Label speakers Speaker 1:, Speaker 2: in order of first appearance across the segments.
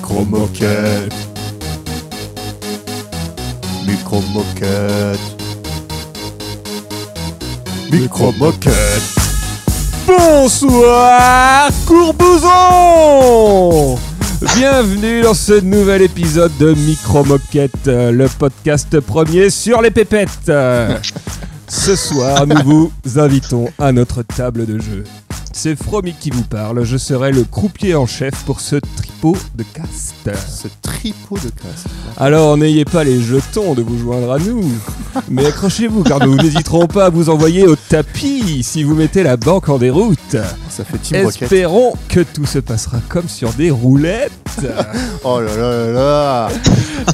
Speaker 1: Micro-moquette. Micro-moquette. Micro-moquette.
Speaker 2: Bonsoir Courbouzon Bienvenue dans ce nouvel épisode de Micro Moquette, euh, le podcast premier sur les pépettes. Euh, Ce soir, nous vous invitons à notre table de jeu. C'est Fromy qui vous parle, je serai le croupier en chef pour ce tripot de cast.
Speaker 1: Ce tripot de classe.
Speaker 2: Alors n'ayez pas les jetons de vous joindre à nous, mais accrochez-vous car nous n'hésiterons pas à vous envoyer au tapis si vous mettez la banque en déroute.
Speaker 1: Oh, Ça fait Team Rocket.
Speaker 2: Espérons que tout se passera comme sur des roulettes.
Speaker 1: Oh là là là là.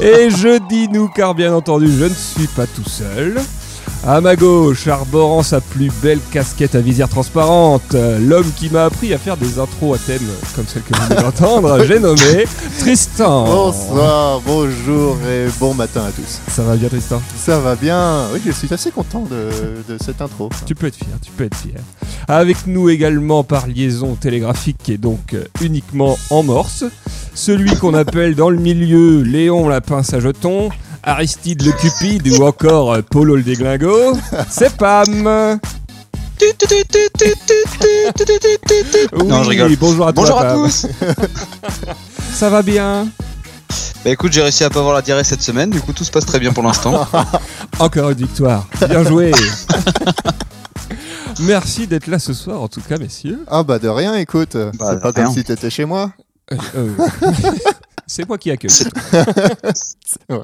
Speaker 2: Et je dis nous car bien entendu je ne suis pas tout seul. À ma gauche, arborant sa plus belle casquette à visière transparente, euh, l'homme qui m'a appris à faire des intros à thème comme celle que vous venez d'entendre, j'ai nommé Tristan.
Speaker 1: Bonsoir, bonjour et bon matin à tous.
Speaker 2: Ça va bien Tristan
Speaker 1: Ça va bien Oui, je suis assez content de, de cette intro.
Speaker 2: Tu peux être fier, tu peux être fier. Avec nous également par liaison télégraphique qui est donc euh, uniquement en morse, celui qu'on appelle dans le milieu Léon la pince à jetons, Aristide le Cupide ou encore euh, Polo le déglingo, c'est Pam
Speaker 3: Non, je
Speaker 2: Oui,
Speaker 3: rigole.
Speaker 2: Bonjour à toi,
Speaker 3: Bonjour à
Speaker 2: Pam.
Speaker 3: tous
Speaker 2: Ça va bien
Speaker 3: Bah écoute, j'ai réussi à pas avoir la diarrhée cette semaine, du coup tout se passe très bien pour l'instant.
Speaker 2: Encore une victoire, bien joué Merci d'être là ce soir en tout cas messieurs.
Speaker 1: Ah bah de rien, écoute.
Speaker 3: Bah,
Speaker 1: C'est pas
Speaker 3: de rien.
Speaker 1: comme si t'étais chez moi.
Speaker 2: Euh, euh, c'est moi qui accueille.
Speaker 3: C'est-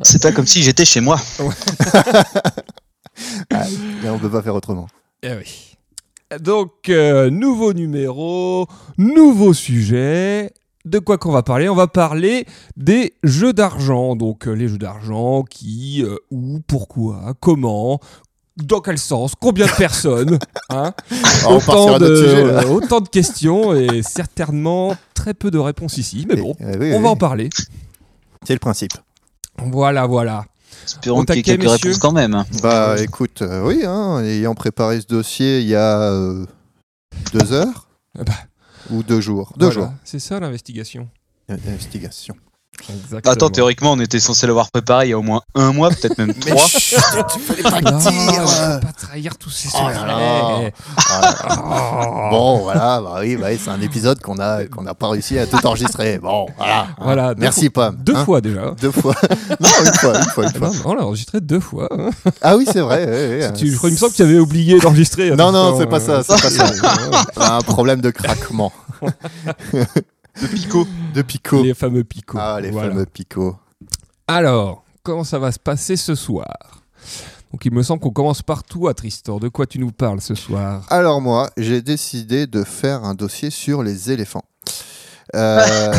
Speaker 3: C'est pas comme si j'étais chez moi.
Speaker 1: Mais on peut pas faire autrement.
Speaker 2: Eh oui. Donc, euh, nouveau numéro, nouveau sujet. De quoi qu'on va parler On va parler des jeux d'argent. Donc, euh, les jeux d'argent, qui, euh, où, pourquoi, comment, dans quel sens, combien de personnes. hein
Speaker 1: Ah, on partira d'autres sujets là.
Speaker 2: euh, autant de questions et certainement très peu de réponses ici. Mais bon,
Speaker 1: Eh, eh oui, oui,
Speaker 2: on va
Speaker 1: oui.
Speaker 2: en parler.
Speaker 1: C'est le principe.
Speaker 2: Voilà, voilà. Au
Speaker 3: Espérons qu'il y ait
Speaker 2: taquet,
Speaker 3: quelques
Speaker 2: messieurs.
Speaker 3: réponses quand même.
Speaker 1: Bah écoute, euh, oui, hein, ayant préparé ce dossier il y a euh, deux heures
Speaker 2: Ah bah.
Speaker 1: ou deux jours. Deux
Speaker 2: Voilà,
Speaker 1: jours.
Speaker 2: C'est ça l'investigation.
Speaker 1: Euh, Investigation.
Speaker 2: Exactement.
Speaker 3: Attends, théoriquement, on était censé l'avoir préparé il y a au moins un mois, peut-être même trois.
Speaker 2: Non, je veux pas trahir tous ces
Speaker 1: Oh là là.
Speaker 2: secrets.
Speaker 1: Ah,
Speaker 2: Oh.
Speaker 1: bon, voilà, bah oui, bah oui, c'est un épisode qu'on a qu'on n'a pas réussi à tout enregistrer. Bon, voilà. hein.
Speaker 2: Voilà, deux
Speaker 1: Merci Pam.
Speaker 2: Deux
Speaker 1: hein. Eh ben,
Speaker 2: fois déjà.
Speaker 1: Deux fois. non, une fois, une fois, une fois.
Speaker 2: Non, on l'a enregistré deux fois. hein.
Speaker 1: Ah oui, c'est vrai. oui, oui, euh,
Speaker 2: Tu, je crois, il me semble que tu avais oublié d'enregistrer.
Speaker 1: Non, non,
Speaker 2: Attends,
Speaker 1: c'est pas ça,
Speaker 2: euh,
Speaker 1: c'est pas ça. Un problème de craquement,
Speaker 3: De picot.
Speaker 1: de picot.
Speaker 2: Les fameux picots.
Speaker 1: Ah, les
Speaker 2: Voilà.
Speaker 1: fameux picots.
Speaker 2: Alors, comment ça va se passer ce soir Donc, il me semble qu'on commence par toi, Tristan. De quoi tu nous parles ce soir
Speaker 1: Alors moi, j'ai décidé de faire un dossier sur les éléphants. Euh,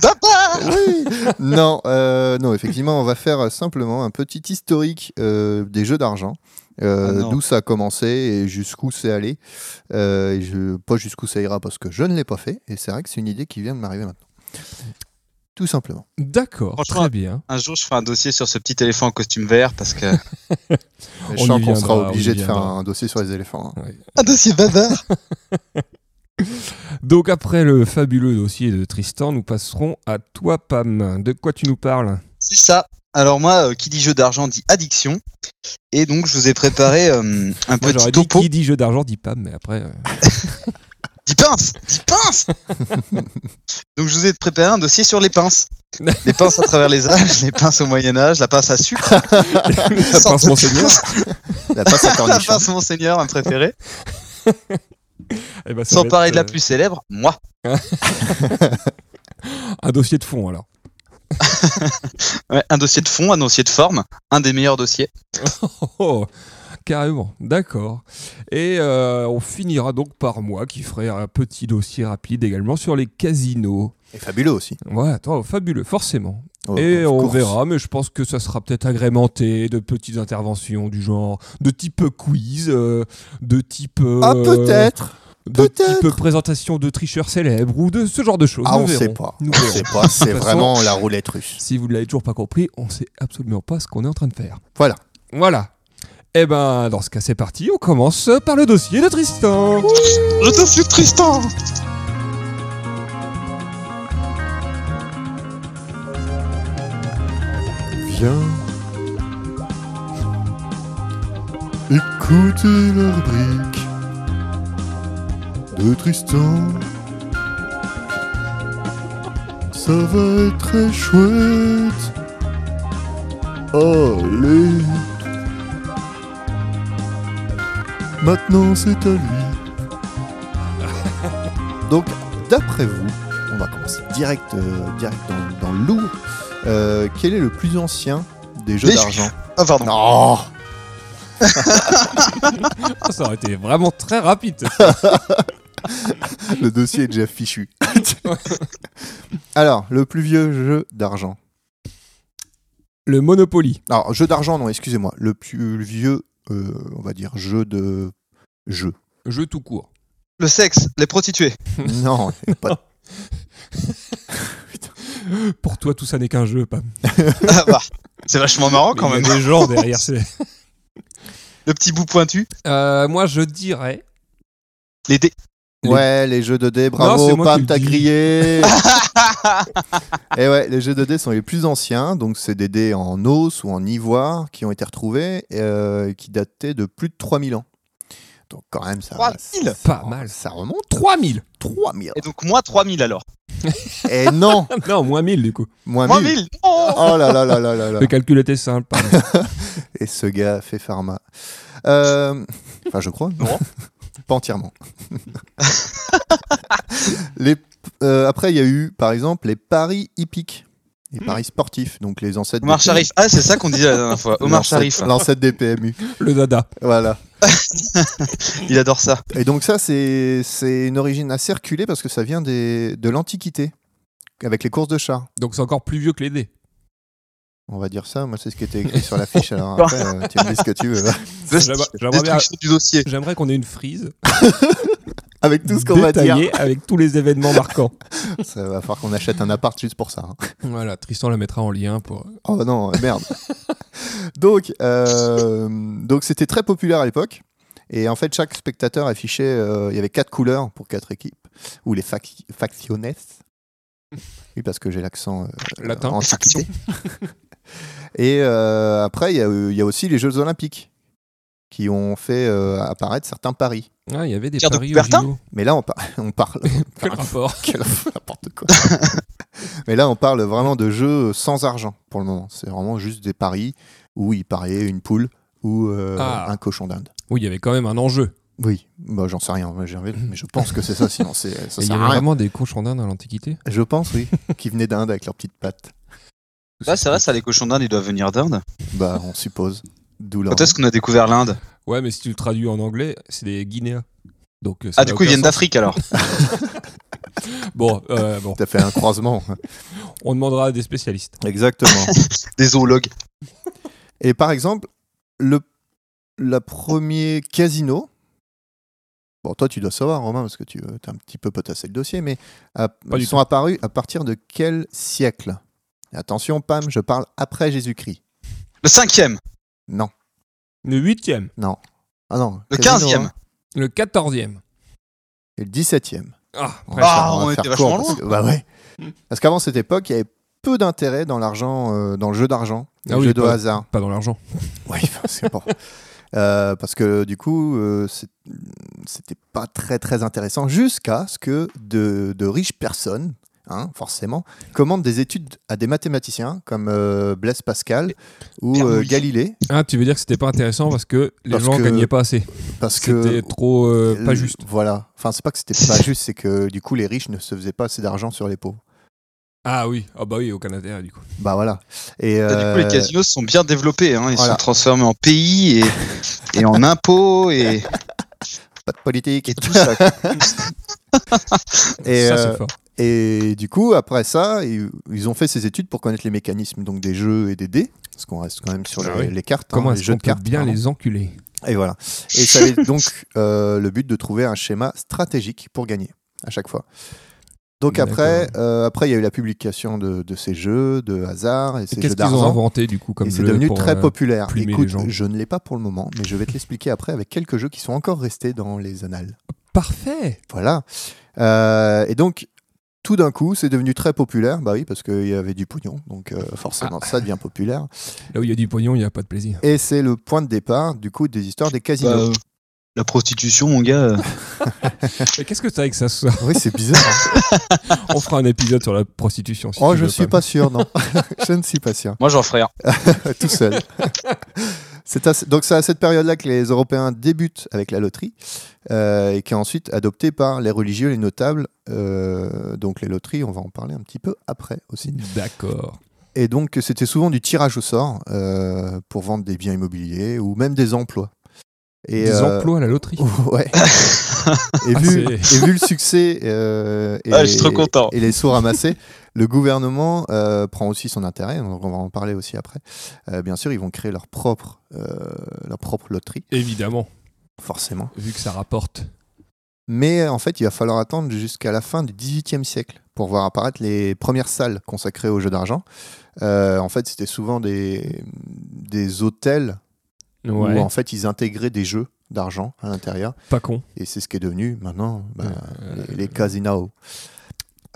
Speaker 3: Papa
Speaker 1: oui. non, euh, non, effectivement, on va faire simplement un petit historique euh, des jeux d'argent. euh,
Speaker 3: Ah non.
Speaker 1: D'où ça a commencé et jusqu'où c'est allé. Euh, et je, pas jusqu'où ça ira parce que je ne l'ai pas fait. Et c'est vrai que c'est une idée qui vient de m'arriver maintenant. Tout simplement.
Speaker 2: D'accord,
Speaker 3: Franchement,
Speaker 2: très bien.
Speaker 3: Un jour, je ferai un dossier sur ce petit éléphant en costume vert parce que.
Speaker 1: Mais
Speaker 2: On
Speaker 1: je sens
Speaker 2: y
Speaker 1: qu'on sera
Speaker 2: viendra, on y
Speaker 1: obligé de faire
Speaker 2: viendra.
Speaker 1: un dossier sur les éléphants. hein.
Speaker 3: Un dossier bavard
Speaker 2: Donc, après le fabuleux dossier de Tristan, nous passerons à toi, Pam. De quoi tu nous parles
Speaker 3: C'est ça. Alors, moi, euh, qui dit jeu d'argent dit addiction. Et donc, je vous ai préparé euh, un
Speaker 2: Moi,
Speaker 3: petit
Speaker 2: j'aurais dit
Speaker 3: topo.
Speaker 2: qui dit jeu d'argent dit Pam, mais après. euh,
Speaker 3: Dix pinces Dix pinces Donc je vous ai préparé un dossier sur les pinces. Les pinces à travers les âges, les pinces au Moyen-Âge, la pince à sucre,
Speaker 2: la pince monseigneur.
Speaker 1: La passe à
Speaker 3: la
Speaker 1: cornichon.
Speaker 3: pince Monseigneur, un préféré.
Speaker 2: Eh ben, ça
Speaker 3: Sans
Speaker 2: va
Speaker 3: parler
Speaker 2: être,
Speaker 3: de la
Speaker 2: euh,
Speaker 3: plus célèbre, moi.
Speaker 2: Un dossier de fond, alors.
Speaker 3: Ouais, un dossier de fond, un dossier de forme, un des meilleurs dossiers.
Speaker 2: Oh, carrément, d'accord. Et euh, on finira donc par moi qui ferai un petit dossier rapide également sur les casinos.
Speaker 1: Et fabuleux aussi.
Speaker 2: Ouais, attends, fabuleux, forcément.
Speaker 1: Oh,
Speaker 2: Et
Speaker 1: of
Speaker 2: on
Speaker 1: course.
Speaker 2: verra, mais je pense que ça sera peut-être agrémenté de petites interventions du genre de type quiz, euh, de type. euh,
Speaker 1: Ah peut-être.
Speaker 2: De
Speaker 1: peut-être.
Speaker 2: type présentation de tricheurs célèbres ou de ce genre de choses.
Speaker 1: Ah
Speaker 2: Nous
Speaker 1: on sait
Speaker 2: verrons.
Speaker 1: pas.
Speaker 2: Nous
Speaker 1: On
Speaker 2: verrons.
Speaker 1: sait pas. C'est
Speaker 2: façon-
Speaker 1: vraiment la roulette russe.
Speaker 2: Si vous ne l'avez toujours pas compris, on sait absolument pas ce qu'on est en train de faire.
Speaker 1: Voilà.
Speaker 2: Voilà. Eh ben, dans ce cas, c'est parti. On commence par le dossier de Tristan.
Speaker 3: Je t'insulte Tristan
Speaker 1: bien. Écoutez la rubrique de Tristan. Ça va être très chouette. Allez. Maintenant, c'est à lui. Donc, d'après vous, on va commencer direct, euh, direct dans, dans le lourd. Euh, quel est le plus ancien des jeux
Speaker 3: Les-
Speaker 1: d'argent
Speaker 3: Ah, pardon.
Speaker 1: Non
Speaker 2: Ah, ça aurait été vraiment très rapide.
Speaker 1: Le dossier est déjà fichu. Alors, le plus vieux jeu d'argent.
Speaker 2: Le Monopoly.
Speaker 1: Alors, jeu d'argent, non, excusez-moi. Le plus vieux, euh, on va dire, jeu de. Jeu.
Speaker 2: Jeu tout court.
Speaker 3: Le sexe, les prostituées.
Speaker 1: Non, il y a pas de-
Speaker 2: Pour toi, tout ça n'est qu'un jeu, Pam.
Speaker 3: Ah, bah, c'est vachement marrant quand
Speaker 2: Mais
Speaker 3: même.
Speaker 2: Il y a des gens derrière. c'est-
Speaker 3: Le petit bout pointu,
Speaker 2: Euh, moi, je dirais.
Speaker 3: les dés.
Speaker 2: Les-
Speaker 1: Ouais, les jeux de dés,
Speaker 2: c'est
Speaker 1: bravo,
Speaker 2: moi
Speaker 1: Pam,
Speaker 2: qui le
Speaker 1: t'as
Speaker 2: dis.
Speaker 1: grillé Et ouais, les jeux de dés sont les plus anciens, donc c'est des dés en os ou en ivoire qui ont été retrouvés et euh, qui dataient de plus de 3000 ans. Donc, quand même, ça.
Speaker 3: 3000
Speaker 2: Pas mal.
Speaker 1: Ça remonte
Speaker 2: 3000
Speaker 1: 3000
Speaker 3: Et donc, moi, 3000 alors.
Speaker 1: Et Eh non
Speaker 2: Non, moins 1000 du coup.
Speaker 1: Moins
Speaker 3: Moi,
Speaker 1: 1000
Speaker 3: 1000 non
Speaker 1: Oh là là là là là là
Speaker 2: Le calcul était simple. pardon.
Speaker 1: Et ce gars fait pharma. Euh, Enfin, je crois.
Speaker 3: Non.
Speaker 1: Pas entièrement. les, euh, après, il y a eu, par exemple, les paris hippiques. Les paris sportifs, donc les ancêtres.
Speaker 3: Hmm. Omar
Speaker 1: des-
Speaker 3: Sharif. Ah, c'est ça qu'on disait la dernière fois. Omar
Speaker 1: l'ancêtre-
Speaker 3: Sharif.
Speaker 1: L'ancêtre des PMU.
Speaker 2: Le dada.
Speaker 1: Voilà.
Speaker 3: Il adore ça.
Speaker 1: Et donc ça, c'est c'est une origine assez reculée parce que ça vient des, de l'Antiquité, avec les courses de chars.
Speaker 2: Donc c'est encore plus vieux que les dés.
Speaker 1: On va dire ça, moi c'est ce qui était écrit sur l'affiche, alors après euh, tu me dis ce que tu veux.
Speaker 3: Le
Speaker 2: J'aimerais-
Speaker 3: style,
Speaker 2: j'aimerais bien-
Speaker 3: Destruction du dossier.
Speaker 2: J'aimerais qu'on ait une frise
Speaker 1: Avec tout ce qu'on va dire,
Speaker 2: détaillée avec tous les événements marquants.
Speaker 1: ça va falloir qu'on achète un appart juste pour ça. hein.
Speaker 2: Voilà, Tristan la mettra en lien pour.
Speaker 1: Oh non, merde. donc, euh, donc c'était très populaire à l'époque. Et en fait, chaque spectateur affichait, euh, il y avait quatre couleurs pour quatre équipes, ou les fac factiones. Oui, parce que j'ai l'accent euh,
Speaker 2: Latin.
Speaker 1: en antiquité. Et euh, après, il y, a eu- il y a aussi les Jeux Olympiques qui ont fait euh, apparaître certains paris.
Speaker 2: Ah, il y avait des
Speaker 3: Pierre de
Speaker 2: paris au
Speaker 3: Coubertin
Speaker 2: JO.
Speaker 1: Mais là, on, par- on parle.
Speaker 2: Quel rapport
Speaker 1: Quel- N'importe quoi. Mais là, on parle vraiment de jeux sans argent pour le moment. C'est vraiment juste des paris où il pariait une poule ou euh,
Speaker 2: Ah.
Speaker 1: un cochon d'Inde.
Speaker 2: Oui, il y avait quand même un enjeu.
Speaker 1: Oui, bah, j'en sais rien, mais j'ai envie de- mais je pense que c'est ça, sinon c'est- ça
Speaker 2: Et il y
Speaker 1: sert
Speaker 2: avait
Speaker 1: à rien.
Speaker 2: vraiment des cochons d'Inde dans l'Antiquité.
Speaker 1: Je pense, oui, qui venaient d'Inde avec leurs petites pattes.
Speaker 3: Là, c'est vrai, Bah, ça, les cochons d'Inde, ils doivent venir d'Inde.
Speaker 1: Bah, on suppose. D'où leur-
Speaker 3: Quand est-ce qu'on a découvert l'Inde
Speaker 2: Ouais, mais si tu le traduis en anglais, c'est des Guinéens. Donc, euh, ça
Speaker 3: Ah, du
Speaker 2: n'a
Speaker 3: coup, ils
Speaker 2: aucun
Speaker 3: viennent
Speaker 2: sens.
Speaker 3: d'Afrique alors.
Speaker 2: Bon, euh, bon,
Speaker 1: T'as fait un croisement.
Speaker 2: on demandera à des spécialistes.
Speaker 1: Exactement.
Speaker 3: Des zoologues.
Speaker 1: Et par exemple, le la premier casino. Bon, toi, tu dois savoir, Romain, parce que tu as un petit peu potassé le dossier, mais à-
Speaker 2: du
Speaker 1: ils sont apparus à partir de quel siècle Attention, Pam, je parle après Jésus-Christ.
Speaker 3: Le cinquième,
Speaker 1: Non,
Speaker 2: Le huitième,
Speaker 1: ah non.
Speaker 3: le
Speaker 1: casino,
Speaker 3: quinzième.
Speaker 1: hein.
Speaker 2: le quatorzième.
Speaker 1: et le 17e.
Speaker 2: Ah,
Speaker 1: On
Speaker 2: presque.
Speaker 1: va faire-
Speaker 3: on
Speaker 1: va
Speaker 3: était
Speaker 1: faire
Speaker 3: vachement
Speaker 1: court, parce que- bah ouais. Parce qu'avant cette époque, il y avait peu d'intérêt dans l'argent, euh, dans le jeu d'argent, le
Speaker 2: Ah oui,
Speaker 1: jeu de
Speaker 2: pas-
Speaker 1: hasard.
Speaker 2: pas dans l'argent.
Speaker 1: Oui, enfin, c'est bon. Euh, parce que du coup, euh, c'est- c'était pas très très intéressant jusqu'à ce que de, de riches personnes, hein, forcément, commandent des études à des mathématiciens comme euh, Blaise Pascal ou
Speaker 3: Merde,
Speaker 1: euh,
Speaker 3: oui.
Speaker 1: Galilée,
Speaker 2: Ah, tu veux dire que c'était pas intéressant parce que les
Speaker 1: Parce
Speaker 2: gens
Speaker 1: que-
Speaker 2: gagnaient pas assez.
Speaker 1: parce
Speaker 2: C'était
Speaker 1: que
Speaker 2: trop euh, pas
Speaker 1: le-
Speaker 2: juste.
Speaker 1: Voilà. Enfin, c'est pas que c'était pas juste, c'est que du coup, les riches ne se faisaient pas assez d'argent sur les pauvres.
Speaker 2: Ah oui, ah bah oui, au Canada du coup.
Speaker 1: Bah voilà. Et
Speaker 3: Bah, Du coup,
Speaker 1: euh,
Speaker 3: les casinos se sont bien développés. hein. Ils
Speaker 1: voilà.
Speaker 3: sont transformés en pays et, et en impôts et,
Speaker 1: pas de politique.
Speaker 3: et tout ça.
Speaker 1: Et,
Speaker 2: ça
Speaker 1: euh,
Speaker 2: c'est fort.
Speaker 1: Et du coup, après ça, ils ils ont fait ces études pour connaître les mécanismes donc des jeux et des dés. Parce qu'on reste quand même sur
Speaker 2: Ah
Speaker 1: les,
Speaker 2: oui.
Speaker 1: les cartes, hein,
Speaker 2: Comment
Speaker 1: les
Speaker 2: est-ce
Speaker 1: jeux
Speaker 2: qu'on
Speaker 1: de
Speaker 2: peut
Speaker 1: cartes.
Speaker 2: bien
Speaker 1: pardon.
Speaker 2: les enculer
Speaker 1: Et voilà. Et ça avait donc euh, le but de trouver un schéma stratégique pour gagner à chaque fois. Donc après, euh, après il y a eu la publication de, de ces jeux de hasard et
Speaker 2: Et
Speaker 1: ces
Speaker 2: Qu'est-ce
Speaker 1: jeux
Speaker 2: qu'ils ont
Speaker 1: d'argent.
Speaker 2: inventé du coup comme
Speaker 1: Et c'est
Speaker 2: jeu
Speaker 1: devenu
Speaker 2: pour,
Speaker 1: très
Speaker 2: euh,
Speaker 1: populaire.
Speaker 2: plumer les
Speaker 1: Écoute,
Speaker 2: gens.
Speaker 1: je ne l'ai pas pour le moment, mais je vais te l'expliquer après avec quelques jeux qui sont encore restés dans les annales.
Speaker 2: Parfait.
Speaker 1: Voilà. Euh, et donc, tout d'un coup, c'est devenu très populaire. Bah oui, parce qu'il y avait du pognon, donc euh, forcément, ça devient populaire.
Speaker 2: Là où Ah il y a du pognon, il n'y a pas de plaisir.
Speaker 1: Et c'est le point de départ, du coup, des histoires des
Speaker 3: Bah,
Speaker 1: casinos.
Speaker 3: euh, la prostitution, mon gars. euh,
Speaker 2: Mais Qu'est-ce que t'as avec ça ce soir
Speaker 1: Oui, c'est bizarre. hein.
Speaker 2: On fera un épisode sur la prostitution. Si
Speaker 1: oh,
Speaker 2: tu
Speaker 1: je
Speaker 2: veux,
Speaker 1: suis pas sûr, non. je ne suis pas sûr.
Speaker 3: Moi, j'en ferai un.
Speaker 1: tout seul. C'est à- donc c'est à cette période-là que les Européens débutent avec la loterie euh, et qui est ensuite adoptée par les religieux, les notables. Euh, donc les loteries, on va en parler un petit peu après aussi.
Speaker 2: D'accord.
Speaker 1: Et donc c'était souvent du tirage au sort euh, pour vendre des biens immobiliers ou même des emplois. Et,
Speaker 2: Des
Speaker 1: euh,
Speaker 2: emplois à la loterie.
Speaker 1: Ouais. et, vu,
Speaker 2: c'est-
Speaker 1: et vu le succès euh, et,
Speaker 3: Ah, je suis trop content.
Speaker 1: et les sous ramassés, le gouvernement euh, prend aussi son intérêt. Donc on va en parler aussi après. Euh, bien sûr, ils vont créer leur propre, euh, leur propre loterie,
Speaker 2: Évidemment,
Speaker 1: forcément.
Speaker 2: vu que ça rapporte.
Speaker 1: Mais euh, en fait, il va falloir attendre jusqu'à la fin du XVIIIe siècle pour voir apparaître les premières salles consacrées aux jeux d'argent. Euh, en fait, c'était souvent des, des hôtels où en fait ils intégraient des jeux d'argent à l'intérieur.
Speaker 2: Pas con.
Speaker 1: Et c'est ce qui est devenu maintenant bah,
Speaker 2: Euh,
Speaker 1: les, les casinos.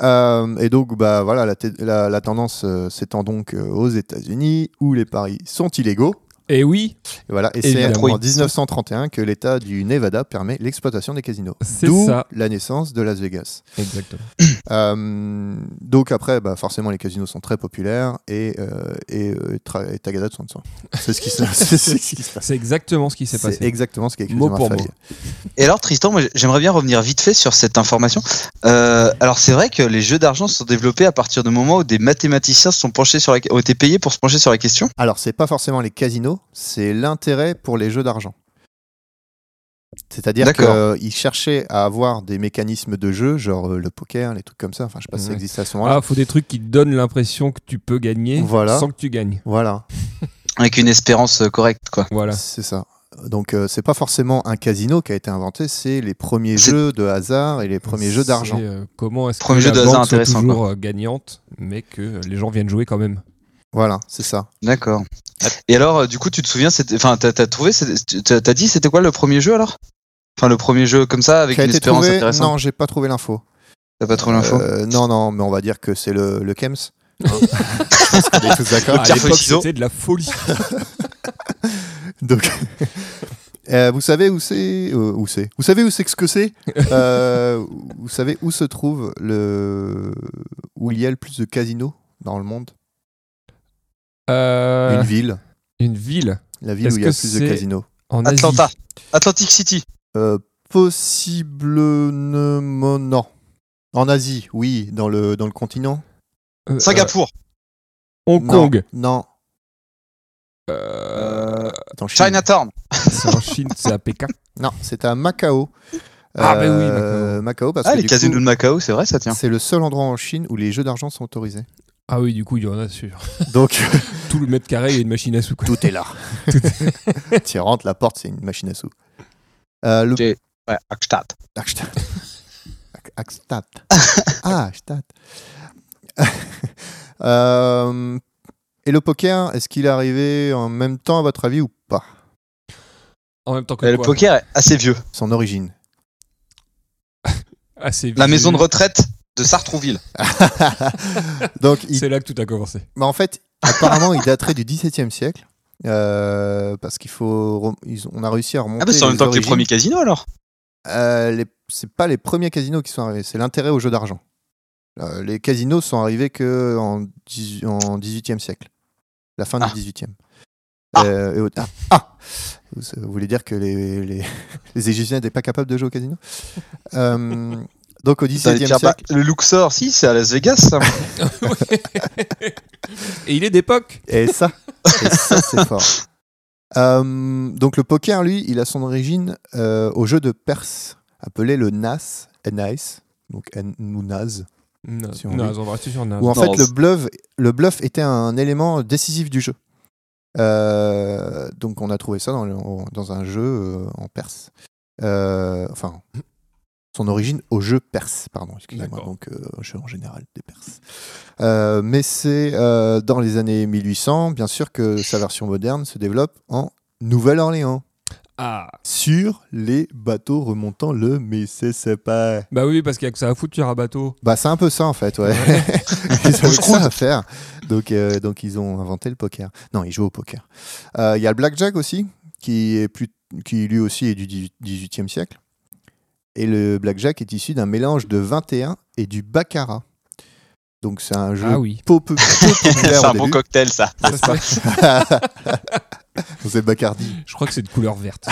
Speaker 1: Euh, et donc, bah, voilà, la, te- la- la tendance euh, s'étend donc euh, aux États-Unis où les paris sont illégaux.
Speaker 2: Et eh oui,
Speaker 1: Et, voilà, et c'est
Speaker 2: Évidemment.
Speaker 1: en 1931 que l'État du Nevada permet l'exploitation des casinos.
Speaker 2: c'est
Speaker 1: D'où
Speaker 2: ça.
Speaker 1: la naissance de Las Vegas.
Speaker 2: Exactement.
Speaker 1: Euh, donc après, bah, forcément, les casinos sont très populaires et, euh, et, euh, tra- et Tagada de soin de soi. C'est ce qui se c'est ce qui se passe.
Speaker 2: C'est exactement ce qui s'est
Speaker 1: C'est
Speaker 2: passé.
Speaker 1: exactement ce qui est écrit
Speaker 2: Mot
Speaker 1: dans la
Speaker 2: pour
Speaker 1: feuille.
Speaker 2: mot.
Speaker 3: Et alors, Tristan, moi, j'aimerais bien revenir vite fait sur cette information. Euh, alors, c'est vrai que les jeux d'argent se sont développés à partir du moment où des mathématiciens se sont penchés sur la... ont été payés pour se pencher sur la question.
Speaker 1: Alors, c'est pas forcément les casinos, c'est l'intérêt pour les jeux d'argent. C'est-à-dire
Speaker 3: D'accord.
Speaker 1: qu'ils cherchaient à avoir des mécanismes de jeu, genre euh, le poker, les trucs comme ça. Enfin, je sais pas si ça
Speaker 2: Ouais.
Speaker 1: existe à ce moment-là.
Speaker 2: Ah, faut des trucs qui te donnent l'impression que tu peux gagner
Speaker 1: Voilà.
Speaker 2: sans que tu gagnes.
Speaker 1: Voilà,
Speaker 3: Avec une espérance euh, correcte, quoi.
Speaker 2: Voilà.
Speaker 1: c'est ça. Donc, euh, c'est pas forcément un casino qui a été inventé, c'est les premiers
Speaker 3: C'est-
Speaker 1: jeux de hasard et les premiers jeux
Speaker 2: C'est,
Speaker 1: d'argent.
Speaker 2: euh, comment est-ce que
Speaker 3: Premier jeu
Speaker 2: la
Speaker 3: de hasard
Speaker 2: banque soit
Speaker 3: intéressant,
Speaker 2: toujours euh, gagnante, mais que euh, les gens viennent jouer quand même
Speaker 1: Voilà, c'est ça.
Speaker 3: D'accord. Et alors, euh, du coup, tu te souviens, c'était- enfin, t'as t'as trouvé, c'était- t'as t'as dit, c'était quoi le premier jeu alors Enfin, le premier jeu comme ça, avec
Speaker 1: Qui a
Speaker 3: une
Speaker 1: été
Speaker 3: espérance
Speaker 1: trouvé
Speaker 3: intéressante.
Speaker 1: Non, j'ai pas trouvé l'info.
Speaker 3: T'as pas trouvé l'info
Speaker 1: Euh, non, non, mais on va dire que c'est le, le KEMS. Hein. je pense qu'on est tous d'accord.
Speaker 2: Ah, À
Speaker 3: pierre,
Speaker 2: l'époque,
Speaker 3: feuille, ciseaux.
Speaker 2: c'était de la folie.
Speaker 1: Donc, euh, vous savez où c'est euh, où c'est Vous savez où c'est que ce que c'est Euh, Vous savez où se trouve le où il y a le plus de casinos dans le monde
Speaker 2: Euh,
Speaker 1: Une ville,
Speaker 2: une ville
Speaker 1: la ville
Speaker 2: est-ce
Speaker 1: où il y a
Speaker 2: que
Speaker 1: le plus de
Speaker 2: c'est-
Speaker 1: casinos.
Speaker 2: en Asie.
Speaker 3: Atlanta. Atlantic City.
Speaker 1: Euh, possiblement non. En Asie, oui, dans le dans le continent.
Speaker 2: Euh,
Speaker 3: Singapour.
Speaker 2: euh, Hong
Speaker 1: Non,
Speaker 2: Kong.
Speaker 1: Non.
Speaker 2: Euh,
Speaker 1: Attends, Chine.
Speaker 3: Chinatown.
Speaker 2: c'est en Chine, c'est à Pékin.
Speaker 1: Non, c'est à Macao.
Speaker 2: Ah, bah oui,
Speaker 1: Euh, Macao parce
Speaker 3: Ah,
Speaker 1: que
Speaker 3: les
Speaker 1: du
Speaker 3: casinos
Speaker 1: coup,
Speaker 3: de Macao, c'est vrai, ça tient.
Speaker 1: c'est le seul endroit en Chine où les jeux d'argent sont autorisés.
Speaker 2: Ah oui, du coup, il y en a sûr.
Speaker 1: Donc
Speaker 2: Tout le mètre carré, il y a une machine à sous. quoi.
Speaker 1: Tout est là. tu rentres, la porte, c'est une machine à sous. Euh, le...
Speaker 3: Ouais, Akstadt.
Speaker 1: Akstadt. Ak- Akstadt. Ah, Akstadt. Euh, Et le poker, est-ce qu'il est arrivé en même temps, à votre avis, ou pas
Speaker 2: En même temps que
Speaker 3: Et Le
Speaker 2: quoi
Speaker 3: poker est assez vieux.
Speaker 1: Son origine.
Speaker 2: Assez
Speaker 3: La
Speaker 2: Ah, vieux.
Speaker 3: maison de retraite de Sartrouville.
Speaker 1: Donc, il-
Speaker 2: C'est là que tout a commencé.
Speaker 1: mais Bah, en fait, apparemment, il daterait du XVIIe siècle. euh, parce qu'il faut. rem- ils ont- On a réussi à remonter.
Speaker 3: Ah bah c'est en même
Speaker 1: les
Speaker 3: temps que les
Speaker 1: origines.
Speaker 3: premiers casinos alors.
Speaker 1: Euh, les- c'est pas les premiers casinos qui sont arrivés, c'est l'intérêt aux jeux d'argent. Euh, les casinos sont arrivés que en, 18 en 18e siècle, la fin
Speaker 3: Ah.
Speaker 1: du 18e.
Speaker 3: Ah.
Speaker 1: Euh, et au- ah, ah. Vous, vous voulez dire que les, les, les Égyptiens n'étaient pas capables de jouer au casino Euh, Donc au
Speaker 3: Dans les
Speaker 1: 17e
Speaker 3: pierres- bah,
Speaker 1: siècle,
Speaker 3: le Luxor, si, c'est à Las Vegas. ça.
Speaker 2: Et il est d'époque.
Speaker 1: et ça, et ça c'est fort. Euh, donc le poker, lui, il a son origine euh, au jeu de Perse, appelé le Nas, Nas, donc N- ou Naz.
Speaker 2: Non,
Speaker 1: Si on
Speaker 2: non,
Speaker 1: veut.
Speaker 2: on va rester sur Nas.
Speaker 1: où en
Speaker 3: Non,
Speaker 1: fait le bluff, le bluff était un élément décisif du jeu. Euh, donc on a trouvé ça dans, le- dans un jeu euh, en Perse. Euh, enfin, son origine au jeu perse, pardon, excusez-moi,
Speaker 2: D'accord.
Speaker 1: donc euh, au jeu en général des Perses. Euh, mais c'est euh, dans les années 1800, bien sûr, que sa version moderne se développe en Nouvelle-Orléans.
Speaker 2: Ah.
Speaker 1: sur les bateaux remontant le Mississippi.
Speaker 2: Bah oui, parce qu'il y a que ça à foutre sur un bateau.
Speaker 1: Bah, c'est un peu ça en fait, ouais. ils avaient que ça à faire. Donc, euh, donc, ils ont inventé le poker. Non, ils jouent au poker. Euh, Il y a le blackjack aussi, qui, est plus, qui lui aussi est du 18e siècle. Et le blackjack est issu d'un mélange de 21 et du baccarat. Donc, c'est un jeu
Speaker 2: Ah oui.
Speaker 1: peu peu- peu populaire
Speaker 4: Ah C'est
Speaker 1: au
Speaker 4: un bon
Speaker 1: début.
Speaker 4: cocktail, ça.
Speaker 2: Ça, c'est-
Speaker 1: C'est Bacardi.
Speaker 2: je crois que c'est de couleur verte.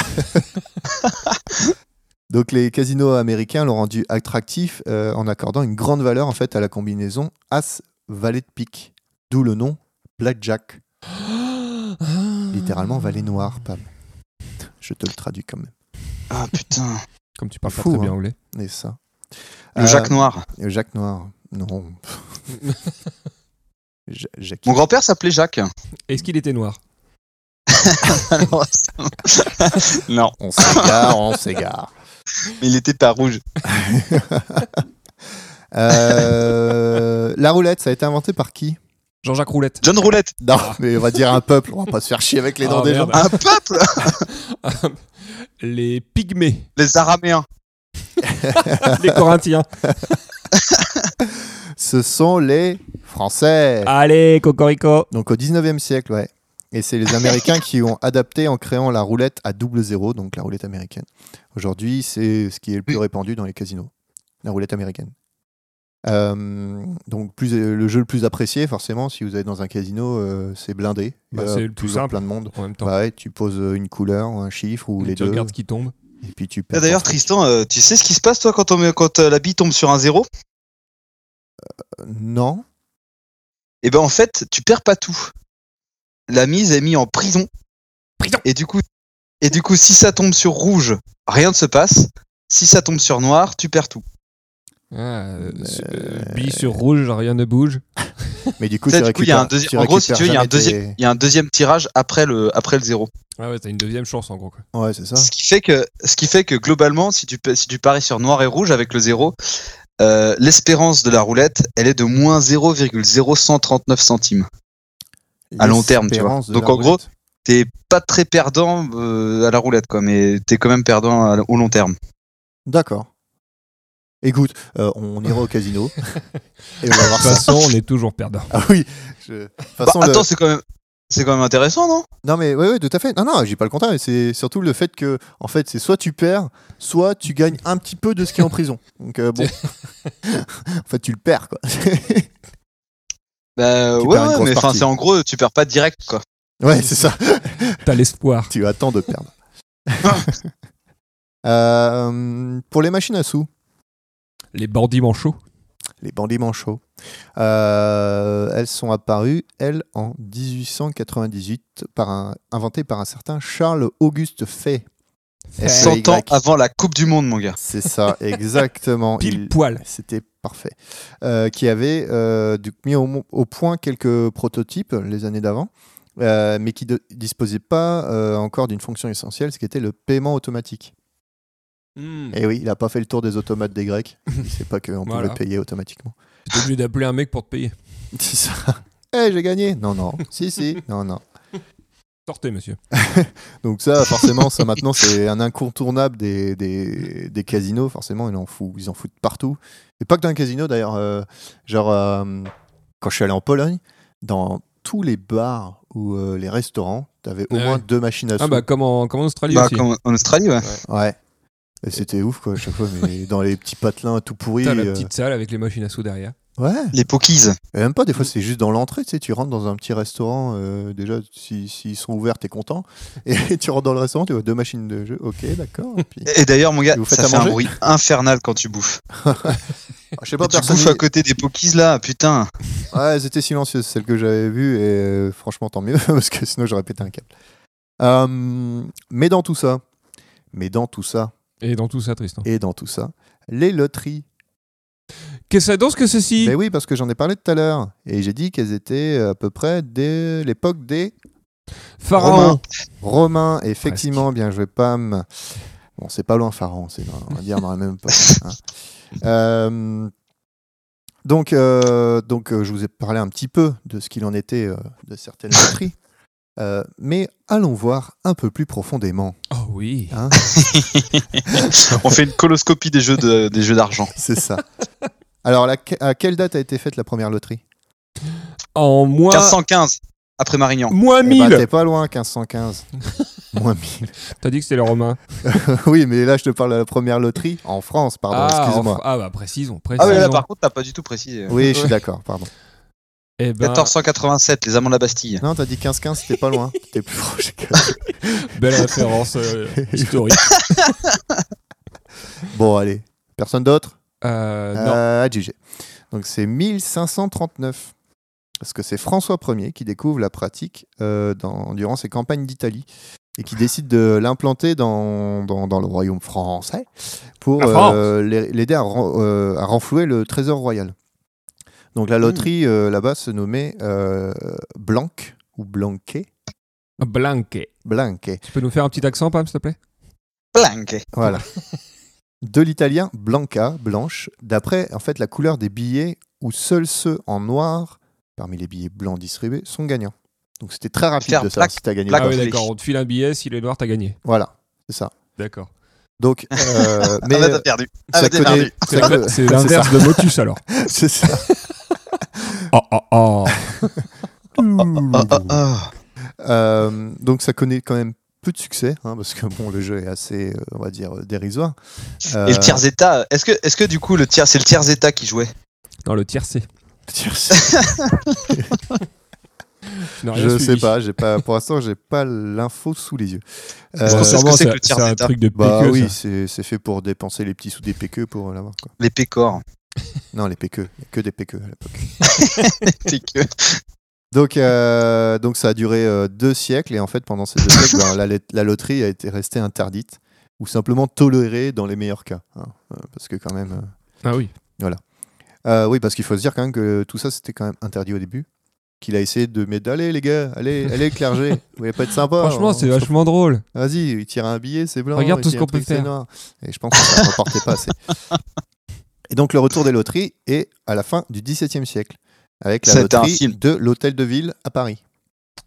Speaker 1: Donc les casinos américains l'ont rendu attractif euh, en accordant une grande valeur en fait à la combinaison as valet de pique, d'où le nom blackjack, littéralement valet noir. Pam. Je te le traduis quand même.
Speaker 3: Ah putain.
Speaker 2: Comme tu parles pas
Speaker 1: Fou,
Speaker 2: très bien
Speaker 1: hein.
Speaker 2: anglais.
Speaker 1: Et ça.
Speaker 3: Le Jacques
Speaker 1: Euh,
Speaker 3: Noir.
Speaker 1: le Jacques Noir. Non. Ja- Jackie.
Speaker 3: Mon grand-père s'appelait Jacques.
Speaker 2: Est-ce qu'il était noir
Speaker 3: Alors, ça- non,
Speaker 1: On s'égare, on s'égare.
Speaker 3: mais il était pas rouge.
Speaker 1: Euh, la roulette, ça a été inventé par qui
Speaker 2: Jean-Jacques Roulette.
Speaker 3: John Roulette.
Speaker 1: Non, mais on va dire un peuple, on va pas se faire chier avec les noms
Speaker 2: Ah,
Speaker 1: des gens.
Speaker 2: merde.
Speaker 3: Un peuple
Speaker 2: Les pygmées,
Speaker 3: Les Araméens.
Speaker 2: les Corinthiens.
Speaker 1: Ce sont les Français.
Speaker 2: Allez, Cocorico.
Speaker 1: Donc au 19e siècle, ouais. Et c'est les Américains qui ont adapté en créant la roulette à double zéro, donc la roulette américaine. Aujourd'hui, c'est ce qui est le plus répandu dans les casinos, la roulette américaine. Euh, donc plus, euh, le jeu le plus apprécié, forcément, si vous êtes dans un casino, euh, c'est blindé.
Speaker 2: Bah,
Speaker 1: Il y a
Speaker 2: c'est le plus
Speaker 1: toujours
Speaker 2: simple.
Speaker 1: plein de monde.
Speaker 2: En même temps,
Speaker 1: Bah ouais, tu poses euh, une couleur, ou un chiffre ou les
Speaker 2: tu
Speaker 1: deux,
Speaker 2: regardes qui tombe.
Speaker 1: et puis tu
Speaker 3: Ah,
Speaker 1: perds.
Speaker 3: D'ailleurs,
Speaker 1: ton truc.
Speaker 3: Tristan, euh, tu sais ce qui se passe, toi, quand, on, met- quand euh, la bille tombe sur un zéro
Speaker 1: Euh, non.
Speaker 3: Eh ben, en fait, tu perds pas tout. La mise est mise en prison.
Speaker 2: Prison.
Speaker 3: Et du coup, et du coup si ça tombe sur rouge, rien ne se passe. Si ça tombe sur noir, tu perds tout.
Speaker 2: Ah, euh,
Speaker 1: Euh,
Speaker 2: sur- euh, bille sur rouge, rien ne bouge.
Speaker 1: Mais du coup,
Speaker 3: Tu sais,
Speaker 1: tu
Speaker 3: du coup, il y a un
Speaker 1: récupères-
Speaker 3: deuxième-
Speaker 1: tu
Speaker 3: en gros, si
Speaker 1: récupères
Speaker 3: tu veux, il y a un
Speaker 1: jamais
Speaker 3: deuxième-
Speaker 1: tes-
Speaker 3: Il y a un deuxième tirage après le, après le zéro.
Speaker 2: Ah ouais, t'as une deuxième chance en gros. quoi.
Speaker 1: Ouais, c'est ça.
Speaker 3: Ce qui fait que, ce qui fait que globalement, si tu, pa- si tu paries sur noir et rouge avec le 0, euh, l'espérance de la roulette, elle est de moins 0,0139 centimes. à long terme, tu vois.
Speaker 1: L'espérance de
Speaker 3: Donc,
Speaker 1: la
Speaker 3: en gros,
Speaker 1: roulette.
Speaker 3: T'es pas très perdant euh, à la roulette, quoi, mais t'es quand même perdant à- au long terme.
Speaker 1: D'accord. Écoute, euh, on ira au casino et on va
Speaker 2: De
Speaker 1: voir
Speaker 2: toute
Speaker 1: ça.
Speaker 2: façon, on est toujours perdant.
Speaker 1: Ah oui. je- De toute
Speaker 3: Bah,
Speaker 1: façon, le-
Speaker 3: attends, c'est quand même, c'est quand même intéressant, non
Speaker 1: Non mais oui, tout à fait. Non non, j'ai pas le contraire. mais C'est surtout le fait que, en fait, c'est soit tu perds, soit tu gagnes un petit peu de ce qui est en prison. Donc euh, bon, en fait, tu le perds quoi.
Speaker 3: Bah
Speaker 1: Tu
Speaker 3: ouais,
Speaker 1: perds une
Speaker 3: ouais,
Speaker 1: grosse
Speaker 3: mais enfin,
Speaker 1: partie.
Speaker 3: c'est en gros, tu perds pas direct, quoi.
Speaker 1: ouais, c'est ça.
Speaker 2: T'as l'espoir.
Speaker 1: Tu attends de perdre.
Speaker 3: Ah.
Speaker 1: Euh, pour les machines à sous,
Speaker 2: Les bandits manchots.
Speaker 1: les bandits manchots, euh, elles sont apparues elles en 1898 par un inventé par un certain Charles Auguste Fay. F A Y.
Speaker 3: 100 ans avant la Coupe du Monde, mon gars.
Speaker 1: C'est ça, exactement.
Speaker 2: Pile
Speaker 1: Il-
Speaker 2: poil.
Speaker 1: C'était parfait. Euh, qui avait euh, du- mis au, mo- au point quelques prototypes les années d'avant, euh, mais qui ne disposait pas euh, encore d'une fonction essentielle, ce qui était le paiement automatique.
Speaker 2: Hmm.
Speaker 1: Et oui, il n'a pas fait le tour des automates des Grecs. Il ne sait pas qu'on pouvait
Speaker 2: Voilà.
Speaker 1: payer automatiquement.
Speaker 2: T'es obligé d'appeler un mec pour te payer.
Speaker 1: C'est ça. Hé, j'ai gagné Non, non. si, si. Non, non.
Speaker 2: Sortez, monsieur.
Speaker 1: Donc ça, forcément, ça maintenant, c'est un incontournable des, des, des casinos. Forcément, ils en, foutent, ils en foutent partout. Et pas que dans les casinos, d'ailleurs. euh, genre, euh, quand je suis allé en Pologne, dans tous les bars ou euh, les restaurants, t'avais au
Speaker 2: Ah
Speaker 1: moins
Speaker 2: ouais.
Speaker 1: deux machines à sous.
Speaker 2: Ah bah, comme en, comme en Australie
Speaker 3: Bah,
Speaker 2: aussi.
Speaker 3: comme en Australie, ouais.
Speaker 1: Ouais. Et c'était ouf, quoi, à chaque fois. Mais dans les petits patelins tout pourris.
Speaker 2: T'as la
Speaker 1: euh,
Speaker 2: petite salle avec les machines à sous derrière.
Speaker 1: Ouais.
Speaker 3: Les Pokies.
Speaker 1: Et même pas, des fois, c'est juste dans l'entrée. Tu sais, tu rentres dans un petit restaurant. euh, déjà, si- s'ils sont ouverts, t'es content. Et tu rentres dans le restaurant, tu vois deux machines de jeu. Ok, d'accord. Et puis-
Speaker 3: Et, et d'ailleurs, mon gars,
Speaker 1: Et vous faites
Speaker 3: ça
Speaker 1: à
Speaker 3: fait un
Speaker 1: manger
Speaker 3: bruit infernal quand tu bouffes.
Speaker 1: Ah, je sais
Speaker 3: Et
Speaker 1: pas,
Speaker 3: tu
Speaker 1: personne.
Speaker 3: bouffes à côté des Pokies, là, putain.
Speaker 1: Ouais, elles étaient silencieuses, celles que j'avais vues, et euh, franchement, tant mieux, parce que sinon j'aurais pété un câble. Euh, mais dans tout ça, mais dans tout ça,
Speaker 2: Et dans tout ça, Tristan.
Speaker 1: et dans tout ça, les loteries.
Speaker 2: Que ça danse que ceci
Speaker 1: Mais oui, parce que j'en ai parlé tout à l'heure, et j'ai dit qu'elles étaient à peu près dès l'époque des
Speaker 2: Pharaon.
Speaker 1: Romains, effectivement, bien joué, Pam. Bon, c'est pas loin, Pharaon, c'est dans- on va dire dans la même époque. hein. Euh, donc, euh, donc euh, je vous ai parlé un petit peu de ce qu'il en était euh, de certaines loteries. Euh, mais allons voir un peu plus profondément.
Speaker 2: Oh oui.
Speaker 1: hein.
Speaker 3: On fait une coloscopie des jeux de- des jeux d'argent.
Speaker 1: C'est ça. Alors, la- à quelle date a été faite la première loterie
Speaker 2: En moins,
Speaker 3: 1515 après Marignan.
Speaker 2: moins
Speaker 1: Eh ben,
Speaker 2: 1000.
Speaker 1: T'es pas loin, 1515. Moins 1000.
Speaker 2: T'as dit que c'était les Romains.
Speaker 1: oui, mais là, je te parle de la première loterie en France, pardon,
Speaker 2: ah,
Speaker 1: excuse-moi.
Speaker 2: enfin- ah, bah précisons,
Speaker 3: Ah
Speaker 2: précisons.
Speaker 3: oui, là par contre, t'as pas du tout précisé.
Speaker 1: Oui, je suis d'accord, pardon.
Speaker 2: Eh ben,
Speaker 3: 1487, les amants de la Bastille.
Speaker 1: Non, t'as dit 15-15, c'était pas loin. T'es plus proche. que-
Speaker 2: belle référence euh, historique.
Speaker 1: Bon, allez. Personne d'autre
Speaker 2: Euh, non.
Speaker 1: Euh, à juger. Donc, c'est 1539. Parce que c'est François Ier qui découvre la pratique euh, dans- durant ses campagnes d'Italie et qui décide de l'implanter dans, dans, dans le royaume français pour
Speaker 2: La France.
Speaker 1: euh, l'ai- l'aider à, ren- euh, à renflouer le trésor royal. Donc la loterie euh, là-bas se nommait euh, Blanc ou Blanquet.
Speaker 2: Blanquet.
Speaker 1: Blanquet.
Speaker 2: Tu peux nous faire un petit accent, Pam, s'il te plaît
Speaker 3: Blanque.
Speaker 1: Voilà. De l'italien blanca, blanche, d'après en fait la couleur des billets où seuls ceux en noir, parmi les billets blancs distribués, sont gagnants. Donc c'était très rapide
Speaker 3: Faire
Speaker 1: de savoir
Speaker 3: plaque,
Speaker 1: si t'as gagné. ou
Speaker 3: plaque.
Speaker 1: pas.
Speaker 2: Ah oui,
Speaker 3: Blackout.
Speaker 2: d'accord. On te file un billet, s'il est noir, t'as gagné.
Speaker 1: Voilà, c'est ça.
Speaker 2: D'accord.
Speaker 1: Donc, euh, mais
Speaker 3: Ah bah, t'as perdu. Ah
Speaker 1: ça
Speaker 3: bah, t'as
Speaker 1: connaît-
Speaker 3: perdu.
Speaker 1: ça connaît-
Speaker 2: C'est l'inverse de Motus, alors.
Speaker 1: C'est ça.
Speaker 2: Oh, oh, oh.
Speaker 1: Oh,
Speaker 3: Ah, ah, ah.
Speaker 1: Euh, donc ça connaît quand même peu de succès, hein, parce que bon, le jeu est assez, euh, on va dire, euh, dérisoire.
Speaker 3: Et
Speaker 1: Euh,
Speaker 3: le tiers état, est-ce que, est-ce que du coup le tiers, c'est le tiers état qui jouait
Speaker 2: Dans le tiercé. Tu n'as rien
Speaker 1: Je sais
Speaker 2: suivi.
Speaker 1: pas, j'ai pas, pour l'instant, j'ai pas l'info sous les yeux.
Speaker 2: Je pense
Speaker 3: Euh,
Speaker 2: sûrement
Speaker 3: Est-ce que c'est
Speaker 2: que
Speaker 3: que le
Speaker 2: c'est
Speaker 3: tiers
Speaker 2: un
Speaker 3: d'état
Speaker 2: truc de
Speaker 1: Bah
Speaker 2: PQ,
Speaker 1: oui,
Speaker 2: E, ça.
Speaker 1: c'est c'est fait pour dépenser les petits sous des PQ pour l'avoir. Quoi.
Speaker 3: Les pécores.
Speaker 1: Non, les PQ, il y a que des PQ à l'époque.
Speaker 3: C'est que-
Speaker 1: Donc, euh, donc ça a duré euh, deux siècles et en fait pendant ces deux siècles, ben, la, let- la loterie a été restée interdite ou simplement tolérée dans les meilleurs cas. hein, euh, parce que quand même, euh,
Speaker 2: Ah oui.
Speaker 1: euh, oui, parce qu'il faut se dire quand même que tout ça c'était quand même interdit au début. Qu'il a essayé de mettre, allez les gars, allez, allez clergé, vous voulez pas être sympa.
Speaker 2: Franchement,
Speaker 1: on-
Speaker 2: c'est vachement drôle.
Speaker 1: Vas-y, il tire un billet, c'est blanc.
Speaker 2: Regarde
Speaker 1: il
Speaker 2: tout ce
Speaker 1: tire un
Speaker 2: qu'on peut
Speaker 1: truc, c'est
Speaker 2: faire.
Speaker 1: noir. Et je pense que ça ne rapportait pas assez. Et donc, le retour des loteries est à la fin du XVIIe siècle, avec la
Speaker 3: C'était un
Speaker 1: loterie
Speaker 3: film.
Speaker 1: de l'hôtel de ville à Paris.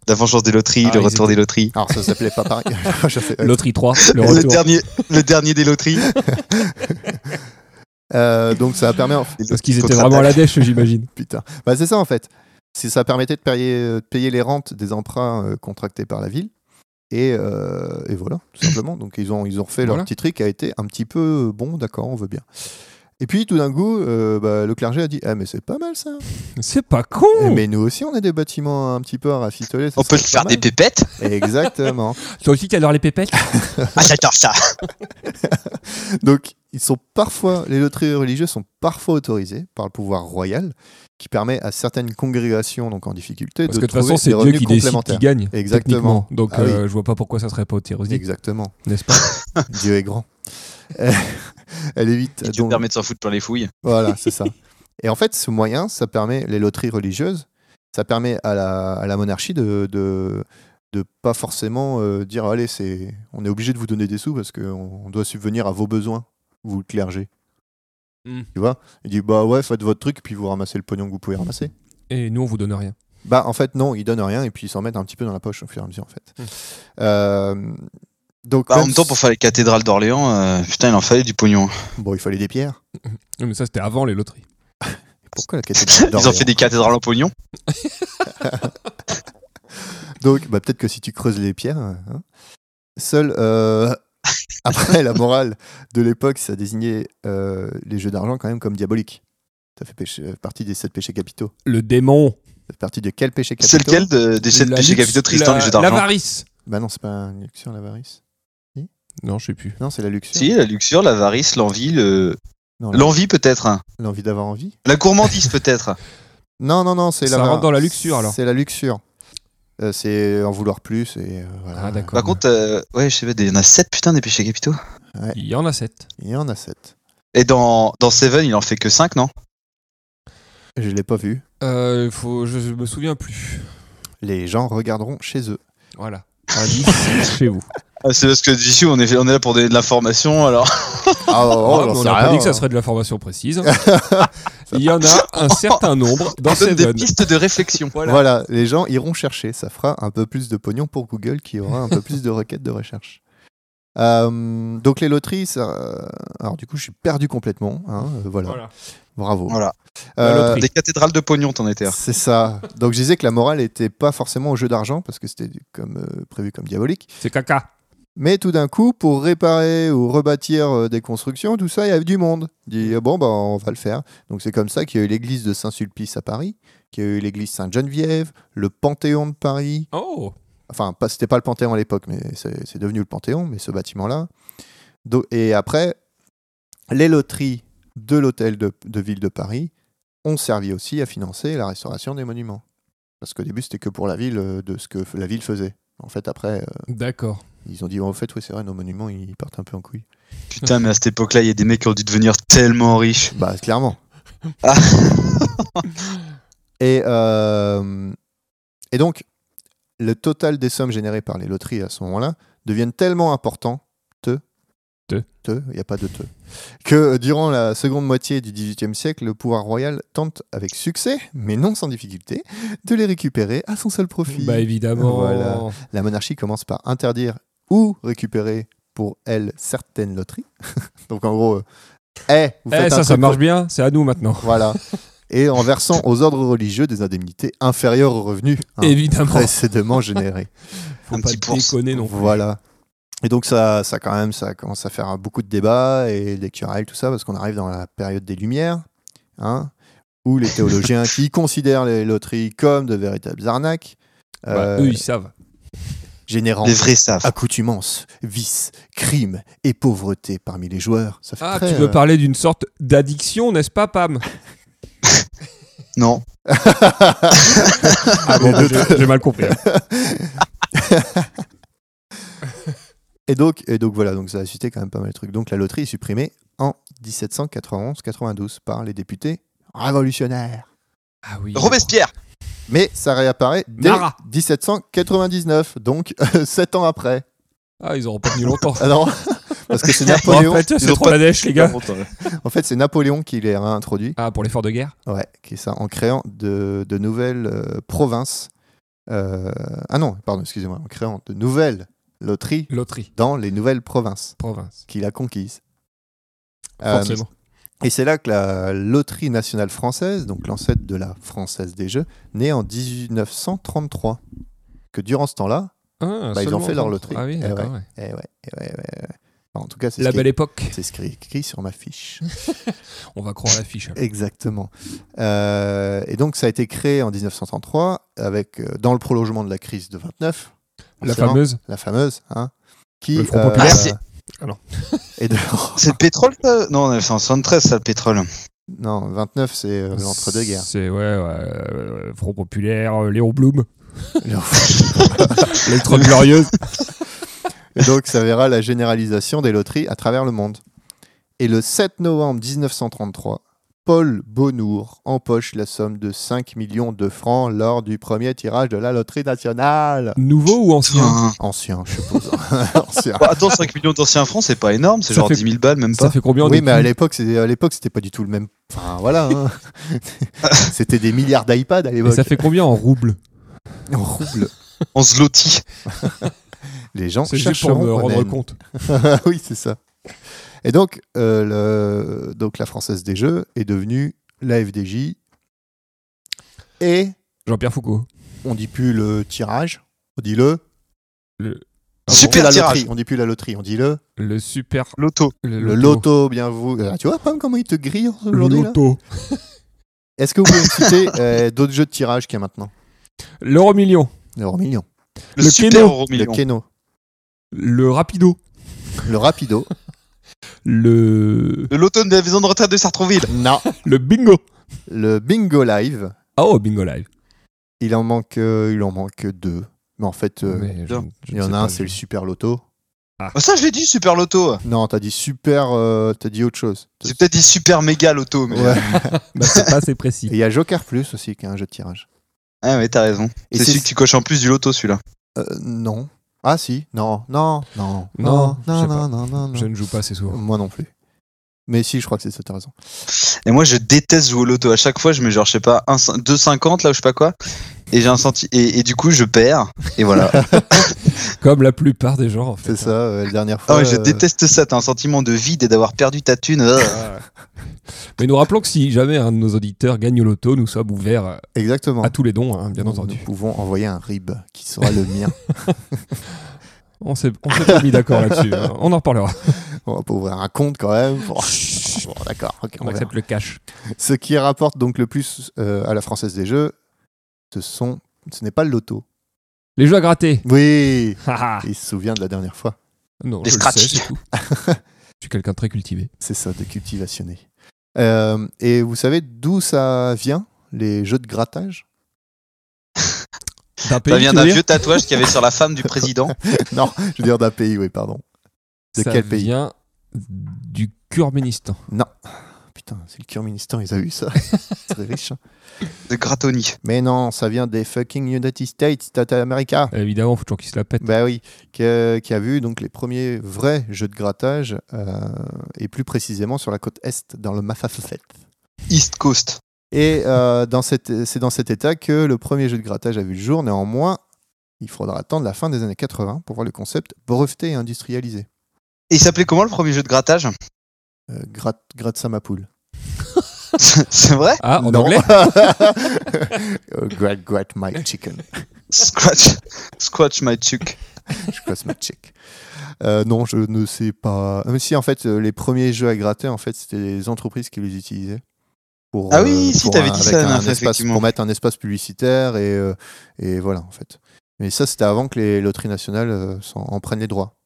Speaker 3: La vengeance des loteries,
Speaker 2: Ah,
Speaker 3: le
Speaker 2: ils
Speaker 3: retour des loteries.
Speaker 1: Alors, ça s'appelait pas Paris. Je sais.
Speaker 2: Loterie 3, le
Speaker 3: Le,
Speaker 2: retour.
Speaker 3: dernier, le dernier des loteries.
Speaker 1: Euh, donc, ça permet. en-
Speaker 2: Parce qu'ils étaient vraiment à la dèche, j'imagine.
Speaker 1: Putain. Bah, c'est ça, en fait. C'est- Ça permettait de payer, euh, de payer les rentes des emprunts euh, contractés par la ville. Et, euh, et voilà, tout simplement. Donc, ils ont, ils ont fait
Speaker 2: Voilà.
Speaker 1: leur petit truc qui a été un petit peu euh, bon, d'accord, on veut bien. Et puis, tout d'un coup, euh, bah, le clergé a dit Ah, mais c'est pas mal ça.
Speaker 2: C'est pas con
Speaker 1: Eh, Mais nous aussi, on a des bâtiments un petit peu à rafistoler. ça
Speaker 3: On peut
Speaker 1: serait
Speaker 3: te faire
Speaker 1: pas
Speaker 3: des
Speaker 1: mal.
Speaker 3: pépettes
Speaker 1: Exactement.
Speaker 2: Toi aussi, tu adores les pépettes
Speaker 3: Ah, j'adore ça
Speaker 1: Donc, ils sont parfois, les loteries religieuses sont parfois autorisées par le pouvoir royal, qui permet à certaines congrégations donc en difficulté
Speaker 2: Parce
Speaker 1: de
Speaker 2: que de toute
Speaker 1: trouver
Speaker 2: façon, c'est
Speaker 1: des
Speaker 2: Dieu
Speaker 1: revenus
Speaker 2: qui décide qui
Speaker 1: complémentaires.
Speaker 2: gagne.
Speaker 1: Exactement.
Speaker 2: techniquement. Donc,
Speaker 1: Ah
Speaker 2: euh, je vois pas pourquoi ça serait pas autorisé,
Speaker 1: Exactement.
Speaker 2: n'est-ce pas
Speaker 1: Dieu est grand. Euh, Elle évite.
Speaker 3: Et Dieu
Speaker 1: donc-
Speaker 3: permet de s'en foutre plein les fouilles.
Speaker 1: Voilà, c'est ça. Et en fait, ce moyen, ça permet les loteries religieuses, ça permet à la, à la monarchie de, de de pas forcément euh, dire allez, c'est on est obligé de vous donner des sous parce qu'on on doit subvenir à vos besoins, vous le clergé.
Speaker 2: Mm.
Speaker 1: Tu vois Il dit bah ouais, faites votre truc puis vous ramassez le pognon que vous pouvez ramasser.
Speaker 2: Et nous, on vous donne rien.
Speaker 1: Bah en fait non, ils donnent rien et puis ils s'en mettent un petit peu dans la poche au fur et à mesure en fait. Euh, donc
Speaker 3: Hmm. Bah, en
Speaker 1: même
Speaker 3: même temps,
Speaker 1: si-
Speaker 3: pour faire les cathédrales d'Orléans, euh, putain, il en fallait du pognon.
Speaker 1: bon, il fallait des pierres.
Speaker 2: Oui, Mais ça, c'était avant les loteries.
Speaker 1: Pourquoi la cathédrale
Speaker 3: Ils ont fait des cathédrales en pognon.
Speaker 1: Donc, bah, peut-être que si tu creuses les pierres, hein, seul. euh, après, la morale de l'époque, ça désignait euh, les jeux d'argent quand même comme diaboliques. Ça fait péché- partie des sept péchés capitaux.
Speaker 2: Le démon.
Speaker 1: Ça fait partie de quel péché capitaux
Speaker 3: C'est lequel de- des sept
Speaker 2: La
Speaker 3: péchés
Speaker 2: luxe-
Speaker 3: capitaux de Tristan,
Speaker 2: la-
Speaker 3: les jeux d'argent
Speaker 2: L'avarice.
Speaker 1: Bah non, c'est pas un luxure, l'avarice.
Speaker 2: Non, je sais plus.
Speaker 1: Non, c'est la luxure.
Speaker 3: Si, la luxure, l'avarice, l'envie, le-
Speaker 1: Non, la-
Speaker 3: l'envie peut-être. hein.
Speaker 1: L'envie d'avoir envie
Speaker 3: La gourmandise peut-être.
Speaker 1: Non, non, non, c'est
Speaker 2: Ça
Speaker 1: la.
Speaker 2: rentre dans la luxure, alors.
Speaker 1: C'est la luxure. Euh, c'est en vouloir plus et euh, voilà.
Speaker 2: Ah, d'accord.
Speaker 3: Par contre, euh, ouais, je sais pas, il y en a 7 putain des péchés capitaux.
Speaker 2: Il y en a 7.
Speaker 1: Il y en a sept.
Speaker 3: Et dans, dans Seven, il en fait que 5, non
Speaker 1: Je l'ai pas vu.
Speaker 2: Euh, faut... Je je me souviens plus.
Speaker 1: Les gens regarderont chez eux.
Speaker 2: Voilà. Indice, chez vous.
Speaker 3: Ah, C'est parce que d'ici, on est, on est là pour donner de l'information, alors.
Speaker 1: Ah, oh,
Speaker 2: Ah,
Speaker 1: j'en
Speaker 2: mais on
Speaker 1: sais
Speaker 2: n'a
Speaker 1: rien,
Speaker 2: pas dit que
Speaker 1: hein.
Speaker 2: ça serait de l'information précise. Il y en a un certain nombre dans
Speaker 3: On donne des
Speaker 2: Seven.
Speaker 3: pistes de réflexion.
Speaker 2: Voilà.
Speaker 1: Voilà. les gens iront chercher. Ça fera un peu plus de pognon pour Google qui aura un peu plus de requêtes de recherche. Euh, donc les loteries, ça... alors du coup je suis perdu complètement. hein, euh, voilà.
Speaker 2: Voilà.
Speaker 1: bravo.
Speaker 3: Voilà.
Speaker 2: La
Speaker 1: Euh,
Speaker 2: loterie.
Speaker 3: Des cathédrales de pognon, t'en étais. hein.
Speaker 1: c'est ça. Donc je disais que la morale n'était pas forcément au jeu d'argent parce que c'était comme euh, prévu comme diabolique.
Speaker 2: C'est caca.
Speaker 1: Mais tout d'un coup, pour réparer ou rebâtir euh, des constructions, tout ça, il y avait du monde. Il dit, ah bon, bah, on va le faire. Donc c'est comme ça qu'il y a eu l'église de Saint-Sulpice à Paris, qu'il y a eu l'église Sainte-Geneviève, le Panthéon de Paris,
Speaker 2: Oh
Speaker 1: enfin pas- c'était pas le Panthéon à l'époque, mais c'est c'est devenu le Panthéon, mais ce bâtiment-là. Do- Et après, les loteries de l'hôtel de, de ville de Paris ont servi aussi à financer la restauration des monuments. Parce qu'au début, c'était que pour la ville euh, de ce que f- la ville faisait. En fait, après, euh,
Speaker 2: D'accord.
Speaker 1: ils ont dit, oh, en fait, oui, c'est vrai, nos monuments, ils partent un peu en couille.
Speaker 3: Putain, mais à cette époque-là, il y a des mecs qui ont dû devenir tellement riches.
Speaker 1: Bah, clairement.
Speaker 3: Ah.
Speaker 1: Et, euh, et donc, le total des sommes générées par les loteries à ce moment-là deviennent tellement importantes te,
Speaker 2: Te.
Speaker 1: il n'y a pas de te, que euh, durant la seconde moitié du XVIIIe siècle, le pouvoir royal tente avec succès, mais non sans difficulté, de les récupérer à son seul profit.
Speaker 2: Bah évidemment.
Speaker 1: Voilà. La monarchie commence par interdire ou récupérer pour elle certaines loteries. donc en gros, euh, Eh, vous
Speaker 2: Eh,
Speaker 1: faites un
Speaker 2: ça, ça
Speaker 1: truc-
Speaker 2: marche bien. C'est à nous maintenant.
Speaker 1: Voilà. Et en versant aux ordres religieux des indemnités inférieures aux revenus hein,
Speaker 2: Évidemment.
Speaker 1: précédemment générés.
Speaker 2: Faut
Speaker 3: Un
Speaker 2: pas
Speaker 3: petit pour-
Speaker 2: déconner non plus.
Speaker 1: Voilà. Et donc ça, ça quand même, ça commence à faire un- beaucoup de débats et des querelles, tout ça, parce qu'on arrive dans la période des Lumières, hein, où les théologiens qui considèrent les loteries comme de véritables arnaques,
Speaker 2: Bah,
Speaker 1: euh,
Speaker 2: eux, ils savent.
Speaker 1: générant
Speaker 3: Les vrais
Speaker 2: Ah.
Speaker 3: savent.
Speaker 1: accoutumance, vice, crime et pauvreté parmi les joueurs. Ça fait
Speaker 2: Ah,
Speaker 1: très,
Speaker 2: tu veux
Speaker 1: euh,
Speaker 2: parler d'une sorte d'addiction, n'est-ce pas, Pam
Speaker 3: Non.
Speaker 2: Ah bon, bah, j'ai j'ai mal compris.
Speaker 1: hein. Et donc, et donc voilà, donc ça a suscité quand même pas mal de trucs. Donc la loterie est supprimée en 1791-92 par les députés révolutionnaires.
Speaker 2: Ah oui.
Speaker 3: Robespierre
Speaker 1: Mais ça réapparaît dès
Speaker 2: Marat.
Speaker 1: 1799, donc 7 ans après.
Speaker 2: Ah, ils auront pas tenu longtemps.
Speaker 1: Alors, parce que c'est
Speaker 2: Bon, en
Speaker 1: Napoléon.
Speaker 2: fait,
Speaker 3: Ils
Speaker 2: c'est
Speaker 3: ont
Speaker 2: trop
Speaker 3: pas-
Speaker 2: la dèche, les gars.
Speaker 1: En fait, c'est Napoléon qui les réintroduit,
Speaker 2: Ah, pour l'effort de guerre
Speaker 1: ouais, qui est ça, en créant de, de nouvelles euh, provinces. Euh, ah non, pardon, excusez-moi, en créant de nouvelles loteries
Speaker 2: Loterie,
Speaker 1: dans les nouvelles provinces
Speaker 2: province.
Speaker 1: qu'il a conquises. Euh,
Speaker 2: Forcément.
Speaker 1: Et c'est là que la Loterie nationale française, donc l'ancêtre de la Française des Jeux, née en 1933. Que durant ce temps-là,
Speaker 2: Ah,
Speaker 1: bah, ils ont
Speaker 2: seulement
Speaker 1: fait leur
Speaker 2: centre.
Speaker 1: loterie.
Speaker 2: Ah oui,
Speaker 1: Eh
Speaker 2: d'accord. ouais.
Speaker 1: eh ouais, eh ouais, ouais, ouais. Enfin, en tout cas, c'est ce
Speaker 2: La
Speaker 1: qui-
Speaker 2: belle époque.
Speaker 1: c'est ce qui est écrit sur ma fiche.
Speaker 2: On va croire à l'affiche. alors.
Speaker 1: Exactement. Euh, et donc, ça a été créé en 1933, avec, euh, dans le prolongement de la crise de 29.
Speaker 2: La
Speaker 1: forcément,
Speaker 2: fameuse.
Speaker 1: La fameuse, hein, qui,
Speaker 2: Le Front populaire.
Speaker 3: Ah, c'est-
Speaker 2: Ah non.
Speaker 1: et de-
Speaker 3: C'est le pétrole ça Non, on a fait en 73, ça, le pétrole.
Speaker 1: non, 29, c'est euh, l'entre-deux-guerres.
Speaker 2: C'est, ouais, ouais, euh, Front Populaire, euh, Léon Blum, L'électro Glorieuse.
Speaker 1: Et donc, ça verra la généralisation des loteries à travers le monde. Et le 7 novembre 1933, Paul Bonnour empoche la somme de 5 millions de francs lors du premier tirage de la loterie nationale.
Speaker 2: Nouveau ou ancien
Speaker 3: Putain.
Speaker 1: Ancien, je suppose. Ancien.
Speaker 3: hein. Bah, attends, 5 millions d'anciens francs, c'est pas énorme, c'est
Speaker 2: Ça
Speaker 3: genre
Speaker 2: fait-
Speaker 3: 10 000 balles, même
Speaker 2: Ça
Speaker 3: pas.
Speaker 2: fait combien
Speaker 1: Oui,
Speaker 2: de
Speaker 1: mais à
Speaker 2: coups
Speaker 1: l'époque, c'était- à l'époque, c'était pas du tout le même. Enfin, voilà. hein. c'était des milliards d'iPad à
Speaker 2: Et
Speaker 1: l'époque.
Speaker 2: ça fait combien en roubles
Speaker 1: En rouble.
Speaker 3: On se lotit.
Speaker 1: Les gens
Speaker 2: C'est juste pour
Speaker 1: chercheront
Speaker 2: me rendre
Speaker 1: Onen.
Speaker 2: compte.
Speaker 1: oui, c'est ça. Et donc, euh, le- donc, la Française des Jeux est devenue la FDJ. Et
Speaker 2: Jean-Pierre Foucault.
Speaker 1: on dit plus le tirage, on dit le.
Speaker 2: Le,
Speaker 1: on dit
Speaker 3: Super
Speaker 1: la
Speaker 3: tirage.
Speaker 1: loterie, On dit plus la loterie, on dit le.
Speaker 2: le super.
Speaker 3: L'auto.
Speaker 1: Le loto, bien vous. Ah, tu vois, Pam, comment il te grille
Speaker 2: Le
Speaker 1: aujourd'hui là
Speaker 2: loto.
Speaker 1: Est-ce que vous pouvez me citer euh, d'autres jeux de tirage qu'il y a maintenant
Speaker 2: L'euro million.
Speaker 1: L'euro million,
Speaker 3: Le,
Speaker 2: Le
Speaker 3: super
Speaker 2: Keno.
Speaker 3: euro
Speaker 1: le
Speaker 3: million.
Speaker 1: Keno,
Speaker 2: Le rapido.
Speaker 1: le Rapido.
Speaker 2: Le,
Speaker 3: Le loto de la maison de retraite de Sartrouville.
Speaker 1: non.
Speaker 2: le bingo.
Speaker 1: Le Bingo Live.
Speaker 2: Ah oh, bingo live.
Speaker 1: Il en manque, euh, il en manque deux. Mais en fait, euh,
Speaker 2: Mais je-
Speaker 3: non.
Speaker 2: je
Speaker 1: il y
Speaker 2: ne
Speaker 1: en
Speaker 2: sais
Speaker 1: a un,
Speaker 2: pas,
Speaker 1: c'est le
Speaker 2: je-
Speaker 1: Super Loto.
Speaker 3: Ah, ça, je l'ai dit, super loto.
Speaker 1: Non, t'as dit super, euh, t'as dit autre chose.
Speaker 3: J'ai peut-être dit super méga loto, mais. euh,
Speaker 1: Ouais.
Speaker 2: Bah, c'est pas assez
Speaker 1: Et
Speaker 2: précis.
Speaker 1: Il y a Joker Plus aussi qui est un jeu de tirage.
Speaker 3: Ah, mais t'as raison.
Speaker 1: Et
Speaker 3: C'est
Speaker 1: c'est-
Speaker 3: celui que tu coches en plus du loto, celui-là.
Speaker 1: Euh, non. Ah si, non, non, non,
Speaker 2: Non,
Speaker 1: non,
Speaker 2: je sais
Speaker 1: non,
Speaker 2: pas.
Speaker 1: non, non, non, non.
Speaker 2: Je ne joue pas assez souvent.
Speaker 1: Moi non plus. Mais si, je crois que c'est ça, t'as raison.
Speaker 3: Et moi, je déteste jouer au loto. À chaque fois, je mets genre, je sais pas, un cin- 2,50 là ou je sais pas quoi. Et j'ai un senti. Et, et du coup, je perds. Et voilà.
Speaker 2: Comme la plupart des gens, en fait.
Speaker 1: C'est ça, euh, la dernière
Speaker 3: Ah
Speaker 1: fois.
Speaker 3: ouais, je
Speaker 1: euh,
Speaker 3: déteste ça. T'as un sentiment de vide et d'avoir perdu ta thune. Ah.
Speaker 2: Mais nous rappelons que si jamais un de nos auditeurs gagne au loto, nous sommes ouverts euh,
Speaker 1: Exactement.
Speaker 2: à tous les dons, hein, bien
Speaker 1: Nous-
Speaker 2: entendu.
Speaker 1: Nous pouvons envoyer un rib qui sera le mien.
Speaker 2: On s'est on s'est pas mis d'accord là-dessus. hein. On en reparlera.
Speaker 1: On va pas ouvrir un compte quand même. Bon, bon, d'accord. ok, on
Speaker 2: On
Speaker 1: verra.
Speaker 2: accepte le cash.
Speaker 1: Ce qui rapporte donc le plus euh, à la française des jeux, ce sont, ce n'est pas le loto.
Speaker 2: Les jeux à gratter.
Speaker 1: Oui,
Speaker 2: Ah, ah.
Speaker 1: il se souvient de la dernière fois.
Speaker 2: non,
Speaker 3: Des
Speaker 2: je le
Speaker 3: scratchs.
Speaker 2: sais, c'est tout. Je suis quelqu'un de très cultivé.
Speaker 1: C'est ça, de cultivationner. Euh, et vous savez d'où ça vient les jeux de grattage
Speaker 2: D'un pays,
Speaker 3: Ça vient
Speaker 2: tu
Speaker 3: d'un
Speaker 2: veux dire
Speaker 3: vieux tatouage qu'il y avait sur la femme du président.
Speaker 1: Non, je veux dire d'un pays, oui, pardon. De
Speaker 2: Ça
Speaker 1: quel pays
Speaker 2: vient du Kurménistan.
Speaker 1: Putain, c'est le Kurménistan, ils ont eu ça. C'est très riche. hein.
Speaker 3: De Gratoni.
Speaker 1: Mais non, ça vient des fucking United States, Tata America.
Speaker 2: Évidemment, faut toujours qu'ils se la pètent.
Speaker 1: Bah oui, que- qui a vu donc les premiers vrais jeux de grattage, euh, et plus précisément sur la côte est, dans le Massachusetts.
Speaker 3: East Coast.
Speaker 1: Et euh, dans cette- c'est dans cet état que le premier jeu de grattage a vu le jour. Néanmoins, il faudra attendre la fin des années 80 pour voir le concept breveté et industrialisé.
Speaker 3: Et il s'appelait comment le premier jeu de grattage
Speaker 1: Euh, gratte, gratte ça ma poule.
Speaker 3: C'est vrai
Speaker 2: Ah, en
Speaker 1: Non.
Speaker 2: anglais
Speaker 1: Euh, gratte, gratte my chicken.
Speaker 3: Scratch. Scratch my chick.
Speaker 1: Je croise ma chick. Euh, non, je ne sais pas. Même si en fait, euh, les premiers jeux à gratter, en fait, c'était les entreprises qui les utilisaient. Pour, euh,
Speaker 3: Ah oui, si,
Speaker 1: pour
Speaker 3: t'avais
Speaker 1: un-
Speaker 3: dit
Speaker 1: avec
Speaker 3: ça,
Speaker 1: un
Speaker 3: Naf,
Speaker 1: espace,
Speaker 3: effectivement.
Speaker 1: pour mettre un espace publicitaire et, euh, et voilà en fait. Mais ça, c'était avant que les loteries nationales euh, s'en- en prennent les droits.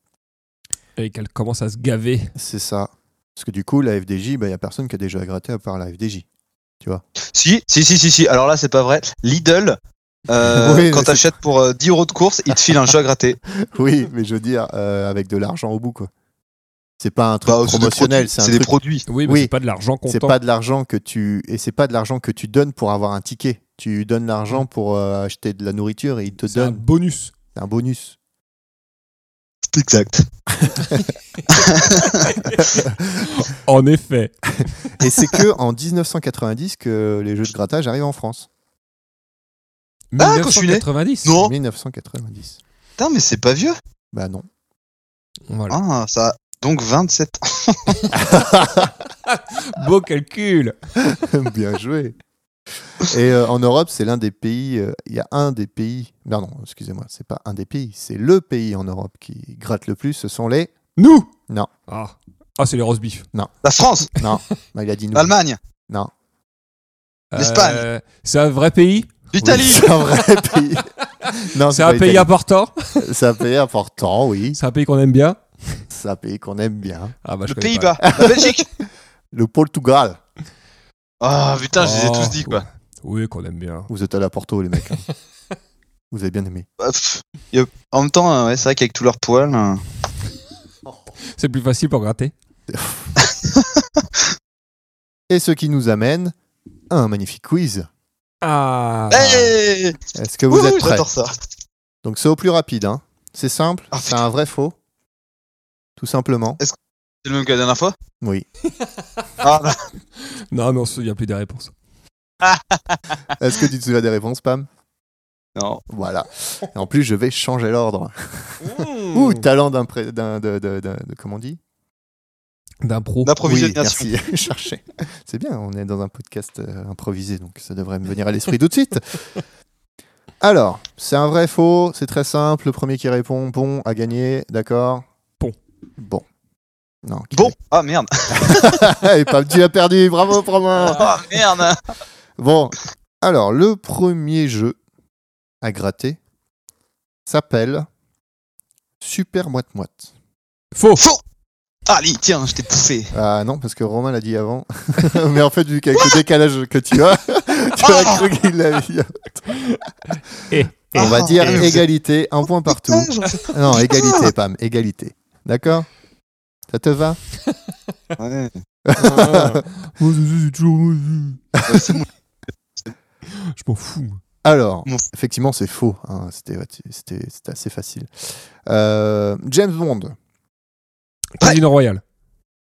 Speaker 2: Et qu'elle commence à se gaver.
Speaker 1: C'est ça. Parce que du coup, la FDJ, il n'y bah, a personne qui a des jeux à gratter à part la FDJ.
Speaker 3: Si, si, si, si, si. Alors là, c'est pas vrai. Lidl. euh,
Speaker 1: Oui, mais
Speaker 3: quand
Speaker 1: c'est-
Speaker 3: t'achètes pour euh, 10 euros de course, il te file un jeu à gratter.
Speaker 1: Oui, mais je veux dire, euh, avec de l'argent au bout, quoi. C'est pas un truc
Speaker 3: Bah, c'est des
Speaker 1: promotionnel,
Speaker 3: produits-
Speaker 1: c'est un
Speaker 3: C'est des
Speaker 1: truc.
Speaker 3: produits.
Speaker 2: Oui, mais
Speaker 1: Oui.
Speaker 2: c'est pas de l'argent
Speaker 1: C'est
Speaker 2: comptant.
Speaker 1: pas de l'argent que tu et c'est pas de l'argent que tu donnes pour avoir un ticket. Tu donnes l'argent pour euh, acheter de la nourriture et il te
Speaker 2: Mm. C'est un
Speaker 1: donne
Speaker 2: bonus.
Speaker 1: un bonus.
Speaker 3: C'est exact.
Speaker 2: En effet.
Speaker 1: Et c'est que en 1990 que les jeux de grattage arrivent en France.
Speaker 3: Ah, quand je suis né.
Speaker 2: 1990.
Speaker 3: Non.
Speaker 1: 1990.
Speaker 3: Putain, mais c'est pas vieux.
Speaker 1: Bah non.
Speaker 2: Voilà.
Speaker 3: Ah, ça a donc 27 ans. Ah.
Speaker 2: Beau calcul.
Speaker 1: Bien joué. Et euh, en Europe, c'est l'un des pays. euh, Il y a un des pays. Non, non, excusez-moi, c'est pas un des pays. C'est le pays en Europe qui gratte le plus. Ce sont les.
Speaker 2: Nous
Speaker 1: Non.
Speaker 2: Ah, Ah, c'est les roast beef.
Speaker 3: La France,
Speaker 1: Bah, il a dit nous.
Speaker 3: l'Allemagne, L'Espagne.
Speaker 2: Euh, c'est un vrai pays
Speaker 1: Oui,
Speaker 3: l'Italie.
Speaker 1: c'est un vrai pays. Non,
Speaker 2: C'est
Speaker 1: pas
Speaker 2: un pays
Speaker 1: l'Italie.
Speaker 2: important
Speaker 1: C'est un pays important, oui.
Speaker 2: C'est un pays qu'on aime bien
Speaker 1: C'est un pays qu'on aime bien.
Speaker 2: Ah bah je
Speaker 3: Le
Speaker 2: connais
Speaker 3: Pays-Bas, la Belgique.
Speaker 1: Le Portugal.
Speaker 3: Ah putain, je les ai
Speaker 2: Oh.
Speaker 3: tous dit quoi.
Speaker 2: Oui, qu'on aime bien.
Speaker 1: Vous êtes à la Porto, les mecs. hein. Vous avez bien aimé.
Speaker 3: Bah, pff, y a- En même temps, euh, ouais, c'est vrai qu'avec tous leurs poils. euh,
Speaker 2: C'est plus facile pour gratter.
Speaker 1: Et ce qui nous amène à un magnifique quiz.
Speaker 2: Ah
Speaker 3: hey
Speaker 1: Est-ce que vous
Speaker 3: Eh, Wouhou,
Speaker 1: êtes prêts
Speaker 3: J'adore ça.
Speaker 1: Donc c'est au plus rapide. hein. C'est simple.
Speaker 3: Ah,
Speaker 1: c'est un vrai faux. Tout simplement.
Speaker 3: C'est le même que la dernière fois
Speaker 1: Oui.
Speaker 3: Ah, bah,
Speaker 2: Non, mais on se souvient plus des réponses.
Speaker 1: Est-ce que tu te souviens des réponses, Pam
Speaker 3: non.
Speaker 1: Voilà. Et en plus, je vais changer l'ordre.
Speaker 3: Hmm.
Speaker 1: Ouh, talent d'un, pré- d'un- de, de- de- de- Comment on dit
Speaker 2: D'un pro.
Speaker 1: Oui,
Speaker 3: D'approvisionnement.
Speaker 1: merci. Chercher. C'est bien, on est dans un podcast euh, improvisé, donc ça devrait me venir à l'esprit tout de suite. Alors, c'est un vrai faux, c'est très simple. Le premier qui répond, bon, a gagné, d'accord
Speaker 2: Bon.
Speaker 1: Bon. Non. qui-
Speaker 3: bon, ah merde.
Speaker 1: Et Pam, tu as perdu, bravo, bravo
Speaker 3: Ah merde.
Speaker 1: Bon, alors le premier jeu à gratter s'appelle Super Moite Moite.
Speaker 2: Faux
Speaker 3: Faux. Ah, li- tiens, je t'ai poussé.
Speaker 1: Ah non, parce que Romain l'a dit avant. Mais en fait, vu qu'avec le décalage que tu as, tu as cru qu'il l'a dit.
Speaker 2: Eh,
Speaker 1: On va
Speaker 3: eh.
Speaker 1: dire
Speaker 3: Eh, vous
Speaker 1: égalité, un point partout.
Speaker 3: Putain, Ah, j'en sais-
Speaker 1: Non, égalité, Pam, égalité. D'accord Ça te va
Speaker 3: Ouais.
Speaker 2: Ah. Oh, Je
Speaker 1: Euh,
Speaker 3: Ouais, c'est bon.
Speaker 2: m'en fous.
Speaker 1: Alors,
Speaker 3: Mon-
Speaker 1: effectivement, c'est faux. hein, C'était ouais, tu- c'était- c'était assez facile. Euh, James Bond.
Speaker 2: Casino Royal.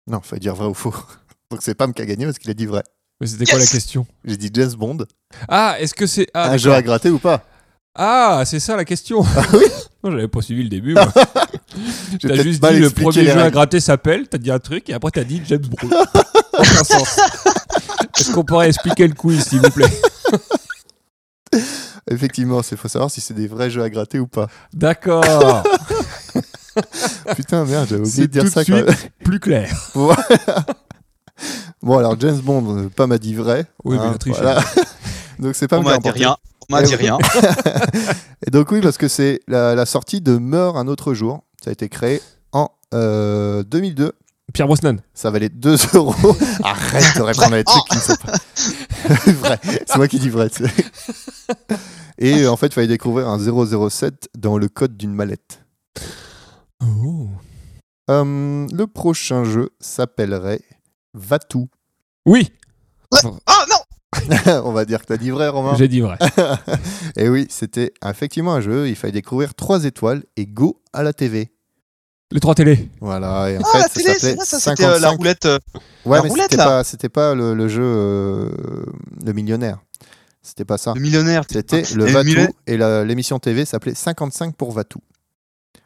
Speaker 1: Non, faut dire vrai ou faux. Donc c'est Pam qui a gagné parce qu'il a dit vrai.
Speaker 2: Mais c'était quoi la
Speaker 3: Yes
Speaker 2: question
Speaker 1: J'ai dit James Bond.
Speaker 2: Ah, est-ce que c'est. Ah,
Speaker 1: un jeu
Speaker 2: d'accord.
Speaker 1: à gratter ou pas
Speaker 2: Ah, c'est ça la question
Speaker 1: Ah oui
Speaker 2: Non, j'avais pas suivi le début. Moi.
Speaker 1: J'ai
Speaker 2: T'as
Speaker 1: peut-être
Speaker 2: juste
Speaker 1: mal
Speaker 2: dit le
Speaker 1: expliqué
Speaker 2: premier
Speaker 1: les
Speaker 2: jeu à
Speaker 1: règles.
Speaker 2: gratter s'appelle, t'as dit un truc, et après t'as dit James Brown. Aucun sens. Est-ce qu'on pourrait expliquer le quiz, s'il vous plaît
Speaker 1: Effectivement, il faut savoir si c'est des vrais jeux à gratter ou pas.
Speaker 2: D'accord,
Speaker 1: Putain, merde, j'avais
Speaker 2: C'est
Speaker 1: oublié de dire
Speaker 2: tout de
Speaker 1: ça quand
Speaker 2: suite.
Speaker 1: même.
Speaker 2: plus clair.
Speaker 1: Bon, alors James Bond, euh, Pam a dit vrai.
Speaker 2: Oui, mais
Speaker 1: Hein,
Speaker 2: la triche.
Speaker 1: voilà. Donc c'est pas
Speaker 3: On m'a dit rien. On m'a
Speaker 1: Eh
Speaker 3: dit
Speaker 1: oui.
Speaker 3: rien.
Speaker 1: Et donc oui, parce que c'est la, la sortie de Meurt un autre jour. Ça a été créé en euh, 2002.
Speaker 2: Pierre Brosnan.
Speaker 1: Ça valait 2 euros. Arrête de répondre à des trucs qui ne sont pas. vrai. C'est moi qui dis vrai. tu sais. Et euh, en fait, il fallait découvrir un 007 dans le code d'une mallette.
Speaker 2: Oh.
Speaker 1: Euh, le prochain jeu s'appellerait Vatou.
Speaker 2: Oui,
Speaker 3: Ah non
Speaker 1: On va dire que t'as dit vrai, Romain.
Speaker 2: j'ai dit vrai.
Speaker 1: Et oui, c'était effectivement un jeu. Il fallait découvrir 3 étoiles et go à la TV.
Speaker 2: Les trois télés.
Speaker 1: Voilà. Et en
Speaker 3: Ah, la
Speaker 1: fait, ça
Speaker 3: télé, c'est
Speaker 1: s'appelait
Speaker 3: là, ça, c'était euh, la
Speaker 1: 55.
Speaker 3: roulette. euh,
Speaker 1: Ouais,
Speaker 3: la
Speaker 1: mais
Speaker 3: roulette,
Speaker 1: c'était
Speaker 3: là.
Speaker 1: pas, c'était pas le, le jeu euh, Le Millionnaire. C'était pas ça.
Speaker 3: Le millionnaire.
Speaker 1: Ah. C'était le
Speaker 3: Et
Speaker 1: Vatou
Speaker 3: Millet-
Speaker 1: et la- l'émission TV s'appelait 55 pour Vatou.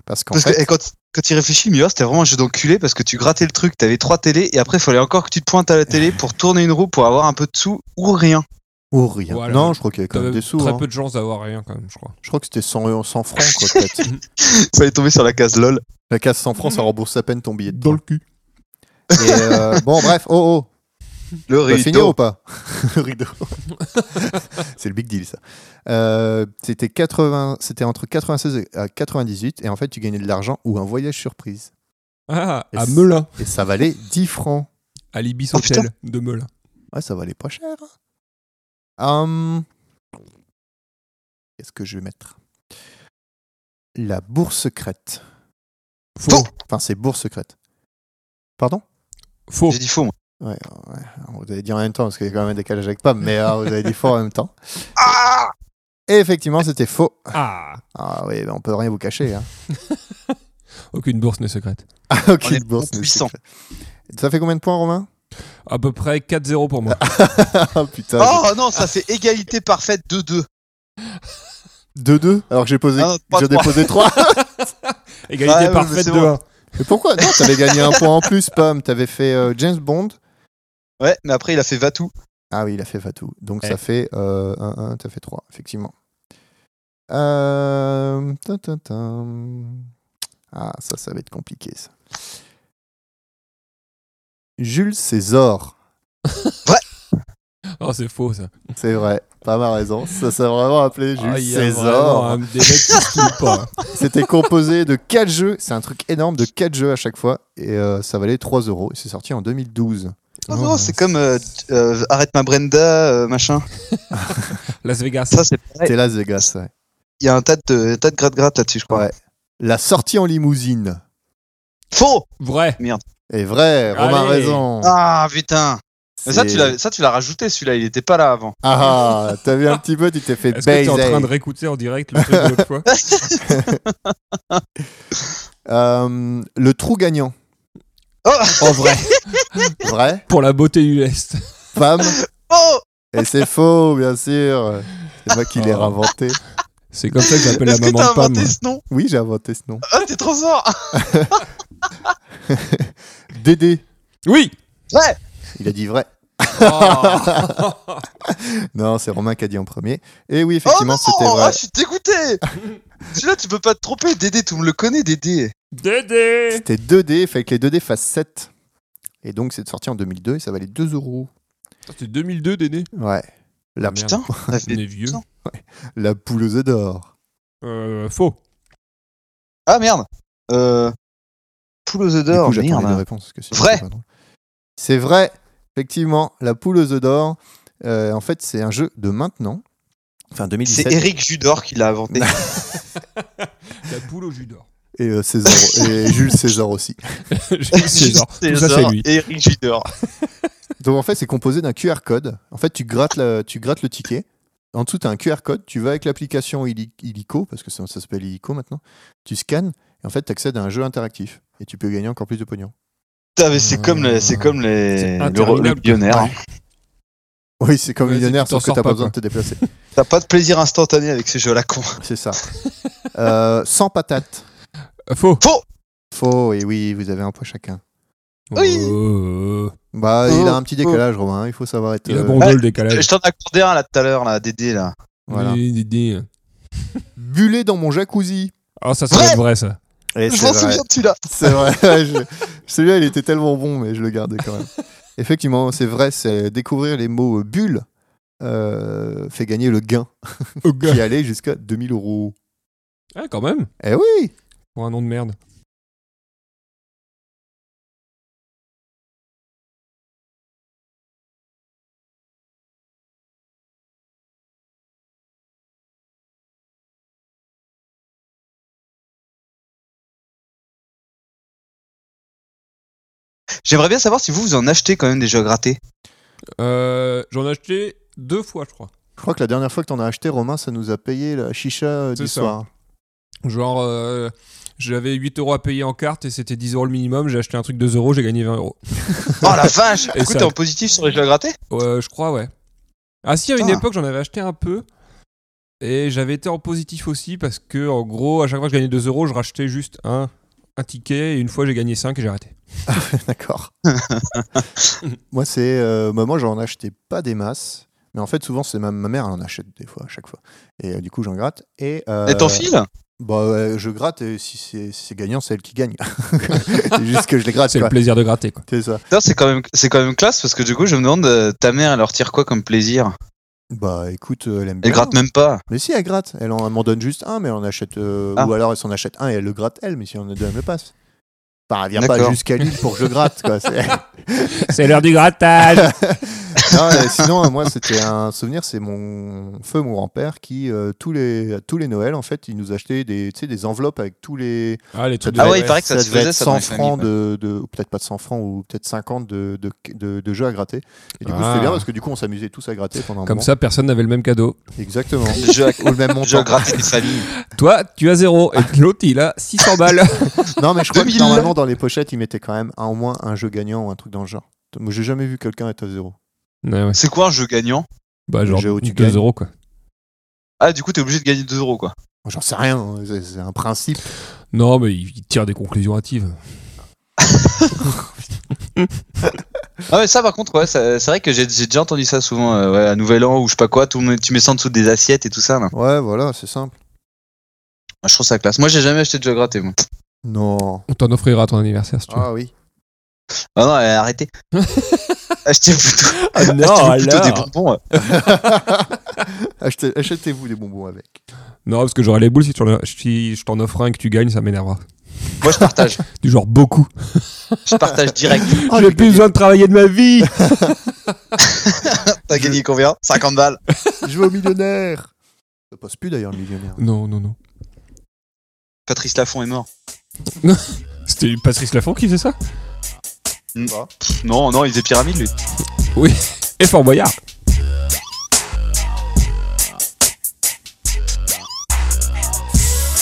Speaker 1: Parce qu'en
Speaker 3: Parce
Speaker 1: fait,
Speaker 3: que et quand, quand tu y réfléchis, Miller, oh, c'était vraiment un jeu d'enculé parce que tu grattais le truc, t'avais trois télés et après, il fallait encore que tu te pointes à la télé pour tourner une roue pour avoir un peu de sous ou rien.
Speaker 1: ou rien.
Speaker 2: Voilà.
Speaker 1: Non, je crois qu'il y avait quand même
Speaker 2: T'avais
Speaker 1: des sous.
Speaker 2: Très
Speaker 1: hein.
Speaker 2: peu de chances d'avoir rien, quand même, je crois.
Speaker 1: Je crois que c'était 100, 100 francs, quoi, peut-être.
Speaker 3: Il fallait tomber sur la case LOL.
Speaker 1: La case 100 francs, ça rembourse à peine ton billet. de
Speaker 2: Dans le cul.
Speaker 1: train. Et, euh, bon, bref, oh oh,
Speaker 3: Le
Speaker 1: on va finir ou
Speaker 3: rideau.
Speaker 1: pas Le rideau. C'est le big deal, ça. Euh, c'était 80 c'était entre 96 et à 98, et en fait, tu gagnais de l'argent ou un voyage surprise.
Speaker 2: Ah,
Speaker 1: Et
Speaker 2: à
Speaker 1: c'est-
Speaker 2: Melun,
Speaker 1: Et ça valait 10 francs.
Speaker 2: à l'Ibis
Speaker 3: Oh,
Speaker 2: Hotel de Melun.
Speaker 1: Ouais, ça valait pas cher. Hum. Qu'est-ce que je vais mettre La bourse secrète.
Speaker 2: Faux,
Speaker 1: Enfin, c'est bourse secrète. Pardon
Speaker 2: faux.
Speaker 3: J'ai dit faux, moi.
Speaker 1: ouais, ouais, on vous avez dit en même temps, parce qu'il y a quand même un décalage avec Pam, mais euh, vous avez dit fort en même temps.
Speaker 3: Ah
Speaker 1: Et effectivement, c'était faux.
Speaker 2: Ah,
Speaker 1: Ah oui, ben, on peut rien vous cacher. Hein.
Speaker 2: aucune bourse n'est secrète.
Speaker 1: Aucune
Speaker 3: est
Speaker 1: bourse n'est
Speaker 3: puissant.
Speaker 1: secrète. Ça fait combien de points, Romain
Speaker 2: À peu près 4-0 pour moi.
Speaker 1: Ah putain.
Speaker 3: Oh non, ça fait égalité parfaite 2-2.
Speaker 1: 2-2 Alors que j'ai posé.
Speaker 3: Ah, trois,
Speaker 1: j'ai
Speaker 3: trois.
Speaker 1: déposé 3.
Speaker 2: Égalité
Speaker 3: Ah, oui, mais
Speaker 2: parfaite
Speaker 3: c'est
Speaker 2: de
Speaker 3: bon.
Speaker 2: 1.
Speaker 1: Mais pourquoi Non, t'avais gagné un point en plus, Pam. T'avais fait euh, James Bond.
Speaker 3: Ouais, mais après, il a fait Vatou.
Speaker 1: Ah oui, il a fait Fatou. Donc
Speaker 2: Ouais.
Speaker 1: ça fait euh, 1-1, ça fait 3, effectivement. Euh, tin, tin, tin. Ah, ça, ça va être compliqué, ça. Jules César.
Speaker 2: Oh, c'est faux, ça.
Speaker 1: C'est vrai, pas ma raison. Ça s'est vraiment appelé Jules
Speaker 2: Ah, il y a vraiment
Speaker 1: César.
Speaker 2: un- des mecs qui se hein. trompent pas.
Speaker 1: C'était composé de 4 jeux. C'est un truc énorme de 4 jeux à chaque fois. Et euh, ça valait 3 euros. Et c'est sorti en 2012.
Speaker 3: Oh,
Speaker 2: Oh,
Speaker 3: non, c'est comme euh, euh, Arrête ma Brenda, euh, machin.
Speaker 2: Las Vegas.
Speaker 3: Ça, c'est pareil.
Speaker 1: C'était Las Vegas, ouais.
Speaker 3: Il y a un tas de, euh, tas de gratte-gratte là-dessus, je crois.
Speaker 1: Ouais. La sortie en limousine.
Speaker 3: Faux
Speaker 2: Vrai.
Speaker 1: Et vrai, Romain a
Speaker 2: Allez.
Speaker 1: raison.
Speaker 3: Ah putain Mais ça,
Speaker 1: C'est-
Speaker 3: tu l'as- ça, tu l'as rajouté celui-là, il était pas là avant.
Speaker 1: Ah, t'as vu un petit peu, tu t'es fait
Speaker 2: Est-ce que t'es en
Speaker 1: baiser.
Speaker 2: train de réécouter en direct le truc de l'autre fois
Speaker 1: Euh, le trou gagnant.
Speaker 3: Oh
Speaker 2: En vrai.
Speaker 1: Vrai
Speaker 2: Pour la beauté du lest.
Speaker 1: Femme
Speaker 3: Oh
Speaker 1: Et c'est faux, bien sûr. C'est moi qui l'ai
Speaker 2: Oh.
Speaker 1: inventé.
Speaker 2: C'est comme ça que j'appelle la
Speaker 3: Est-ce que
Speaker 2: maman
Speaker 3: t'as
Speaker 2: de Pam.
Speaker 3: inventé ce nom
Speaker 1: Oui, j'ai inventé ce nom.
Speaker 3: Ah, t'es trop fort
Speaker 1: Dédé.
Speaker 2: Oui
Speaker 3: Ouais
Speaker 1: Il a dit vrai.
Speaker 2: Oh.
Speaker 1: Non, c'est Romain qui a dit en premier. Et oui, effectivement,
Speaker 3: oh non
Speaker 1: c'était vrai.
Speaker 3: Ah, je suis dégoûté Celui-là, tu peux pas te tromper, Dédé, tu me le connais, Dédé
Speaker 2: Dédé
Speaker 1: C'était 2D, il fallait que les 2D fassent 7. Et donc, c'est sorti en 2002 et ça valait 2 euros.
Speaker 2: C'était 2002, Dédé
Speaker 1: Ouais. La,
Speaker 2: Merde.
Speaker 3: Putain, Ah, ça
Speaker 2: On
Speaker 3: fait-
Speaker 2: est vieux.
Speaker 3: Putain.
Speaker 1: la poule aux œufs d'or.
Speaker 2: Euh, faux.
Speaker 3: Ah merde Euh... Poule aux œufs
Speaker 1: Du
Speaker 3: d'or,
Speaker 1: coup, j'attends les deux
Speaker 3: merde
Speaker 1: réponses, parce que sinon,
Speaker 3: Vrai.
Speaker 1: c'est pas drôle. C'est vrai, effectivement. La poule aux œufs d'or, euh, en fait, c'est un jeu de maintenant. Enfin,
Speaker 3: C'est
Speaker 1: 2017.
Speaker 3: Eric Judor qui l'a inventé.
Speaker 2: La poule au jus d'or.
Speaker 1: Et, euh, César- et Jules César aussi.
Speaker 2: Jules César. Tout ça, c'est
Speaker 3: César,
Speaker 2: lui.
Speaker 3: Eric Judor.
Speaker 1: Donc, en fait, c'est composé d'un QR code. En fait, tu grattes, la- tu grattes le ticket. En dessous, tu as un QR code. Tu vas avec l'application Illi- Illico, parce que ça, ça s'appelle Illico maintenant. Tu scannes. Et en fait, tu accèdes à un jeu interactif. Et tu peux gagner encore plus de pognon.
Speaker 3: Putain, mais c'est comme, le- c'est comme les, le, le millionnaire. hein.
Speaker 1: Oui, c'est comme
Speaker 2: Vas-y,
Speaker 1: millionnaire,
Speaker 2: tu t'en
Speaker 1: sauf que t'as
Speaker 2: sors
Speaker 1: pas
Speaker 2: pas,
Speaker 1: besoin de te déplacer.
Speaker 3: T'as pas de plaisir instantané avec ces jeux à la con.
Speaker 1: C'est ça. Euh, sans patate.
Speaker 2: Euh, Faux.
Speaker 1: Faux, et oui, vous avez un point chacun.
Speaker 3: Oui.
Speaker 2: Oh.
Speaker 1: Bah,
Speaker 3: Oh,
Speaker 1: il a un petit décalage, Romain. hein, Il faut savoir être.
Speaker 2: Il a
Speaker 1: euh,
Speaker 2: bon dos, le
Speaker 3: Je
Speaker 2: décalage.
Speaker 3: je t'en accordais un là tout à l'heure, là, Dédé, là.
Speaker 1: voilà.
Speaker 2: Oui, dis, dis.
Speaker 1: Buller dans mon jacuzzi.
Speaker 2: Oh, ça, ça va être vrai, ça.
Speaker 1: Et
Speaker 3: Je
Speaker 1: c'est
Speaker 3: m'en
Speaker 1: vrai.
Speaker 3: souviens de celui-là.
Speaker 1: C'est vrai. je- Celui-là, il était tellement bon, mais je le gardais quand même. Effectivement, c'est vrai, c'est découvrir les mots euh, bulle euh, fait gagner le gain
Speaker 2: Oh, gars.
Speaker 1: qui allait jusqu'à 2000 euros.
Speaker 2: Ah, quand même.
Speaker 1: Eh oui
Speaker 2: Pour un nom de merde.
Speaker 3: J'aimerais bien savoir si vous, vous en achetez quand même des jeux à gratter.
Speaker 2: Euh, J'en ai acheté deux fois, je crois.
Speaker 1: Je crois que la dernière fois que t'en as acheté, Romain, ça nous a payé la chicha euh,
Speaker 2: C'est
Speaker 1: du
Speaker 2: ça.
Speaker 1: soir.
Speaker 2: Genre, euh, j'avais 8 euros à payer en carte et c'était 10 euros le minimum. J'ai acheté un truc de 2 euros, j'ai gagné 20 euros.
Speaker 3: Oh la vache
Speaker 2: Et
Speaker 3: Du coup,
Speaker 2: ça-
Speaker 3: t'es en positif sur les jeux à gratter
Speaker 2: Euh, je crois, ouais. Ah si, à une
Speaker 3: Putain.
Speaker 2: époque, j'en avais acheté un peu. Et j'avais été en positif aussi parce que, en gros, à chaque fois que je gagnais 2 euros, je rachetais juste un, un ticket. Et une fois, j'ai gagné 5 et j'ai arrêté.
Speaker 1: D'accord. moi, c'est. euh, bah, moi, j'en achetais pas des masses. Mais en fait, souvent, c'est ma, ma mère, elle en achète des fois, à chaque fois. Et euh, du coup, j'en gratte. Et, euh,
Speaker 3: Et t'en files
Speaker 1: Bah, ouais, je gratte, et si c'est si c'est gagnant, c'est elle qui gagne. c'est juste que je les gratte,
Speaker 2: C'est le
Speaker 1: quoi.
Speaker 2: plaisir de gratter, quoi.
Speaker 1: C'est ça.
Speaker 3: Putain, C'est quand, même- c'est quand même classe parce que du coup, je me demande, euh, ta mère, elle leur tire quoi comme plaisir
Speaker 1: Bah, écoute, euh, elle aime bien.
Speaker 3: Elle gratte même pas.
Speaker 1: Mais si, elle gratte. Elle en elle m'en donne juste un, mais elle en achète. euh,
Speaker 3: Ah.
Speaker 1: Ou alors, elle s'en achète un et elle le gratte, elle, mais si on en donne, elle le passe. Enfin, elle vient pas
Speaker 3: D'accord.
Speaker 1: jusqu'à Lille pour que je gratte, quoi. C'est-
Speaker 2: C'est l'heure du grattage
Speaker 1: Non, euh, sinon, euh, moi, c'était un souvenir, c'est mon feu, mon grand-père, qui, euh, tous, les, tous les Noëls, en fait, il nous achetait des, tu sais, des enveloppes avec tous les.
Speaker 2: Ah, les trucs de...
Speaker 3: Ah
Speaker 1: devait
Speaker 3: ouais,
Speaker 1: être-
Speaker 3: il paraît que ça se
Speaker 1: devait
Speaker 3: faisait,
Speaker 1: être
Speaker 3: ça, dans
Speaker 1: 100
Speaker 3: les familles,
Speaker 1: francs, de, de- ou peut-être pas de 100 francs, ou peut-être 50 de, de, de- de jeux à gratter. Et du coup,
Speaker 2: Ah.
Speaker 1: c'était bien parce que du coup, on s'amusait tous à gratter pendant un
Speaker 2: Comme
Speaker 1: moment.
Speaker 2: ça, personne n'avait le même cadeau.
Speaker 1: Exactement.
Speaker 3: Les jeux à,
Speaker 1: Ou le même
Speaker 3: les jeux à
Speaker 1: montant.
Speaker 3: gratter des familles.
Speaker 2: Toi, tu as 0 et l'autre, il a 600 balles.
Speaker 1: Non, mais je crois
Speaker 3: 2000.
Speaker 1: que normalement, dans les pochettes, ils mettaient quand même un, au moins un jeu gagnant ou un truc dans le genre. Moi, j'ai jamais vu quelqu'un être à zéro.
Speaker 2: ouais, ouais.
Speaker 3: C'est quoi un jeu gagnant
Speaker 2: Bah, genre
Speaker 1: jeu où tu
Speaker 2: 2
Speaker 1: gagnes.
Speaker 2: euros, quoi.
Speaker 3: Ah, du coup, t'es obligé de gagner 2 euros quoi.
Speaker 1: J'en sais rien, hein. c'est c'est un principe.
Speaker 2: Non, mais il tire des conclusions hâtives.
Speaker 3: Ah mais ça par contre ouais, ça- c'est vrai que j'ai j'ai déjà entendu ça souvent euh, ouais, à Nouvel An ou je sais pas quoi, tout, le monde- tu mets ça en dessous des assiettes et tout ça là.
Speaker 1: Ouais, voilà, c'est simple.
Speaker 3: Je trouve ça classe. Moi j'ai jamais acheté de jeu à gratter moi.
Speaker 1: Non.
Speaker 2: On t'en offrira à ton anniversaire, si tu veux.
Speaker 1: Ah oui.
Speaker 3: Ah non, euh, arrêtez. achetez plutôt,
Speaker 2: Ah
Speaker 3: achetez-vous plutôt des bonbons. euh. ouais.
Speaker 1: Achetez- Achetez-vous des bonbons avec.
Speaker 2: Non, parce que j'aurais les boules si, tu en as- si je t'en offre un et que tu gagnes, ça m'énervera.
Speaker 3: Moi je partage,
Speaker 2: Du genre beaucoup.
Speaker 3: je partage direct.
Speaker 1: Oh,
Speaker 2: J'ai
Speaker 1: j'ai
Speaker 2: plus
Speaker 1: gagné.
Speaker 2: besoin de travailler de ma vie
Speaker 3: T'as gagné combien 50 balles.
Speaker 1: Je vais au millionnaire. Ça passe plus d'ailleurs le millionnaire.
Speaker 2: Non, non, non.
Speaker 3: Patrice Laffont est mort.
Speaker 2: C'était Patrice Lafont qui faisait ça
Speaker 3: Pff, Non, non, il faisait pyramide lui.
Speaker 2: Et Fort Boyard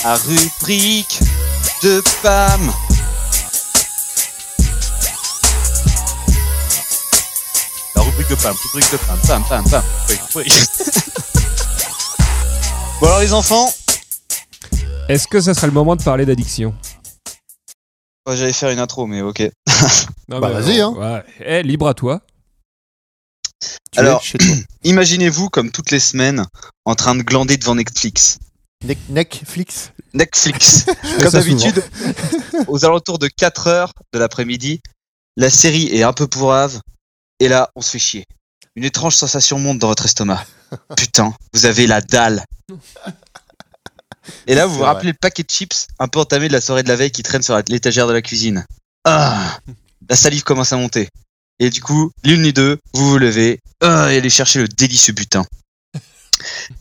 Speaker 3: La rubrique de Pam. La rubrique de Pam, rubrique de Pam, Pam, Pam, Pam. Oui, oui. bon alors les enfants,
Speaker 2: Est-ce que ça sera le moment de parler d'addiction
Speaker 3: Ouais, j'allais faire une intro mais ok.
Speaker 2: Non,
Speaker 1: Bah,
Speaker 2: mais
Speaker 1: vas-y,
Speaker 2: alors, ouais. Eh, libre à toi.
Speaker 1: Tu
Speaker 3: Alors-
Speaker 1: es chez toi.
Speaker 3: Imaginez-vous comme toutes les semaines en train de glander devant Netflix.
Speaker 1: Nec- Netflix.
Speaker 3: Netflix.
Speaker 2: fais
Speaker 3: comme
Speaker 2: ça souvent.
Speaker 3: d'habitude, aux alentours de 4 heures de l'après-midi, la série est un peu pourrave et là, on se fait chier. Une étrange sensation monte dans votre estomac. Putain, vous avez la dalle. Et là, vous vous
Speaker 1: C'est vrai.
Speaker 3: rappelez le paquet de chips un peu entamé de la soirée de la veille qui traîne sur la- l'étagère de la cuisine. Ah, la salive commence à monter. Et du coup, l'une ni deux, vous vous levez ah, et allez chercher le délicieux butin.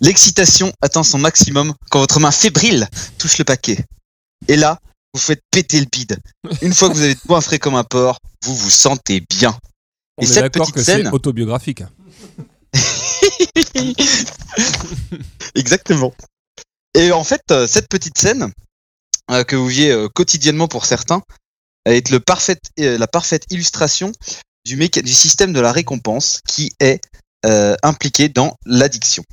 Speaker 3: L'excitation atteint son maximum quand votre main fébrile touche le paquet. Et là, vous faites péter le bide. Une fois que vous avez point frais comme un porc, vous vous sentez bien.
Speaker 2: On
Speaker 3: Et
Speaker 2: est
Speaker 3: cette
Speaker 2: d'accord
Speaker 3: petite
Speaker 2: que
Speaker 3: scène-
Speaker 2: c'est autobiographique.
Speaker 3: Exactement. Et en fait, euh, cette petite scène euh, que vous viez euh, quotidiennement pour certains va être le parfaite, euh, la parfaite illustration du, méca- du système de la récompense qui est euh, impliqué dans l'addiction.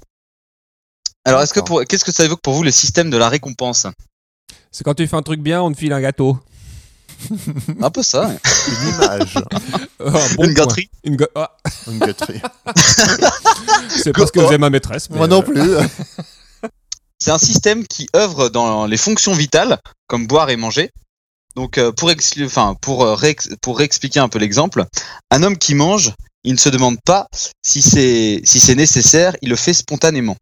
Speaker 3: Alors, est-ce que
Speaker 1: D'accord.
Speaker 3: pour, qu'est-ce que ça évoque pour vous le système de la récompense
Speaker 2: C'est quand tu fais un truc bien, on te file un gâteau.
Speaker 3: Un peu ça, hein. ouais.
Speaker 1: Une image,
Speaker 2: Euh, un bon
Speaker 3: une
Speaker 2: point.
Speaker 3: gâterie.
Speaker 2: Une ga- ah,
Speaker 1: une gâterie.
Speaker 2: c'est parce que
Speaker 1: Oh.
Speaker 2: vous aime ma maîtresse. mais, euh,
Speaker 1: Moi non plus.
Speaker 3: C'est un système qui œuvre dans les fonctions vitales, comme boire et manger. Donc, euh, pour, ex- enfin, pour, euh, réex- pour réexpliquer un peu l'exemple, un homme qui mange, il ne se demande pas si c'est si c'est nécessaire, il le fait spontanément.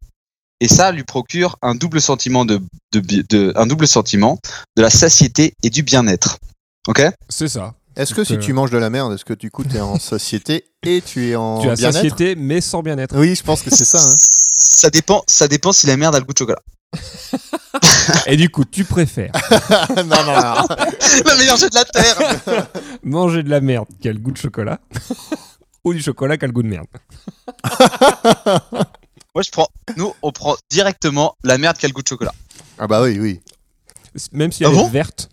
Speaker 3: Et ça lui procure un double sentiment de, de, bi- de- un double sentiment de la satiété et du bien-être. Ok
Speaker 2: euh, C'est ça.
Speaker 1: Est-ce que si
Speaker 2: Euh.
Speaker 1: tu manges de la merde, est-ce que du coup t'es en société et tu es en
Speaker 2: tu as
Speaker 1: bien-être
Speaker 2: satiété, mais sans bien-être.
Speaker 1: Oui, je pense que c'est ça. hein.
Speaker 3: Ça dépend, ça dépend si la merde a le goût de chocolat.
Speaker 2: Et du coup, tu préfères
Speaker 1: non, non, non.
Speaker 3: le meilleur jeu de la terre.
Speaker 2: manger de la merde qui a le goût de chocolat ou du chocolat qui a le goût de merde
Speaker 3: Moi, je prends. Nous, on prend directement la merde qui a le goût de chocolat.
Speaker 1: Ah bah oui, oui.
Speaker 2: Même si
Speaker 3: Ah
Speaker 2: elle
Speaker 3: bon
Speaker 2: est verte,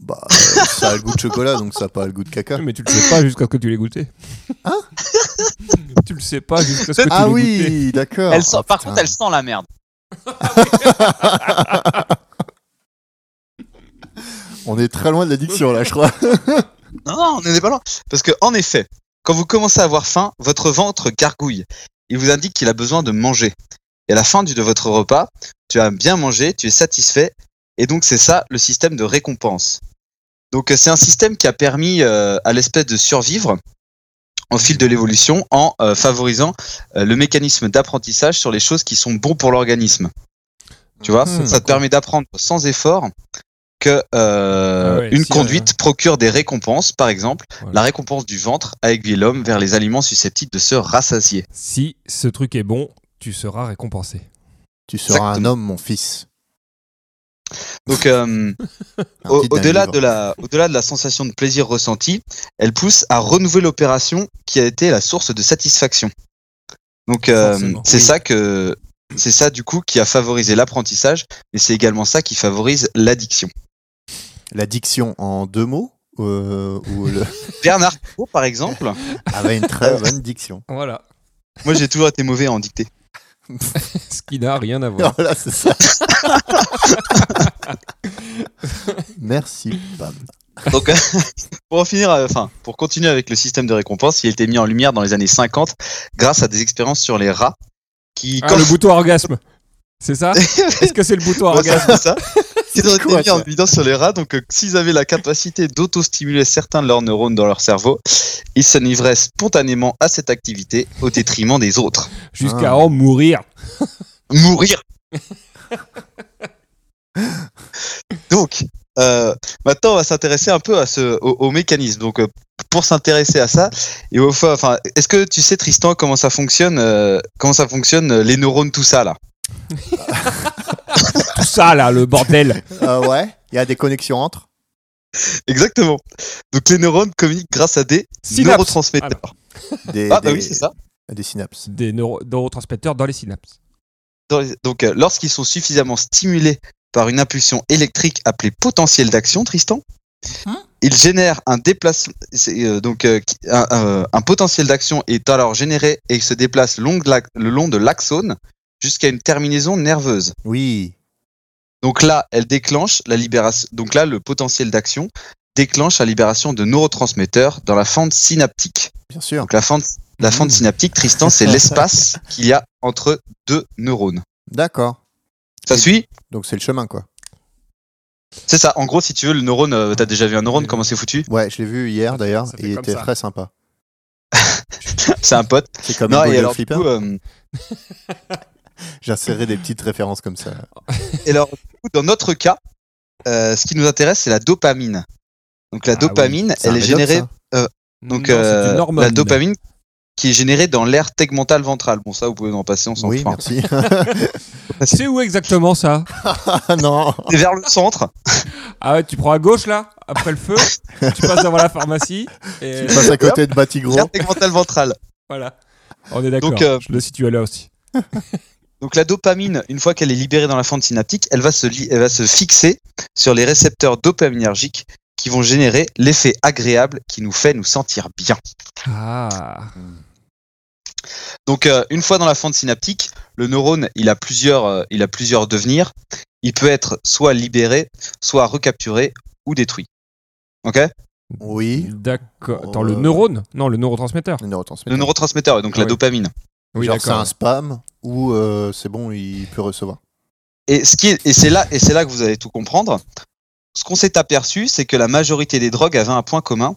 Speaker 1: Bah, euh, ça a le goût de chocolat, donc ça a pas le goût de caca.
Speaker 2: mais tu le sais pas jusqu'à ce que tu l'aies goûté.
Speaker 1: Hein
Speaker 2: Tu le sais pas jusqu'à ce que tu
Speaker 1: Ah
Speaker 2: l'aies
Speaker 1: oui,
Speaker 2: goûté.
Speaker 1: d'accord.
Speaker 3: Elle sent,
Speaker 1: Ah,
Speaker 3: par
Speaker 1: putain.
Speaker 3: contre, elle sent la merde.
Speaker 1: On est très loin de l'addiction là, je crois.
Speaker 3: Non, non, on n'est pas loin. Parce que, en effet, quand vous commencez à avoir faim, votre ventre gargouille. Il vous indique qu'il a besoin de manger. Et à la fin du- de votre repas, tu as bien mangé, tu es satisfait. Et donc, c'est ça le système de récompense. Donc, euh, c'est un système qui a permis euh, à l'espèce de survivre au fil de l'évolution en euh, favorisant euh, le mécanisme d'apprentissage sur les choses qui sont bons pour l'organisme. Tu vois,
Speaker 1: Hmm.
Speaker 3: ça te permet d'apprendre sans effort que euh,
Speaker 2: Ah ouais,
Speaker 3: une
Speaker 2: si,
Speaker 3: conduite procure des récompenses. Par exemple,
Speaker 2: Voilà.
Speaker 3: la récompense du ventre a aiguillé l'homme vers les aliments susceptibles de se rassasier.
Speaker 2: Si ce truc est bon, tu seras récompensé.
Speaker 1: Tu seras un
Speaker 3: Exactement.
Speaker 1: homme, mon fils.
Speaker 3: Donc, euh,
Speaker 1: Un
Speaker 3: au-
Speaker 1: titre d'un
Speaker 3: au-delà
Speaker 1: livre.
Speaker 3: de la, au-delà de la sensation de plaisir ressentie, elle pousse à renouveler l'opération qui a été la source de satisfaction. Donc, euh,
Speaker 2: Forcément,
Speaker 3: c'est
Speaker 2: oui.
Speaker 3: ça que, c'est ça du coup qui a favorisé l'apprentissage, mais c'est également ça qui favorise l'addiction.
Speaker 1: L'addiction en deux mots euh, ou le...
Speaker 3: Bernard, Pivot, par exemple,
Speaker 1: avait une très bonne diction.
Speaker 2: Voilà.
Speaker 3: moi j'ai toujours été mauvais en dictée.
Speaker 2: Ce qui n'a rien à voir.
Speaker 1: Voilà, c'est ça. Merci, Pam.
Speaker 3: Donc, pour en finir, euh, enfin, pour continuer avec le système de récompense, il a été mis en lumière dans les années 50 grâce à des expériences sur les rats qui,
Speaker 2: Ah,
Speaker 3: quand
Speaker 2: le bouton orgasme. C'est ça Est-ce que c'est le bouton
Speaker 3: Ouais,
Speaker 2: orgasme
Speaker 3: c'est ça, qui ont été
Speaker 1: quoi,
Speaker 3: mis en
Speaker 1: ça
Speaker 3: évidence sur les rats, donc euh, s'ils avaient la capacité d'autostimuler certains de leurs neurones dans leur cerveau, ils s'enivraient spontanément à cette activité au détriment des autres.
Speaker 2: Jusqu'à
Speaker 1: Ah.
Speaker 2: en mourir.
Speaker 3: Mourir. Donc, euh, maintenant, on va s'intéresser un peu à ce, au, au mécanisme. Donc, euh, pour s'intéresser à ça, et au fa- enfin, est-ce que tu sais, Tristan, comment ça fonctionne, euh, comment ça fonctionne euh, les neurones, tout ça là
Speaker 2: Tout ça, là, le bordel.
Speaker 1: Euh, ouais, il y a des connexions entre.
Speaker 3: Exactement. Donc, les neurones communiquent grâce à des
Speaker 2: Synapses.
Speaker 3: neurotransmetteurs.
Speaker 1: Des,
Speaker 3: Ah, bah
Speaker 1: des-
Speaker 3: oui, c'est ça.
Speaker 1: Des synapses.
Speaker 2: Des neuro- neurotransmetteurs dans les synapses.
Speaker 3: Dans les- Donc, euh, lorsqu'ils sont suffisamment stimulés par une impulsion électrique appelée potentiel d'action, Tristan,
Speaker 1: Hein
Speaker 3: ils génèrent un déplacement. c'est, euh, donc, euh, qui- un, euh, un potentiel d'action est alors généré et se déplace long de la- le long de l'axone jusqu'à une terminaison nerveuse.
Speaker 1: Oui.
Speaker 3: Donc là, elle déclenche la libération. Donc là, le potentiel d'action déclenche la libération de neurotransmetteurs dans la fente synaptique.
Speaker 1: Bien sûr.
Speaker 3: Donc la fente, la fente
Speaker 2: Mmh.
Speaker 3: synaptique, Tristan, c'est l'espace qu'il y a entre deux neurones.
Speaker 1: D'accord.
Speaker 3: Ça
Speaker 1: Et-
Speaker 3: suit
Speaker 1: Donc c'est le chemin, quoi.
Speaker 3: C'est ça, en gros, si tu veux, le neurone, euh, t'as déjà vu un neurone, comment c'est foutu
Speaker 1: Ouais, je l'ai vu hier d'ailleurs.
Speaker 2: Ah, Ça fait
Speaker 1: Il
Speaker 2: comme
Speaker 1: était
Speaker 2: ça.
Speaker 1: très sympa.
Speaker 3: C'est un pote.
Speaker 1: C'est comme hein.
Speaker 3: Non,
Speaker 1: Hugo
Speaker 3: et
Speaker 1: le
Speaker 3: alors, du
Speaker 1: flipper.
Speaker 3: coup, euh,
Speaker 1: J'insérerai des petites références comme ça.
Speaker 3: et alors, du coup, dans notre cas, euh, ce qui nous intéresse, c'est la dopamine. Donc la
Speaker 2: Ah
Speaker 3: dopamine,
Speaker 1: C'est un
Speaker 3: elle est
Speaker 1: médoc,
Speaker 3: générée.
Speaker 1: ça
Speaker 3: Donc
Speaker 2: Non, c'est
Speaker 3: euh,
Speaker 2: une hormone.
Speaker 3: la dopamine qui est générée dans l'aire tegmentale ventrale. Bon, ça, vous pouvez en passer, on s'en
Speaker 1: Oui,
Speaker 3: fout.
Speaker 1: merci.
Speaker 2: C'est où exactement ça
Speaker 1: ah non.
Speaker 3: C'est vers le centre.
Speaker 2: Ah ouais, tu prends à gauche là, après le feu, tu passes devant la pharmacie et
Speaker 1: Je passe à côté de Batigro.
Speaker 3: L'aire tegmentale ventrale.
Speaker 2: voilà. On est d'accord.
Speaker 3: Donc, euh,
Speaker 2: Je le situe là aussi.
Speaker 3: Donc la dopamine, une fois qu'elle est libérée dans la fente synaptique, elle va se, li- elle va se fixer sur les récepteurs dopaminergiques qui vont générer l'effet agréable qui nous fait nous sentir bien.
Speaker 2: Ah.
Speaker 3: Donc euh, une fois dans la fente synaptique, le neurone il a plusieurs, euh, il a plusieurs devenirs. Il peut être soit libéré, soit recapturé ou détruit. Ok
Speaker 1: Oui.
Speaker 2: D'accord. Attends,
Speaker 1: Euh,
Speaker 2: le
Speaker 3: Oh.
Speaker 2: neurone Non, le neurotransmetteur.
Speaker 1: Le
Speaker 3: Le
Speaker 1: neurotransmetteur.
Speaker 3: neurotransmetteur, ouais, donc
Speaker 2: Ah
Speaker 3: la
Speaker 2: oui.
Speaker 3: dopamine.
Speaker 2: Oui,
Speaker 1: Genre, c'est
Speaker 2: d'accord.
Speaker 1: un spam ou euh, c'est bon, il peut recevoir.
Speaker 3: Et ce qui est- et c'est là et c'est là que vous allez tout comprendre. Ce qu'on s'est aperçu, c'est que la majorité des drogues avaient un point commun,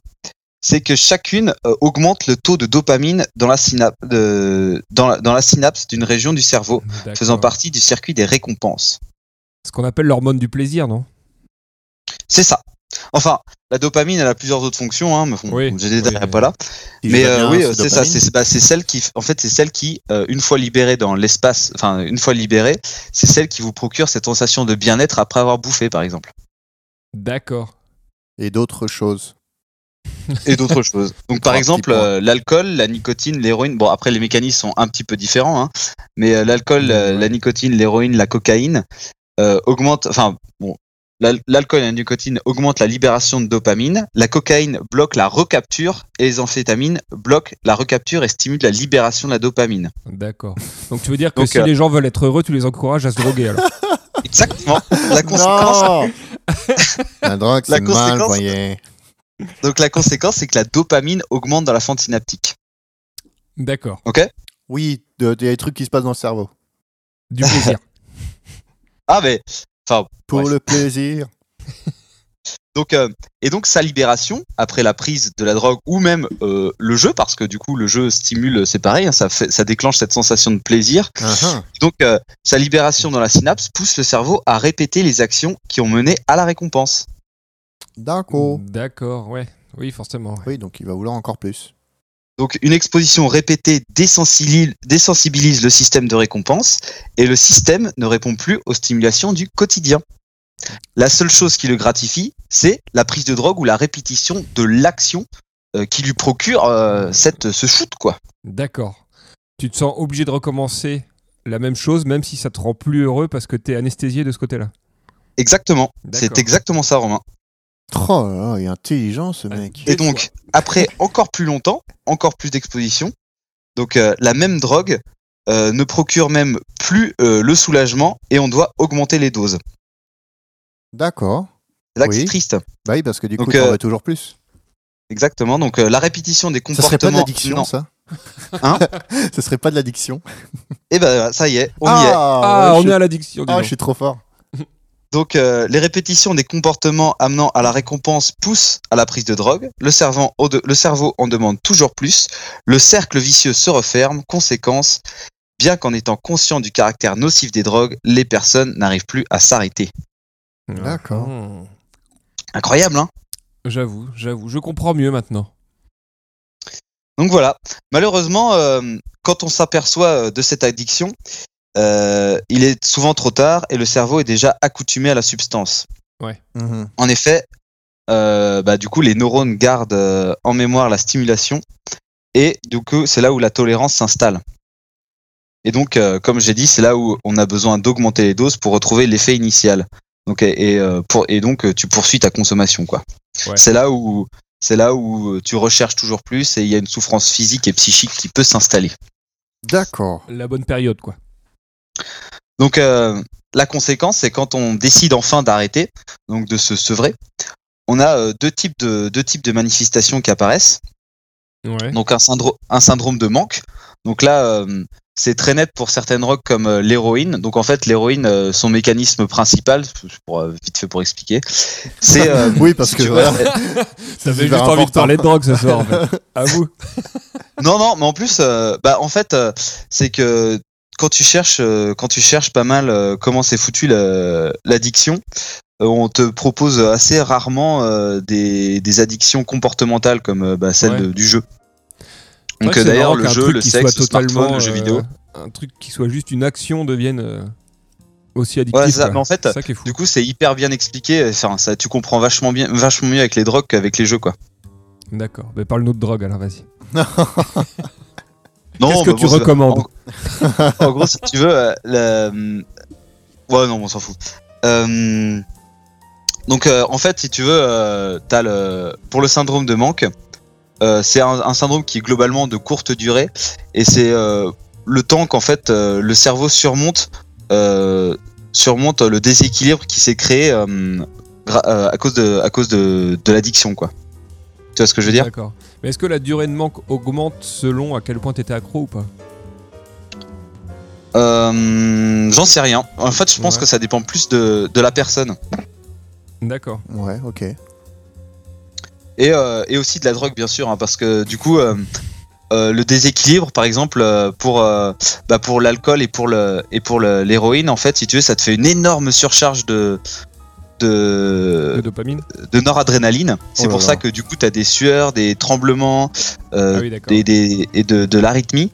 Speaker 3: c'est que chacune euh, augmente le taux de dopamine dans la synapse de- dans la- dans la synapse d'une région du cerveau
Speaker 2: D'accord.
Speaker 3: faisant partie du circuit des récompenses.
Speaker 2: Ce qu'on appelle l'hormone du plaisir, non
Speaker 3: C'est ça. Enfin, la dopamine, elle a plusieurs autres fonctions, hein, mais bon,
Speaker 2: Oui,
Speaker 3: j'ai des
Speaker 2: oui.
Speaker 3: détails pas là.
Speaker 1: Si je
Speaker 3: mais
Speaker 1: vais
Speaker 3: euh,
Speaker 1: bien,
Speaker 3: oui, c'est ça.
Speaker 1: dopamine.
Speaker 3: C'est bah, c'est celle qui, en fait, c'est celle qui, euh, une fois libérée dans l'espace, enfin, une fois libérée, c'est celle qui vous procure cette sensation de bien-être après avoir bouffé, par exemple,
Speaker 2: D'accord.
Speaker 1: Et d'autres choses.
Speaker 3: et d'autres choses. Donc,
Speaker 1: Encore
Speaker 3: par
Speaker 1: un
Speaker 3: exemple,
Speaker 1: petit point.
Speaker 3: euh, l'alcool, la nicotine, l'héroïne. Bon, après, les mécanismes sont un petit peu différents, hein, mais euh, l'alcool, euh,
Speaker 2: Ouais.
Speaker 3: la nicotine, l'héroïne, la cocaïne euh, augmentent. Enfin, bon. l'al- L'alcool et la nicotine augmentent la libération de dopamine, la cocaïne bloque la recapture et les amphétamines bloquent la recapture et stimulent la libération de la dopamine.
Speaker 2: D'accord. Donc tu veux dire que
Speaker 3: Donc,
Speaker 2: si
Speaker 3: euh,
Speaker 2: les gens veulent être heureux, tu les encourages à se droguer alors
Speaker 3: Exactement. La conséquence,
Speaker 1: Non La drogue,
Speaker 3: La
Speaker 1: c'est mal,
Speaker 3: conséquence-
Speaker 1: voyez.
Speaker 3: donc la conséquence, c'est que la dopamine augmente dans la fente synaptique.
Speaker 2: D'accord.
Speaker 3: Ok
Speaker 1: Oui, de- il y a des trucs qui se passent dans le cerveau.
Speaker 2: Du plaisir.
Speaker 3: Ah mais
Speaker 1: Pour
Speaker 3: Ouais.
Speaker 1: le plaisir.
Speaker 3: donc euh, et donc sa libération après la prise de la drogue ou même euh, le jeu parce que du coup le jeu stimule, c'est pareil, hein, ça fait, ça déclenche cette sensation de plaisir.
Speaker 1: Uhum.
Speaker 3: Donc euh, sa libération dans la synapse pousse le cerveau à répéter les actions qui ont mené à la récompense. Oh.
Speaker 1: D'accord.
Speaker 2: D'accord, ouais. Oui, forcément. ouais.
Speaker 1: Oui, donc il va vouloir encore plus.
Speaker 3: Donc une exposition répétée désensibilise, désensibilise le système de récompense et le système ne répond plus aux stimulations du quotidien. La seule chose qui le gratifie, c'est la prise de drogue ou la répétition de l'action euh, qui lui procure euh, cette, ce shoot quoi.
Speaker 2: D'accord. Tu te sens obligé de recommencer la même chose, même si ça te rend plus heureux parce que t'es anesthésié de ce côté-là.
Speaker 3: Exactement. C'est
Speaker 2: D'accord.
Speaker 3: exactement ça Romain.
Speaker 1: Oh là là, il est intelligent ce mec.
Speaker 3: Et donc après encore plus longtemps, encore plus d'exposition. Donc euh, la même drogue euh, ne procure même plus euh, le soulagement et on doit augmenter les doses.
Speaker 1: D'accord.
Speaker 3: C'est là que
Speaker 1: Oui.
Speaker 3: c'est triste.
Speaker 1: Bah oui, parce que du coup,
Speaker 3: Donc,
Speaker 1: tu en
Speaker 3: euh,
Speaker 1: veux toujours plus.
Speaker 3: Exactement. Donc euh, la répétition des
Speaker 1: Ça
Speaker 3: comportements.
Speaker 1: serait pas de l'addiction,
Speaker 3: Non.
Speaker 1: ça
Speaker 3: Hein
Speaker 1: Ça serait pas de l'addiction
Speaker 3: Eh ben ça y est, on y est.
Speaker 1: Ah,
Speaker 2: ah,
Speaker 1: ouais, je
Speaker 2: on est
Speaker 1: suis-
Speaker 2: à l'addiction. dis
Speaker 1: Ah,
Speaker 2: donc.
Speaker 1: je suis trop fort.
Speaker 3: Donc euh, les répétitions des comportements amenant à la récompense poussent à la prise de drogue. Le cerveau, au de- le cerveau en demande toujours plus. Le cercle vicieux se referme. Conséquence, bien qu'en étant conscient du caractère nocif des drogues, les personnes n'arrivent plus à s'arrêter.
Speaker 1: D'accord.
Speaker 2: Hum.
Speaker 3: Incroyable, hein
Speaker 2: J'avoue, j'avoue. Je comprends mieux maintenant.
Speaker 3: Donc voilà. Malheureusement, euh, quand on s'aperçoit euh, de cette addiction, euh, il est souvent trop tard et le cerveau est déjà accoutumé à la substance.
Speaker 1: Mhm.
Speaker 3: En effet, euh, bah, du coup, les neurones gardent euh, en mémoire la stimulation et du coup, c'est là où la tolérance s'installe. Et donc, euh, comme j'ai dit, c'est là où on a besoin d'augmenter les doses pour retrouver l'effet initial. Donc, et, et, euh, pour, et donc, euh, tu poursuis ta consommation, quoi.
Speaker 2: Ouais.
Speaker 3: C'est là où c'est là où euh, tu recherches toujours plus et il y a une souffrance physique et psychique qui peut s'installer.
Speaker 1: D'accord.
Speaker 2: La bonne période, quoi.
Speaker 3: Donc euh, la conséquence, c'est quand on décide enfin d'arrêter, donc de se sevrer, on a euh, deux, types de, deux types de manifestations qui apparaissent.
Speaker 2: Ouais.
Speaker 3: Donc un, syndro- un syndrome de manque. Donc là, euh, c'est très net pour certaines drogues comme euh, l'héroïne. Donc en fait, l'héroïne, euh, son mécanisme principal, pour, euh, vite fait pour expliquer, c'est... euh,
Speaker 1: Oui, parce
Speaker 3: si
Speaker 1: que
Speaker 3: tu veux,
Speaker 1: voilà. hyper
Speaker 2: T'avais juste envie de
Speaker 1: important.
Speaker 2: parler de drogue ce soir, en fait. À vous.
Speaker 3: Non, non, mais en plus, euh, bah, en fait, euh, c'est que quand tu cherches, euh, quand tu cherches pas mal euh, comment c'est foutu la- l'addiction, euh, on te propose assez rarement euh, des, des addictions comportementales comme euh, bah, celle
Speaker 2: Ouais.
Speaker 3: de- du jeu.
Speaker 2: Ouais,
Speaker 3: Donc
Speaker 2: c'est
Speaker 3: euh, d'ailleurs,
Speaker 2: marrant
Speaker 3: le
Speaker 2: qu'un
Speaker 3: jeu,
Speaker 2: truc
Speaker 3: le
Speaker 2: qui
Speaker 3: sexe,
Speaker 2: soit
Speaker 3: le smartphone, le jeu
Speaker 2: euh,
Speaker 3: vidéo.
Speaker 2: Un truc qui soit juste une action devienne euh, aussi addictif.
Speaker 3: Ouais, c'est ça.
Speaker 2: quoi.
Speaker 3: Mais en fait,
Speaker 2: C'est ça qui est fou.
Speaker 3: Du coup, c'est hyper bien expliqué. Enfin, ça, tu comprends vachement bien, vachement mieux avec les drogues qu'avec les jeux, quoi.
Speaker 2: D'accord. Mais parle-nous de drogue, alors vas-y.
Speaker 3: Non,
Speaker 2: Qu'est-ce que
Speaker 3: bah
Speaker 2: tu
Speaker 3: bon, c'est-
Speaker 2: recommandes
Speaker 3: En gros, si tu veux, euh, la- ouais, non, on s'en fout. Euh, Donc euh, en fait, si tu veux, euh, t'as le pour le syndrome de manque, euh, c'est un, un syndrome qui est globalement de courte durée et c'est euh, le temps qu'en fait euh, le cerveau surmonte euh, surmonte le déséquilibre qui s'est créé euh, gra- euh, à cause de à cause de, de l'addiction quoi. Tu vois ce que je veux dire
Speaker 2: D'accord. Mais est-ce que la durée de manque augmente selon à quel point t'étais accro ou pas
Speaker 3: Euh, J'en sais rien. En fait, je pense
Speaker 2: Ouais.
Speaker 3: que ça dépend plus de, de la personne
Speaker 2: D'accord.
Speaker 1: Ouais, ok.
Speaker 3: et, euh, et aussi de la drogue, bien sûr, hein, parce que du coup, euh, euh, le déséquilibre, par exemple, euh, pour, euh, bah, pour l'alcool et pour le et pour le- l'héroïne, en fait, si tu veux, ça te fait une énorme surcharge de
Speaker 2: De
Speaker 3: de,
Speaker 2: dopamine
Speaker 3: de noradrénaline. C'est
Speaker 1: Oh là
Speaker 3: pour
Speaker 1: là.
Speaker 3: ça que du coup, t'as des sueurs, des tremblements, euh,
Speaker 2: Ah oui, d'accord.
Speaker 3: des, des- et de, de l'arythmie,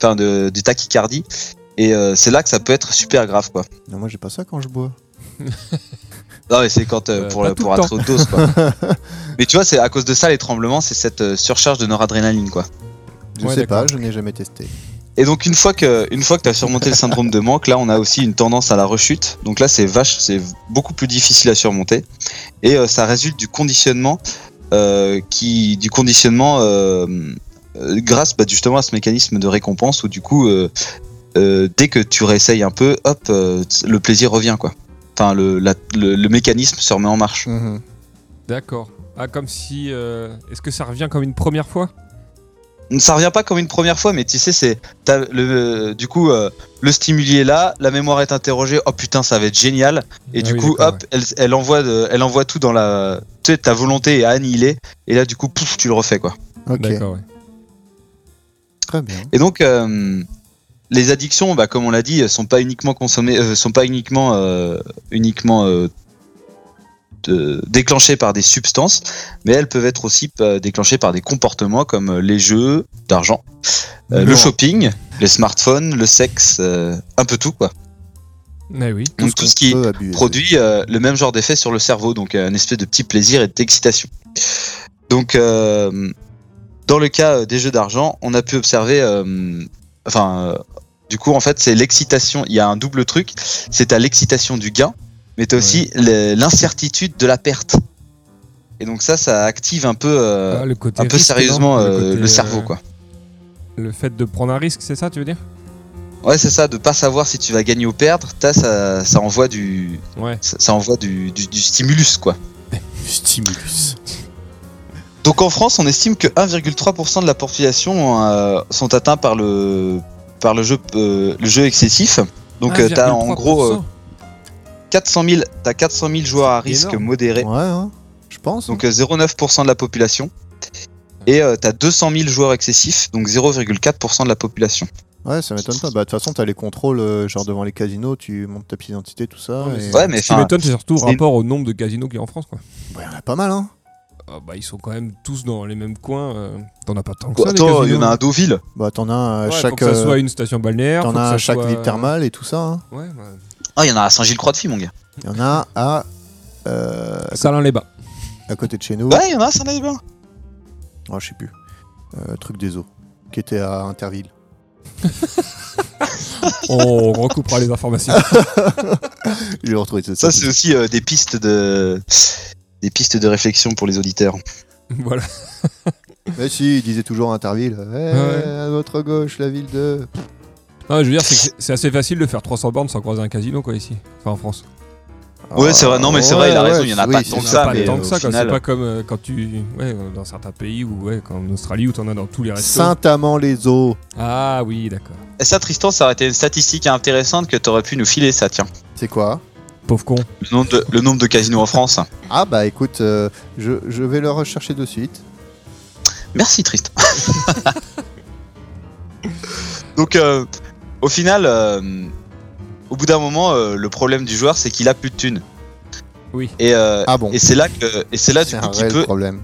Speaker 3: enfin de, du tachycardie. Et euh, c'est là que ça peut être super grave, quoi.
Speaker 1: Non, moi, j'ai pas ça quand je bois.
Speaker 3: Non, mais c'est quand euh,
Speaker 2: Euh,
Speaker 3: pour,
Speaker 2: pas
Speaker 3: la-
Speaker 2: tout
Speaker 3: pour
Speaker 2: le
Speaker 3: la trop haute dose, quoi. mais tu vois, c'est à cause de ça, les tremblements, c'est cette euh, surcharge de noradrénaline, quoi.
Speaker 1: Je
Speaker 2: Ouais,
Speaker 1: sais pas,
Speaker 2: d'accord.
Speaker 1: je n'ai jamais testé.
Speaker 3: Et donc, une fois que, une fois que tu as surmonté le syndrome de manque, là, on a aussi une tendance à la rechute. Donc là, c'est vache, c'est beaucoup plus difficile à surmonter. Et euh, ça résulte du conditionnement, euh, qui, du conditionnement, euh, euh, grâce bah, justement à ce mécanisme de récompense où, du coup, euh, euh, dès que tu réessayes un peu, hop, euh, le plaisir revient, quoi. Enfin, le, la- le, le mécanisme se remet en marche.
Speaker 1: Mhm.
Speaker 2: D'accord. Ah, comme si. euh, Est-ce que ça revient comme une première fois
Speaker 3: ça revient pas comme une première fois, mais tu sais, c'est t'as le euh, du coup euh, le stimuli est là, la mémoire est interrogée. Oh putain, ça va être génial. Et
Speaker 2: Ah
Speaker 3: du
Speaker 2: oui,
Speaker 3: coup,
Speaker 2: d'accord,
Speaker 3: hop, elle, elle envoie, de- elle envoie tout dans la, tu sais, ta volonté est annihilée. Et là, du coup, pouf, tu le refais quoi.
Speaker 1: Ok,
Speaker 2: D'accord, ouais.
Speaker 1: très bien.
Speaker 3: Et donc, euh, les addictions, bah, comme on l'a dit, sont pas uniquement consommées, euh, sont pas uniquement, euh, uniquement euh, de- déclenchées par des substances, mais elles peuvent être aussi euh, déclenchées par des comportements comme euh, les jeux d'argent, euh,
Speaker 1: Non.
Speaker 3: le shopping, les smartphones, le sexe, euh, un peu tout quoi.
Speaker 2: Ah oui.
Speaker 3: Donc tout ce qui
Speaker 1: peut abuser.
Speaker 3: produit euh, le même genre d'effet sur le cerveau, donc euh, un espèce de petit plaisir et d'excitation. Donc, euh, dans le cas euh, des jeux d'argent, on a pu observer, euh, enfin, euh, du coup, en fait, c'est l'excitation. Il y a un double truc, c'est à l'excitation du gain, mais t'as aussi le- l'incertitude de la perte. Et donc ça, ça active un peu, euh,
Speaker 2: Ah, le côté
Speaker 3: un peu
Speaker 2: risque, non
Speaker 3: sérieusement euh,
Speaker 2: côté,
Speaker 3: le cerveau,
Speaker 2: euh,
Speaker 3: quoi.
Speaker 2: Le fait de prendre un risque, c'est ça, tu veux dire
Speaker 3: Ouais, c'est ça, de pas savoir si tu vas gagner ou perdre. t'as ça, ça envoie du,
Speaker 2: Ouais.
Speaker 3: ça, ça envoie du- du, du stimulus, quoi.
Speaker 1: Stimulus.
Speaker 3: Donc en France, on estime que 1,3% de la population euh, sont atteints par le par le jeu euh, le jeu excessif.
Speaker 2: Ah,
Speaker 3: Donc euh, t'as en gros euh, 400 000 t'as 400 000 joueurs à
Speaker 2: C'est
Speaker 3: risque
Speaker 2: énorme.
Speaker 3: modéré.
Speaker 1: Ouais, hein, je pense.
Speaker 3: Donc euh, 0,9% de la population. Et euh, t'as 200 000 joueurs excessifs, donc 0,4% de la population.
Speaker 1: ouais, ça m'étonne pas. Bah, De toute façon, t'as les contrôles, euh, genre devant les casinos, tu montes ta pièce d'identité, tout ça.
Speaker 2: Ouais, mais
Speaker 1: et-
Speaker 3: Ouais, mais
Speaker 2: Ce qui
Speaker 3: enfin,
Speaker 2: m'étonne, c'est surtout
Speaker 3: c'est-
Speaker 2: rapport au nombre de casinos qu'il y a en France, quoi.
Speaker 1: Bah, y en a pas mal, hein.
Speaker 2: Ah, bah, ils sont quand même tous dans les mêmes coins. euh, T'en as pas tant que ça. des
Speaker 3: attends, il y en
Speaker 2: casinos.
Speaker 3: a un à Deauville.
Speaker 1: Bah, t'en as un à
Speaker 2: Ouais, faut
Speaker 1: chaque.
Speaker 2: que ça
Speaker 1: euh,
Speaker 2: soit une station balnéaire.
Speaker 1: T'en
Speaker 2: faut
Speaker 1: as
Speaker 2: que
Speaker 1: un
Speaker 2: ça
Speaker 1: à chaque
Speaker 2: soit-
Speaker 1: ville thermale et tout ça. hein.
Speaker 2: Ouais, bah,
Speaker 3: Ah, il y en a à Saint-Gilles-Croix-de-Fille, mon gars.
Speaker 1: Il y en a à, euh,
Speaker 2: Salins-les-Bas.
Speaker 1: à côté de chez nous.
Speaker 3: Ouais, il y en a à Saint-Gilles-Croix.
Speaker 1: Oh, je sais plus. Euh, truc des eaux. Qui était à Interville.
Speaker 2: On recoupera les informations.
Speaker 1: Je l'ai retrouvé. c'est
Speaker 3: Ça c'est aussi euh, des pistes de des pistes de réflexion pour les auditeurs.
Speaker 2: voilà.
Speaker 1: Mais Eh, si, il disait toujours à Interville. Eh,
Speaker 2: ouais.
Speaker 1: À votre gauche, la ville de.
Speaker 2: Non, je veux dire, c'est que c'est assez facile de faire 300 bornes sans croiser un casino, quoi, ici. Enfin, en France.
Speaker 3: Ouais, c'est vrai. Non, mais c'est vrai, il a
Speaker 1: Ouais,
Speaker 3: raison,
Speaker 1: ouais,
Speaker 3: il y en a
Speaker 1: oui,
Speaker 3: pas
Speaker 1: c'est
Speaker 3: tant que
Speaker 2: Il y en a
Speaker 3: ça,
Speaker 2: pas
Speaker 3: mais
Speaker 2: tant
Speaker 3: au
Speaker 2: que ça, quoi.
Speaker 3: final-
Speaker 2: C'est pas comme euh, quand tu. Ouais, euh, dans certains pays ou, ouais, comme en Australie, où t'en as dans tous les restos.
Speaker 1: Saint-Amand-les-Eaux.
Speaker 2: Ah oui, d'accord.
Speaker 3: Et ça, Tristan, ça aurait été une statistique intéressante que t'aurais pu nous filer, ça, tiens.
Speaker 1: C'est quoi
Speaker 2: Pauvre con.
Speaker 3: Le nombre de, le nombre de casinos en France.
Speaker 1: Ah, bah écoute, euh, je, je vais le rechercher de suite.
Speaker 3: Merci, Tristan. Donc, euh, au final, euh, au bout d'un moment, euh, le problème du joueur, c'est qu'il a plus de thunes.
Speaker 2: Oui.
Speaker 3: Et, euh,
Speaker 1: Ah bon
Speaker 3: et c'est là que, et c'est là du
Speaker 1: C'est
Speaker 3: coup
Speaker 1: un
Speaker 3: qu'il
Speaker 1: réel
Speaker 3: peut,
Speaker 1: problème.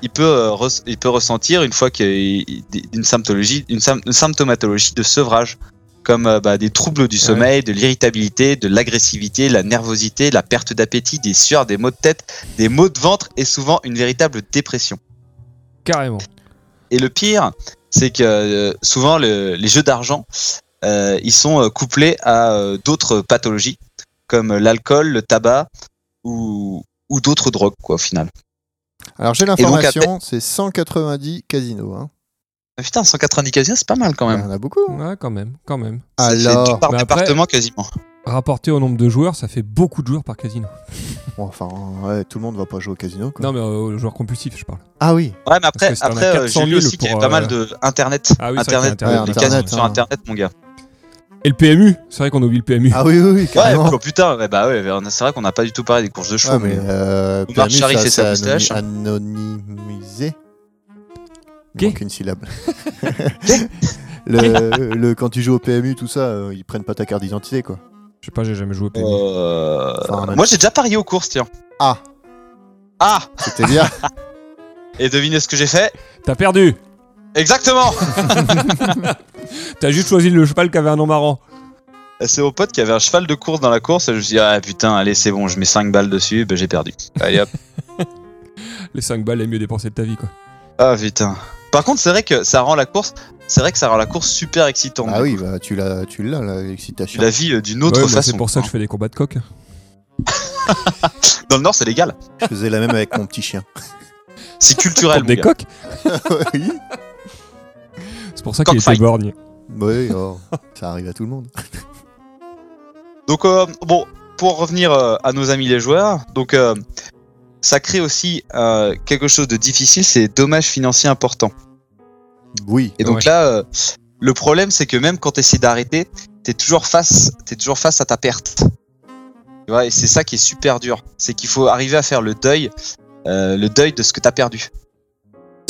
Speaker 3: il peut, euh, res- il peut ressentir une fois qu'il il- une symptologie, une, sym- une symptomatologie de sevrage, comme euh, bah, des troubles du sommeil, de l'irritabilité, de l'agressivité, la nervosité, la perte d'appétit, des sueurs, des maux de tête, des maux de ventre et souvent une véritable dépression.
Speaker 2: Carrément.
Speaker 3: Et le pire, c'est que euh, souvent le- les jeux d'argent, euh, ils sont euh, couplés à euh, d'autres pathologies comme l'alcool, le tabac ou, ou d'autres drogues, quoi, au final.
Speaker 1: Alors j'ai
Speaker 3: donc,
Speaker 1: l'information, c'est 190 casinos. Hein.
Speaker 3: Ah, putain, 190 casinos, c'est pas mal quand
Speaker 1: Il y
Speaker 3: même.
Speaker 1: en a beaucoup. hein.
Speaker 2: Ouais, quand même, quand même.
Speaker 3: Ça fait
Speaker 1: Alors,
Speaker 3: deux par
Speaker 2: Mais après-
Speaker 3: département quasiment.
Speaker 2: Rapporté au nombre de joueurs, ça fait beaucoup de joueurs par casino.
Speaker 1: bon, enfin, ouais, tout le monde va pas jouer au casino. Quoi.
Speaker 2: Non, mais euh, joueurs compulsifs, je parle.
Speaker 1: Ah oui,
Speaker 3: Ouais, mais après,
Speaker 2: Parce que si t'en as
Speaker 3: après euh,
Speaker 2: 400
Speaker 3: j'ai lu
Speaker 2: 000
Speaker 3: aussi qu'il y avait
Speaker 2: pour,
Speaker 3: pas
Speaker 2: euh,
Speaker 3: mal de Internet.
Speaker 2: Ah oui, c'est vrai qu'il y a Internet,
Speaker 3: Internet, euh, des
Speaker 1: ouais,
Speaker 3: casinos
Speaker 1: Internet,
Speaker 3: sur
Speaker 1: hein.
Speaker 3: Internet, mon gars.
Speaker 2: Et le PMU, c'est vrai qu'on oublie le PMU.
Speaker 1: ah oui, oui, oui
Speaker 3: Ouais,
Speaker 1: carrément.
Speaker 3: oh, putain, ouais, bah ouais, on a- c'est vrai qu'on n'a pas du tout parlé des courses de chevaux.
Speaker 1: Ah,
Speaker 3: mais-
Speaker 1: mais euh,
Speaker 3: Omar
Speaker 1: PMU,
Speaker 3: Sharif
Speaker 1: ça,
Speaker 3: et sa
Speaker 1: c'est anony-
Speaker 3: moustache.
Speaker 1: Anonymisé.
Speaker 2: Gay.
Speaker 1: Donc une syllabe. le, le- quand tu joues au PMU, tout ça, euh, ils prennent pas ta carte d'identité, quoi.
Speaker 2: Je sais pas, j'ai jamais joué au PMU.
Speaker 3: Euh,
Speaker 1: Enfin, même-
Speaker 3: Moi, j'ai déjà parié aux courses, tiens.
Speaker 1: Ah.
Speaker 3: Ah
Speaker 1: C'était bien.
Speaker 3: Et devinez ce que j'ai fait
Speaker 2: T'as perdu
Speaker 3: Exactement
Speaker 2: T'as juste choisi le cheval qui avait un nom marrant.
Speaker 3: C'est mon pote qui avait un cheval de course dans la course, et je me suis dit, ah putain, allez, c'est bon, je mets 5 balles dessus, ben j'ai perdu. Allez hop.
Speaker 2: Les 5 balles les mieux dépensées de ta vie, quoi.
Speaker 3: ah putain. Par contre, c'est vrai que ça rend la course, c'est vrai que ça rend la course super excitante.
Speaker 1: ah oui, bah, tu l'as, tu l'as, là, l'excitation.
Speaker 3: Tu la vis euh, d'une autre
Speaker 2: Ouais, mais
Speaker 3: façon.
Speaker 2: c'est pour ça que
Speaker 3: hein.
Speaker 2: je fais des combats de coq.
Speaker 3: Dans le Nord, c'est légal.
Speaker 1: Je faisais la même avec mon petit chien.
Speaker 3: C'est culturel.
Speaker 2: Contre
Speaker 3: mon
Speaker 2: des
Speaker 3: gars.
Speaker 2: coqs
Speaker 1: oui.
Speaker 2: C'est pour ça qu'il était
Speaker 3: Cockfight.
Speaker 2: borgne.
Speaker 1: Oui, oh, ça arrive à tout le monde.
Speaker 3: Donc euh, bon, pour revenir euh, à nos amis les joueurs, donc euh, ça crée aussi euh, quelque chose de difficile, c'est dommages financiers importants.
Speaker 1: Oui.
Speaker 3: Et donc
Speaker 2: Ouais.
Speaker 3: là, euh, le problème c'est que même quand tu essaies d'arrêter, t'es toujours face, t'es toujours face à ta perte. Tu vois, et c'est ça qui est super dur, c'est qu'il faut arriver à faire le deuil, euh, le deuil de ce que t'as perdu.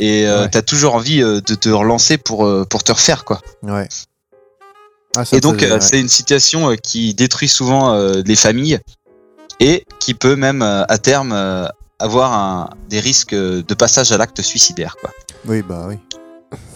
Speaker 3: Et euh,
Speaker 2: Ouais.
Speaker 3: t'as toujours envie euh, de te relancer pour euh, pour te refaire quoi.
Speaker 1: Ouais. Ah, ça
Speaker 3: Et
Speaker 1: me
Speaker 3: donc,
Speaker 1: faisait-
Speaker 3: euh,
Speaker 1: ouais.
Speaker 3: c'est une situation euh, qui détruit souvent euh, les familles et qui peut même, euh, à terme, euh, avoir un- des risques euh, de passage à l'acte suicidaire. Quoi.
Speaker 1: Oui, bah oui.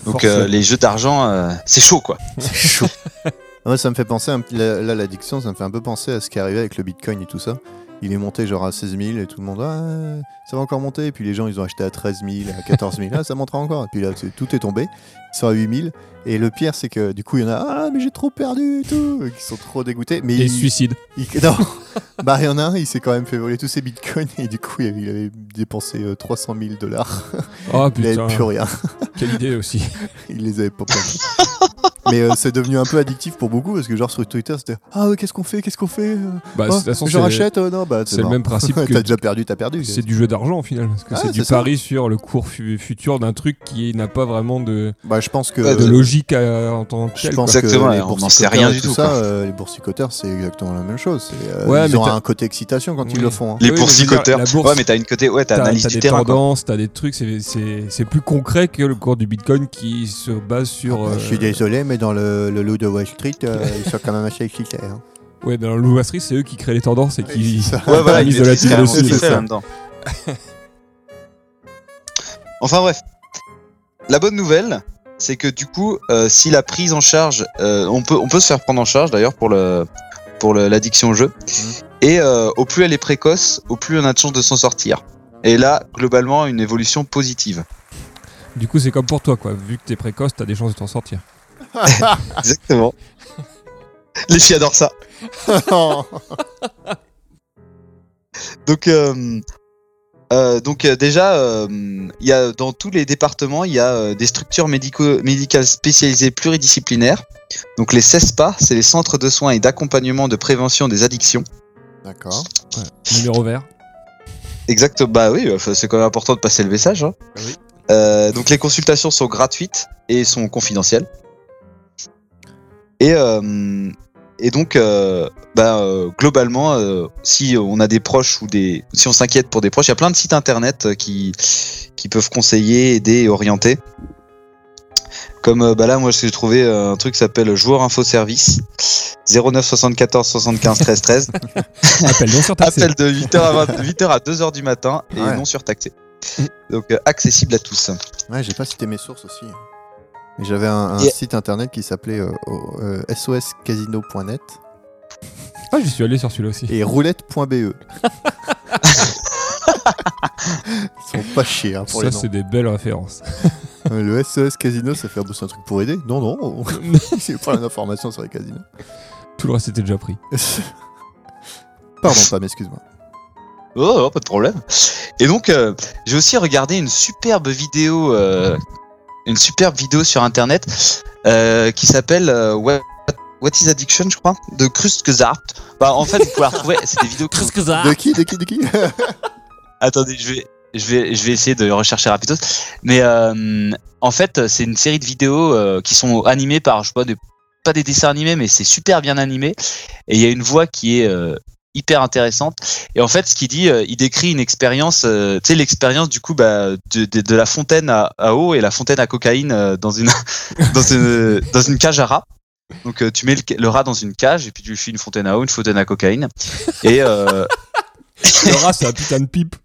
Speaker 3: Donc, euh, les jeux d'argent, euh, c'est chaud, quoi.
Speaker 1: C'est chaud. Moi, ça me fait penser, un petit- là, là, l'addiction, ça me fait un peu penser à ce qui est arrivé avec le bitcoin et tout ça. Il est monté genre à 16 000 et tout le monde, ah, ça va encore monter. Et puis les gens, ils ont acheté à 13 000, à 14 000, ah, ça montera encore. Et puis là, c'est- tout est tombé, ils sont à 8 000. Et le pire, c'est que du coup, il y en a, ah, mais j'ai trop perdu et tout, et qui sont trop dégoûtés. Mais
Speaker 2: Et
Speaker 1: ils-
Speaker 2: suicide.
Speaker 1: il- non, bah il y en a un, il s'est quand même fait voler tous ses bitcoins et du coup, il avait dépensé euh, 300 000 dollars.
Speaker 2: Oh
Speaker 1: Il
Speaker 2: putain,
Speaker 1: n'avait plus rien.
Speaker 2: quelle idée aussi.
Speaker 1: Il les avait pas perdus. Mais euh, c'est devenu un peu addictif pour beaucoup parce que genre sur Twitter c'était ah ouais, qu'est-ce qu'on fait qu'est-ce qu'on fait euh,
Speaker 2: Bah,
Speaker 1: oh,
Speaker 2: de toute façon,
Speaker 1: je
Speaker 2: c'est
Speaker 1: rachète euh, non bah
Speaker 2: c'est le
Speaker 1: mort.
Speaker 2: même principe que
Speaker 1: t'as déjà perdu t'as perdu
Speaker 2: c'est du jeu d'argent au final. Parce que
Speaker 1: Ah,
Speaker 2: c'est du
Speaker 1: c'est ça.
Speaker 2: pari sur le cours fu- futur d'un truc qui n'a pas vraiment de,
Speaker 1: bah je pense que
Speaker 3: Ouais,
Speaker 2: de logique à- en tant que
Speaker 1: je
Speaker 2: tel.
Speaker 1: pense
Speaker 2: quoi.
Speaker 1: que
Speaker 3: Exactement,
Speaker 1: les
Speaker 3: on n'en
Speaker 1: boursicoteurs
Speaker 3: sait rien
Speaker 1: et
Speaker 3: du tout,
Speaker 1: ça
Speaker 3: quoi.
Speaker 1: euh, les boursicoteurs c'est exactement la même chose c'est, euh,
Speaker 2: Ouais,
Speaker 1: ils
Speaker 2: mais
Speaker 1: ont
Speaker 2: t'as-
Speaker 1: un côté excitation quand
Speaker 2: Oui.
Speaker 1: ils le font hein.
Speaker 3: Les
Speaker 2: Oui, mais je veux dire,
Speaker 3: boursicoteurs.
Speaker 2: la bourse,
Speaker 3: ouais, mais t'as une côté, ouais, t'as
Speaker 2: T'as
Speaker 3: analyse
Speaker 2: t'as
Speaker 3: du
Speaker 2: des
Speaker 3: terrain. quoi.
Speaker 2: tendances, t'as des trucs, c'est- c'est c'est plus concret que le cours du Bitcoin qui se base sur...
Speaker 1: Ah, je suis
Speaker 2: euh,
Speaker 1: désolé mais dans le, le loup de Wall Street euh, ils sont quand même assez excités hein.
Speaker 2: Ouais, dans le Wall Street, c'est eux qui créent les tendances et qui...
Speaker 1: C'est ça.
Speaker 3: Ouais, voilà,
Speaker 2: analyse
Speaker 3: ils
Speaker 2: de la
Speaker 3: maîtrisent
Speaker 2: thune
Speaker 3: carrément
Speaker 1: aussi,
Speaker 3: ce qu'il
Speaker 1: c'est
Speaker 3: fait
Speaker 1: ça.
Speaker 3: là-dedans. Enfin, bref. La bonne nouvelle, c'est que du coup, euh, si la prise en charge, euh, on, peut, on peut se faire prendre en charge d'ailleurs pour le pour le- l'addiction au jeu. Et euh, au plus elle est précoce, au plus on a de chances de s'en sortir. Et là, globalement, une évolution positive.
Speaker 2: Du coup, c'est comme pour toi, quoi. Vu que t'es précoce, t'as des chances de t'en sortir.
Speaker 3: Exactement. Les filles adorent ça. Donc, euh, euh, donc euh, déjà, euh, il y a, dans tous les départements, il y a euh, des structures médico- médicales spécialisées pluridisciplinaires. Donc les E CESPA, c'est les centres de soins et d'accompagnement de prévention des addictions.
Speaker 1: d'accord
Speaker 2: Numéro vert.
Speaker 3: Exact, bah oui, enfin, c'est quand même important de passer le message. hein.
Speaker 2: Oui.
Speaker 3: Euh, donc les consultations sont gratuites et sont confidentielles. Et, euh, et donc, euh, bah, euh, globalement, euh, si on a des proches ou des, si on s'inquiète pour des proches, il y a plein de sites internet euh, qui, qui peuvent conseiller, aider et orienter. Comme euh, bah là, moi, j'ai trouvé euh, un truc qui s'appelle Joueur Info Service 09 74 75 13 13.
Speaker 2: Appel non surtaxé.
Speaker 3: Appel de 8h à, 20 8h à 2h du matin et
Speaker 1: Ouais.
Speaker 3: non surtaxé. Donc euh, accessible à tous.
Speaker 1: Ouais, j'ai pas cité mes sources aussi. hein. Mais j'avais un, un
Speaker 3: Et-
Speaker 1: site internet qui s'appelait euh, oh, euh, soscasino.net
Speaker 2: Ah, j'y suis allé sur celui-là aussi.
Speaker 1: et roulette.be. Ils sont pas chiés hein, pour
Speaker 2: Ça,
Speaker 1: les noms.
Speaker 2: c'est des belles références.
Speaker 1: Euh, Le SOS Casino, ça fait ah, bah, c'est un truc pour aider Non, non, c'est pas une information sur les casinos.
Speaker 2: Tout le reste était déjà pris.
Speaker 1: Pardon, pas, m'excuse-moi.
Speaker 3: Oh, oh, pas de problème. Et donc, euh, j'ai aussi regardé une superbe vidéo, euh, une superbe vidéo sur internet euh, qui s'appelle euh, What, What is Addiction, je crois, de Kruskezart. Bah, en fait, vous pouvez la retrouver. C'est des vidéos. que-
Speaker 4: Qu'est-ce que ça
Speaker 1: De qui De qui De qui
Speaker 3: Attendez, je vais, je vais, je vais essayer de rechercher rapidos. Mais euh, en fait, c'est une série de vidéos euh, qui sont animées par, je sais pas, des- pas des dessins animés, mais c'est super bien animé. Et il y a une voix qui est euh, hyper intéressante. Et en fait, ce qu'il dit, euh, il décrit une expérience, euh, tu sais, l'expérience du coup bah, de, de- de la fontaine à, à eau et la fontaine à cocaïne euh, dans une dans une dans une cage à rats. Donc euh, tu mets le, le rat dans une cage et puis tu lui fais une fontaine à eau, une fontaine à cocaïne. Et euh,
Speaker 2: Le rat, c'est un putain de pipe.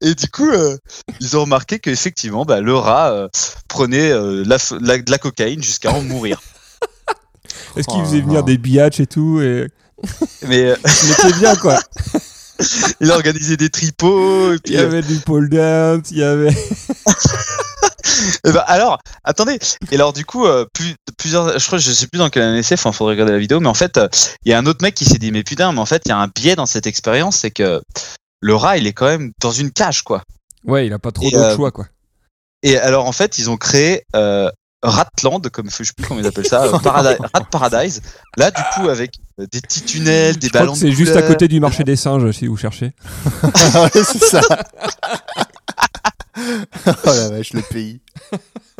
Speaker 3: Et du coup, euh, ils ont remarqué qu'effectivement, bah, le rat euh, prenait euh, la f- la- de la cocaïne jusqu'à en mourir.
Speaker 2: Est-ce qu'il faisait venir des biatchs et tout et...
Speaker 3: Mais euh,
Speaker 2: Mais c'est bien, quoi.
Speaker 3: il a organisé des tripots. Et
Speaker 2: Il
Speaker 3: puis,
Speaker 2: y
Speaker 3: euh,
Speaker 2: avait du pole dance, il y avait.
Speaker 3: eh ben, alors, attendez. Et alors, du coup, euh, plus, plusieurs, je crois, je sais plus dans quelle année c'est. Enfin, hein, faudrait regarder la vidéo. Mais en fait, euh, il y a un autre mec qui s'est dit, mais putain, mais en fait, il y a un biais dans cette expérience, c'est que le rat, il est quand même dans une cage, quoi.
Speaker 2: Ouais, il a pas trop
Speaker 3: Et,
Speaker 2: d'autre
Speaker 3: euh,
Speaker 2: choix, quoi.
Speaker 3: Et alors, en fait, ils ont créé euh, Ratland, comme je sais plus comment ils appellent ça, euh, Paradi- Rat Paradise. Là, du coup, avec euh, des petits tunnels, des
Speaker 2: Je crois
Speaker 3: ballons.
Speaker 2: que
Speaker 3: de
Speaker 2: c'est juste à
Speaker 3: couleurs.
Speaker 2: côté du marché des singes, si vous cherchez.
Speaker 1: Ouais, C'est ça. oh la vache, le pays.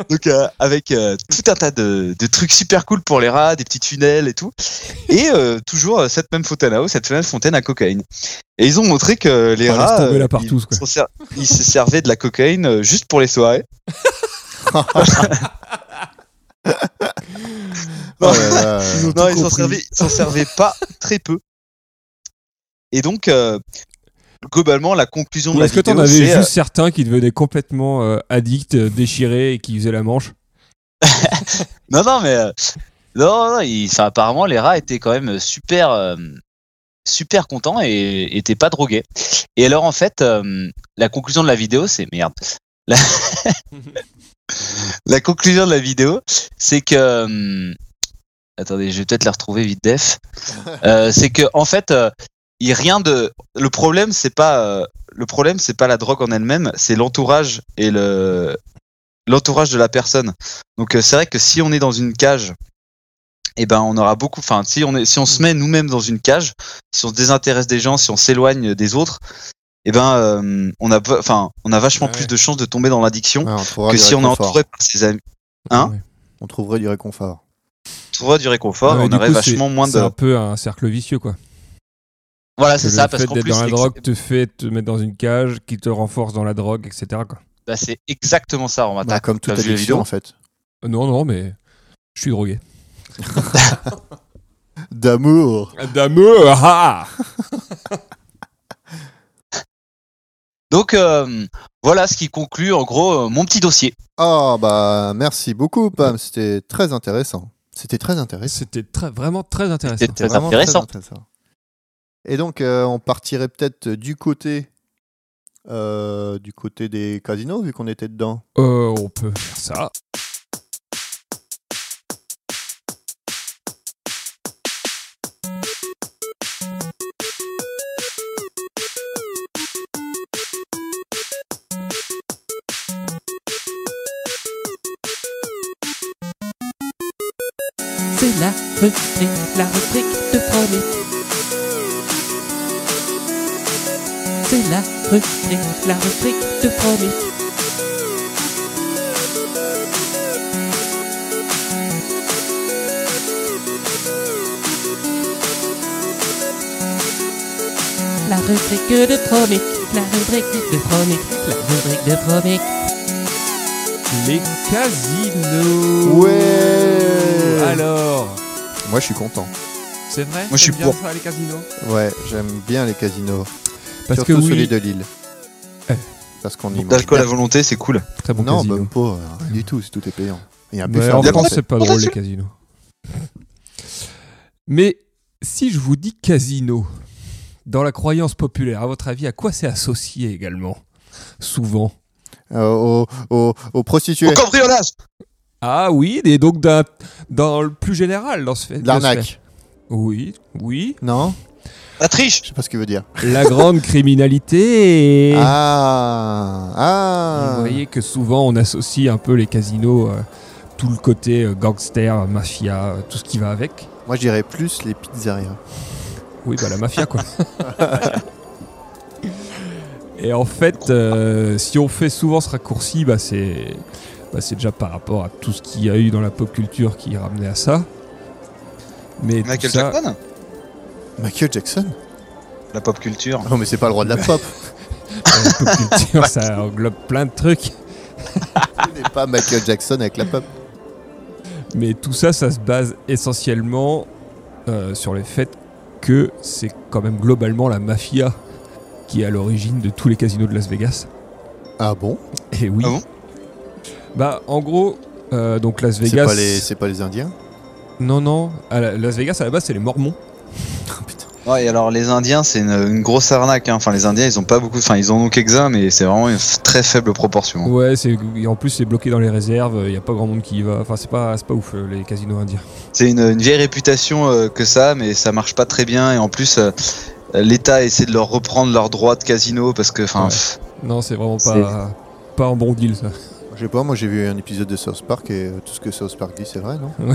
Speaker 3: Donc euh, avec euh, tout un tas de, de trucs super cool pour les rats, des petits tunnels et tout. Et euh, toujours euh, cette même fontaine à eau, cette même fontaine à cocaïne. Et ils ont montré que les
Speaker 2: Ah, laisse
Speaker 3: rats,
Speaker 2: tomber la
Speaker 3: euh,
Speaker 2: partouze,
Speaker 3: ils,
Speaker 2: quoi.
Speaker 3: s'en ser- ils se servaient de la cocaïne euh, juste pour les soirées.
Speaker 1: Oh
Speaker 3: Euh,
Speaker 1: là là.
Speaker 2: Ils ont tout
Speaker 3: Non, ils s'en
Speaker 2: compris.
Speaker 3: servaient, ils s'en servaient pas très peu. Et donc euh, globalement, la conclusion
Speaker 2: Ou
Speaker 3: de la
Speaker 2: est-ce que
Speaker 3: vidéo,
Speaker 2: t'en avais
Speaker 3: c'est,
Speaker 2: juste
Speaker 3: euh,
Speaker 2: certains qui devenaient complètement euh, addicts, euh, déchirés et qui faisaient la manche
Speaker 3: Non, non, mais. euh, non, non, il- enfin, apparemment, les rats étaient quand même super. euh, super contents et étaient pas drogués. Et alors, en fait, euh, la conclusion de la vidéo, c'est merde. La, la conclusion de la vidéo, c'est que. euh, attendez, je vais peut-être la retrouver vite def. Euh, c'est que, en fait. euh, il y a rien de le problème c'est pas euh, le problème c'est pas la drogue en elle-même c'est l'entourage et le l'entourage de la personne donc euh, c'est vrai que si on est dans une cage, eh ben on aura beaucoup. Enfin, si on est, si on se met nous-mêmes dans une cage, si on se désintéresse des gens, si on s'éloigne des autres, eh ben euh, on a, enfin, on a vachement
Speaker 2: Ouais.
Speaker 3: plus de chances de tomber dans l'addiction
Speaker 1: Ouais, on trouvera
Speaker 3: que
Speaker 1: du
Speaker 3: si on est
Speaker 1: réconfort.
Speaker 3: entouré par ses amis. Hein
Speaker 2: Ouais.
Speaker 1: On trouverait du réconfort.
Speaker 3: On trouvera du réconfort,
Speaker 2: Ouais, mais
Speaker 3: on
Speaker 2: du
Speaker 3: aurait
Speaker 2: coup,
Speaker 3: vachement
Speaker 2: c'est-
Speaker 3: moins
Speaker 2: C'est
Speaker 3: de.
Speaker 2: un peu un cercle vicieux, quoi.
Speaker 3: Voilà,
Speaker 2: Que
Speaker 3: c'est
Speaker 2: le
Speaker 3: ça, parce
Speaker 2: fait
Speaker 3: qu'en
Speaker 2: d'être
Speaker 3: plus,
Speaker 2: dans la
Speaker 3: l'ex-
Speaker 2: drogue te fait te mettre dans une cage qui te renforce dans la drogue, etc. quoi.
Speaker 3: bah, c'est exactement ça, on
Speaker 1: Bah, comme toute
Speaker 3: Ah, t'as vu la
Speaker 1: addiction
Speaker 3: vidéo
Speaker 1: en fait.
Speaker 2: Euh, Non, non, mais je suis drogué.
Speaker 1: D'amour.
Speaker 2: D'amour ah
Speaker 3: Donc euh, voilà ce qui conclut en gros euh, mon petit dossier.
Speaker 1: Oh bah merci beaucoup Pam, c'était très intéressant. C'était très intéressant.
Speaker 2: C'était très- vraiment très intéressant.
Speaker 3: C'était- Très
Speaker 1: Vraiment
Speaker 3: intéressant.
Speaker 1: intéressant. Et donc euh, on partirait peut-être du côté euh, du côté des casinos vu qu'on était dedans.
Speaker 2: Euh, on peut faire ça.
Speaker 4: C'est la rubrique, la rubrique de promis. C'est la rubrique, la rubrique de promis. La rubrique de promis, la rubrique de promis, la rubrique de promis.
Speaker 2: Les casinos.
Speaker 1: Ouais.
Speaker 2: Alors,
Speaker 1: Moi je suis content.
Speaker 2: c'est vrai
Speaker 3: Moi, je suis
Speaker 2: t'aimes bien ça, les casinos.
Speaker 1: Ouais, j'aime bien les casinos,
Speaker 2: Parce que
Speaker 1: surtout celui
Speaker 2: oui,
Speaker 1: de Lille.
Speaker 2: Eh.
Speaker 1: Parce qu'on y mange.
Speaker 3: D'alcool à volonté, c'est cool.
Speaker 2: très bon
Speaker 1: non,
Speaker 2: casino.
Speaker 1: même pas, euh, rien du tout, c'est tout est payant. Il y a un
Speaker 2: Mais
Speaker 1: buffet
Speaker 2: en
Speaker 1: en
Speaker 2: France,
Speaker 1: français.
Speaker 2: c'est pas
Speaker 3: Bon,
Speaker 2: drôle les
Speaker 3: monsieur.
Speaker 2: casinos. Mais si je vous dis casino, dans la croyance populaire, à votre avis, à quoi c'est associé également Souvent.
Speaker 1: Euh, aux, aux- aux prostituées,
Speaker 3: Au cambriolage
Speaker 2: Ah oui, et donc d'un- dans le plus général, dans ce fait.
Speaker 1: de
Speaker 2: de ce fait.
Speaker 1: l'arnaque.
Speaker 2: Oui, oui.
Speaker 1: Non
Speaker 3: La triche
Speaker 1: Je sais pas ce qu'il veut dire.
Speaker 2: La grande criminalité.
Speaker 1: Ah Ah
Speaker 2: Vous voyez que souvent on associe un peu les casinos, euh, tout le côté euh, gangster, mafia, euh, tout ce qui va avec.
Speaker 1: Moi je dirais plus les pizzerias.
Speaker 2: Oui, bah la mafia quoi. Et en fait, euh, si on fait souvent ce raccourci, bah c'est bah, c'est déjà par rapport à tout ce qu'il y a eu dans la pop culture qui ramenait à ça. Mais tout
Speaker 3: Michael
Speaker 2: ça,
Speaker 3: Jackson
Speaker 1: Michael Jackson
Speaker 3: La pop culture.
Speaker 1: Non mais c'est pas le roi de la pop.
Speaker 2: la euh, pop culture, ça englobe plein de trucs.
Speaker 1: Ce n'est pas Michael Jackson avec la pop.
Speaker 2: Mais tout ça, ça se base essentiellement euh, sur le fait que c'est quand même globalement la mafia qui est à l'origine de tous les casinos de Las Vegas.
Speaker 1: Ah bon
Speaker 2: Et oui.
Speaker 3: Ah bon
Speaker 2: bah en gros, euh, donc Las
Speaker 1: C'est
Speaker 2: Vegas.
Speaker 1: pas, les- c'est pas les Indiens
Speaker 2: Non, non. À la- Las Vegas, à la base, c'est les Mormons. Oh,
Speaker 1: Ah, putain.
Speaker 3: Ouais, et alors les Indiens, c'est une, une grosse arnaque. hein. Enfin, les Indiens, ils ont pas beaucoup. Enfin, ils en ont quelques-uns, mais c'est vraiment une f- très faible proportion. hein.
Speaker 2: Ouais, c'est et en plus, c'est bloqué dans les réserves. Il n'y a pas grand monde qui y va. Enfin, c'est pas, c'est pas ouf, euh, les casinos indiens.
Speaker 3: C'est une, une vieille réputation euh, que ça, mais ça marche pas très bien. Et en plus, euh, l'État essaie de leur reprendre leurs droits de casino parce que, enfin,
Speaker 2: Ouais.
Speaker 3: pff,
Speaker 2: Non, c'est vraiment pas, pas un bon deal, ça.
Speaker 1: Je sais pas, moi j'ai vu un épisode de South Park et euh, tout ce que South Park dit c'est vrai, non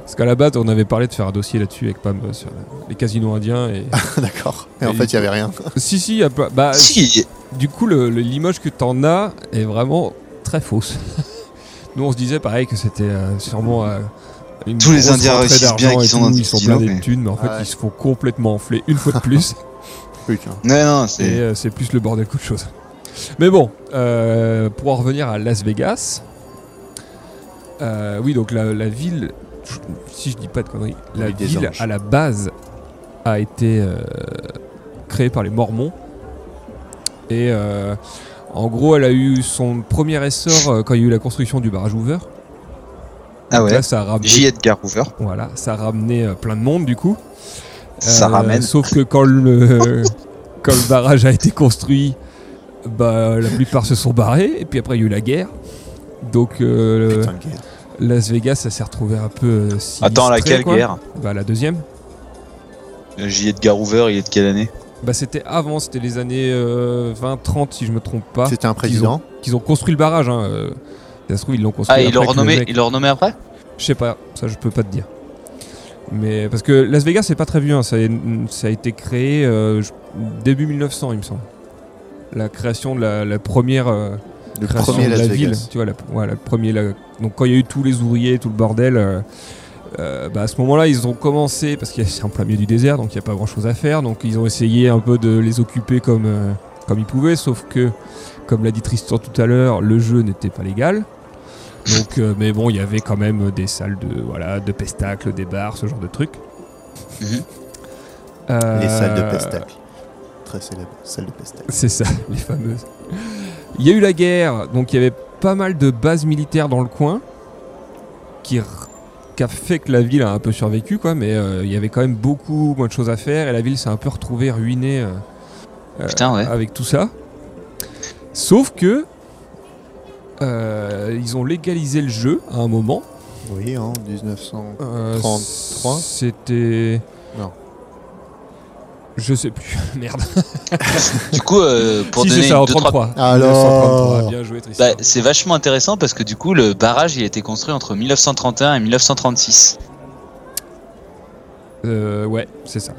Speaker 2: Parce qu'à la base, on avait parlé de faire un dossier là-dessus avec Pam euh, sur les casinos indiens. Et...
Speaker 1: D'accord. Et en
Speaker 2: Et
Speaker 1: fait
Speaker 2: du euh,
Speaker 1: il y avait rien.
Speaker 2: si, si, y a pas- bah,
Speaker 3: si,
Speaker 2: du coup, le- le- l'image que t'en as est vraiment très fausse. Nous, on se disait pareil que c'était euh, sûrement euh, une
Speaker 3: Tous les
Speaker 2: grosse
Speaker 3: Indiens
Speaker 2: rentrée
Speaker 3: réussissent
Speaker 2: d'argent
Speaker 3: bien et
Speaker 2: et
Speaker 3: qu'ils sont
Speaker 2: tout,
Speaker 3: dans des
Speaker 2: ils sont
Speaker 3: casinos,
Speaker 2: pleins
Speaker 3: mais-
Speaker 2: d'études, mais en fait,
Speaker 1: Ah ouais.
Speaker 2: ils se font complètement enfler une fois de plus.
Speaker 1: Putain.
Speaker 3: non, non,
Speaker 2: Et
Speaker 3: c'est
Speaker 2: euh, c'est plus le bordel qu'autre chose. Mais bon, euh, pour en revenir à Las Vegas, euh, oui, donc la, la ville, je- si je dis pas de conneries, la
Speaker 1: Oui, des
Speaker 2: ville
Speaker 1: anges.
Speaker 2: à la base a été euh, créée par les Mormons. Et euh, en gros, elle a eu son premier essor euh, quand il y a eu la construction du barrage Hoover.
Speaker 3: ah
Speaker 2: Donc
Speaker 3: ouais.
Speaker 2: Là, ça a ramené,
Speaker 3: J. Edgar Hoover.
Speaker 2: voilà, ça a ramené euh, plein de monde du coup.
Speaker 3: Ça
Speaker 2: Euh,
Speaker 3: ramène.
Speaker 2: Sauf que quand le, quand le barrage a été construit, bah, la plupart se sont barrés, et puis après il y a eu la guerre. Donc euh,
Speaker 1: Putain de guerre.
Speaker 2: Las Vegas, ça s'est retrouvé un peu euh, sinistré,
Speaker 3: Attends, laquelle
Speaker 2: quoi.
Speaker 3: guerre
Speaker 2: Bah, La deuxième.
Speaker 3: Euh, J. Edgar Hoover, il est de quelle année
Speaker 2: Bah, c'était avant, c'était les années euh, 20-30, si je me trompe pas,
Speaker 1: C'était un président.
Speaker 2: qu'ils ont construit le barrage. hein, euh, Ça se trouve, ils l'ont construit.
Speaker 3: Ah, il
Speaker 2: après
Speaker 3: l'a
Speaker 2: que le
Speaker 3: renommé,
Speaker 2: mec-
Speaker 3: il l'a renommé après
Speaker 2: Je sais pas, ça je peux pas te dire. Mais parce que Las Vegas, c'est pas très vieux, hein, ça, a- ça a été créé euh, je- début 1900, il me semble. La création de la, la première euh,
Speaker 1: Le
Speaker 2: création
Speaker 1: premier
Speaker 2: de la
Speaker 1: Las
Speaker 2: ville,
Speaker 1: Vegas.
Speaker 2: tu vois, la- voilà, le premier. la- donc quand il y a eu tous les ouvriers, tout le bordel, euh, euh, bah, à ce moment-là, ils ont commencé parce qu'il y a- c'est en plein milieu du désert, donc il n'y a pas grand-chose à faire, donc ils ont essayé un peu de les occuper comme euh, comme ils pouvaient, sauf que, comme l'a dit Tristan tout à l'heure, le jeu n'était pas légal. Donc, euh, mais bon, il y avait quand même des salles de voilà, de pestacles, des bars, ce genre de trucs.
Speaker 3: Mhm.
Speaker 2: Euh,
Speaker 1: Les salles de pestacle. Très célèbre, salle de pestacle.
Speaker 2: c'est ça, les fameuses. Il y a eu la guerre, donc il y avait pas mal de bases militaires dans le coin qui, r- qui a fait que la ville a un peu survécu, quoi, mais euh, il y avait quand même beaucoup moins de choses à faire et la ville s'est un peu retrouvée ruinée euh, euh,
Speaker 3: Putain, ouais.
Speaker 2: avec tout ça. Sauf que euh, ils ont légalisé le jeu à un moment.
Speaker 1: Oui, en 1900.
Speaker 2: Euh,
Speaker 1: 33?
Speaker 2: C'était.
Speaker 1: Non.
Speaker 2: Je sais plus. Merde.
Speaker 3: Du coup, euh, pour
Speaker 2: Ah. si, c'est
Speaker 3: donner
Speaker 2: ça, en
Speaker 3: une- deux, trois
Speaker 2: 33.
Speaker 1: Alors
Speaker 2: 1933, Bien joué, Tristan.
Speaker 3: Bah, c'est vachement intéressant parce que du coup, le barrage il a été construit entre 1931 et 1936.
Speaker 2: Euh, ouais, c'est ça.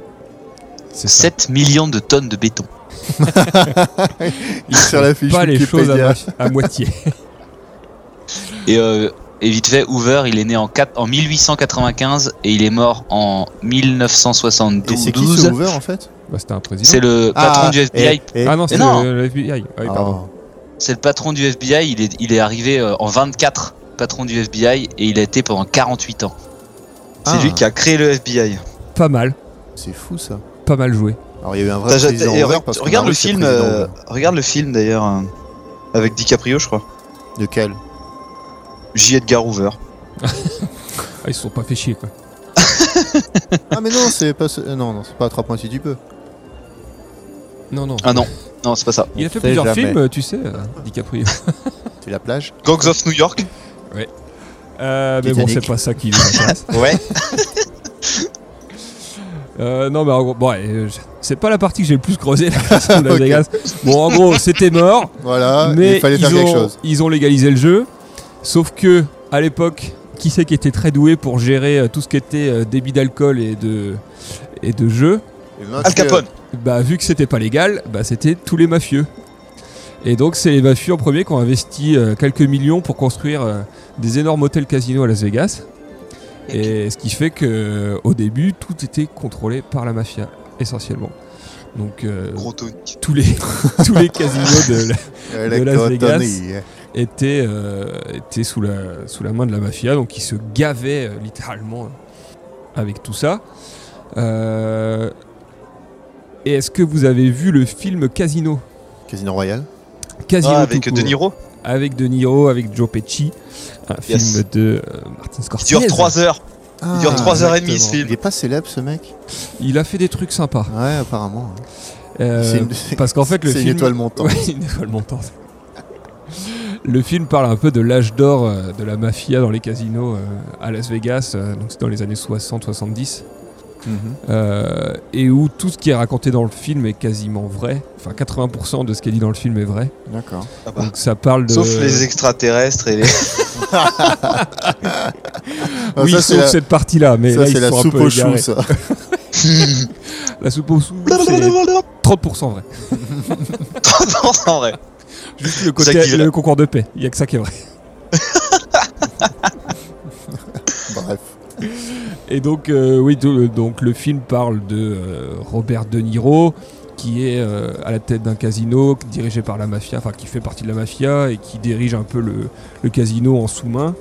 Speaker 2: C'est ça.
Speaker 3: 7 millions de tonnes de béton.
Speaker 1: Il sert la fiche
Speaker 2: Pas les choses à,
Speaker 1: Wikipédia.
Speaker 2: mo- à moitié.
Speaker 3: Et, euh, et vite fait, Hoover il est né en, quatre- en 1895 et il est mort en
Speaker 1: Et c'est qui ce
Speaker 3: 1972.
Speaker 1: Hoover en fait
Speaker 2: bah, c'était un président.
Speaker 3: C'est le patron
Speaker 1: Ah,
Speaker 3: du FBI.
Speaker 1: et- et-
Speaker 2: Ah non, c'est
Speaker 3: non.
Speaker 2: le, le FBI. Ah oui, pardon.
Speaker 1: Ah,
Speaker 3: C'est le patron du FBI. Il est, il est arrivé euh, en 24, patron du FBI, et il a été pendant 48 ans. C'est
Speaker 1: Ah.
Speaker 3: lui qui a créé le FBI.
Speaker 2: Pas mal.
Speaker 1: c'est fou ça.
Speaker 2: Pas mal joué.
Speaker 1: Alors il y a eu un vrai
Speaker 3: T'as- t'as-
Speaker 1: président
Speaker 3: et
Speaker 1: Hoover
Speaker 3: re-
Speaker 1: parce qu'on
Speaker 3: regarde
Speaker 1: a
Speaker 3: le
Speaker 1: vu ces
Speaker 3: film,
Speaker 1: présidents
Speaker 3: euh,
Speaker 1: Hoover.
Speaker 3: regarde le film d'ailleurs euh, avec DiCaprio, je crois.
Speaker 1: De quel
Speaker 3: J. Edgar Hoover.
Speaker 2: Ah, ils se sont pas fait chier, quoi.
Speaker 1: Ah mais non, c'est pas ce- euh, non, non, c'est pas à trois points si tu peux.
Speaker 2: Non, non.
Speaker 3: Ah non, non, c'est pas ça.
Speaker 2: Il a fait
Speaker 1: sait
Speaker 2: plusieurs
Speaker 1: jamais.
Speaker 2: films, euh, tu sais, euh, DiCaprio.
Speaker 1: C'est la plage.
Speaker 3: Gangs of New York.
Speaker 2: Euh, mais bon,
Speaker 1: Titanic.
Speaker 2: c'est pas ça qui nous intéresse.
Speaker 3: Ouais.
Speaker 2: Euh, non, mais en gros, bon, ouais, euh, je- c'est pas la partie que j'ai le plus creusée, la question de Las Vegas. Bon, en gros, c'était mort,
Speaker 1: Voilà,
Speaker 2: mais
Speaker 1: Ah, il fallait faire
Speaker 2: ils,
Speaker 1: quelque
Speaker 2: ont,
Speaker 1: chose.
Speaker 2: ils ont légalisé le jeu. Sauf que, à l'époque, qui c'est qui était très doué pour gérer euh, tout ce qui était euh, débit d'alcool et de, et de jeu
Speaker 3: Al Capone.
Speaker 1: euh,
Speaker 2: Bah, vu que c'était pas légal, bah, c'était tous les mafieux. Et donc, c'est les mafieux en premier qui ont investi euh, quelques millions pour construire euh, des énormes hôtels casinos à Las Vegas. Et ce qui fait que euh, au début, tout était contrôlé par la mafia, essentiellement. Donc, euh,
Speaker 3: Gros Tony.
Speaker 2: tous les, tous les casinos de la-
Speaker 1: euh,
Speaker 2: de Las
Speaker 1: Electrotonie.
Speaker 2: étaient, euh, étaient sous, la, sous la main de la mafia, donc ils se gavaient euh, littéralement euh, avec tout ça. Euh, et est-ce que vous avez vu le film Casino
Speaker 1: Casino Royale.
Speaker 2: Casino
Speaker 3: Ah, avec
Speaker 2: tout court.
Speaker 3: De Niro
Speaker 2: Avec De Niro, avec Joe Pesci, un
Speaker 3: Yes.
Speaker 2: film de euh, Martin
Speaker 3: Il
Speaker 2: Scorsese.
Speaker 3: dure 3 heures.
Speaker 1: Ah,
Speaker 3: Il dure 3h30 ce
Speaker 2: exactement.
Speaker 1: Il
Speaker 3: film.
Speaker 1: est pas célèbre ce mec
Speaker 2: Il a fait des trucs sympas.
Speaker 1: Ouais, apparemment. hein.
Speaker 2: Euh,
Speaker 1: C'est une-
Speaker 2: Parce qu'en fait, le
Speaker 1: c'est une
Speaker 2: film.
Speaker 1: étoile montante.
Speaker 2: Ouais, une étoile montante. Le film parle un peu de l'âge d'or euh, de la mafia dans les casinos euh, à Las Vegas, euh, donc c'est dans les années 60-70,
Speaker 1: Mhm.
Speaker 2: et où tout ce qui est raconté dans le film est quasiment vrai. Enfin, 80% de ce qui est dit dans le film est vrai.
Speaker 1: D'accord.
Speaker 3: Ah bah.
Speaker 2: Donc ça parle de.
Speaker 3: Sauf les extraterrestres et les.
Speaker 1: Ah,
Speaker 2: oui,
Speaker 1: ça, c'est
Speaker 2: sauf
Speaker 1: la-
Speaker 2: cette partie-là, mais
Speaker 1: ça,
Speaker 2: là, ils
Speaker 1: c'est la
Speaker 2: sont un
Speaker 1: soupe
Speaker 2: peu
Speaker 1: aux choux,
Speaker 2: égarés.
Speaker 1: ça.
Speaker 2: La soupe aux choux, c'est 30% vrai.
Speaker 3: en vrai.
Speaker 2: Juste le,
Speaker 3: Jacques
Speaker 2: côté,
Speaker 3: Villa.
Speaker 2: le concours de paix, il n'y a que ça qui est vrai.
Speaker 1: Bref.
Speaker 2: Et donc, euh, oui, tout- donc le film parle de euh, Robert De Niro, qui est euh, à la tête d'un casino dirigé par la mafia, enfin qui fait partie de la mafia et qui dirige un peu le, le casino en sous-main.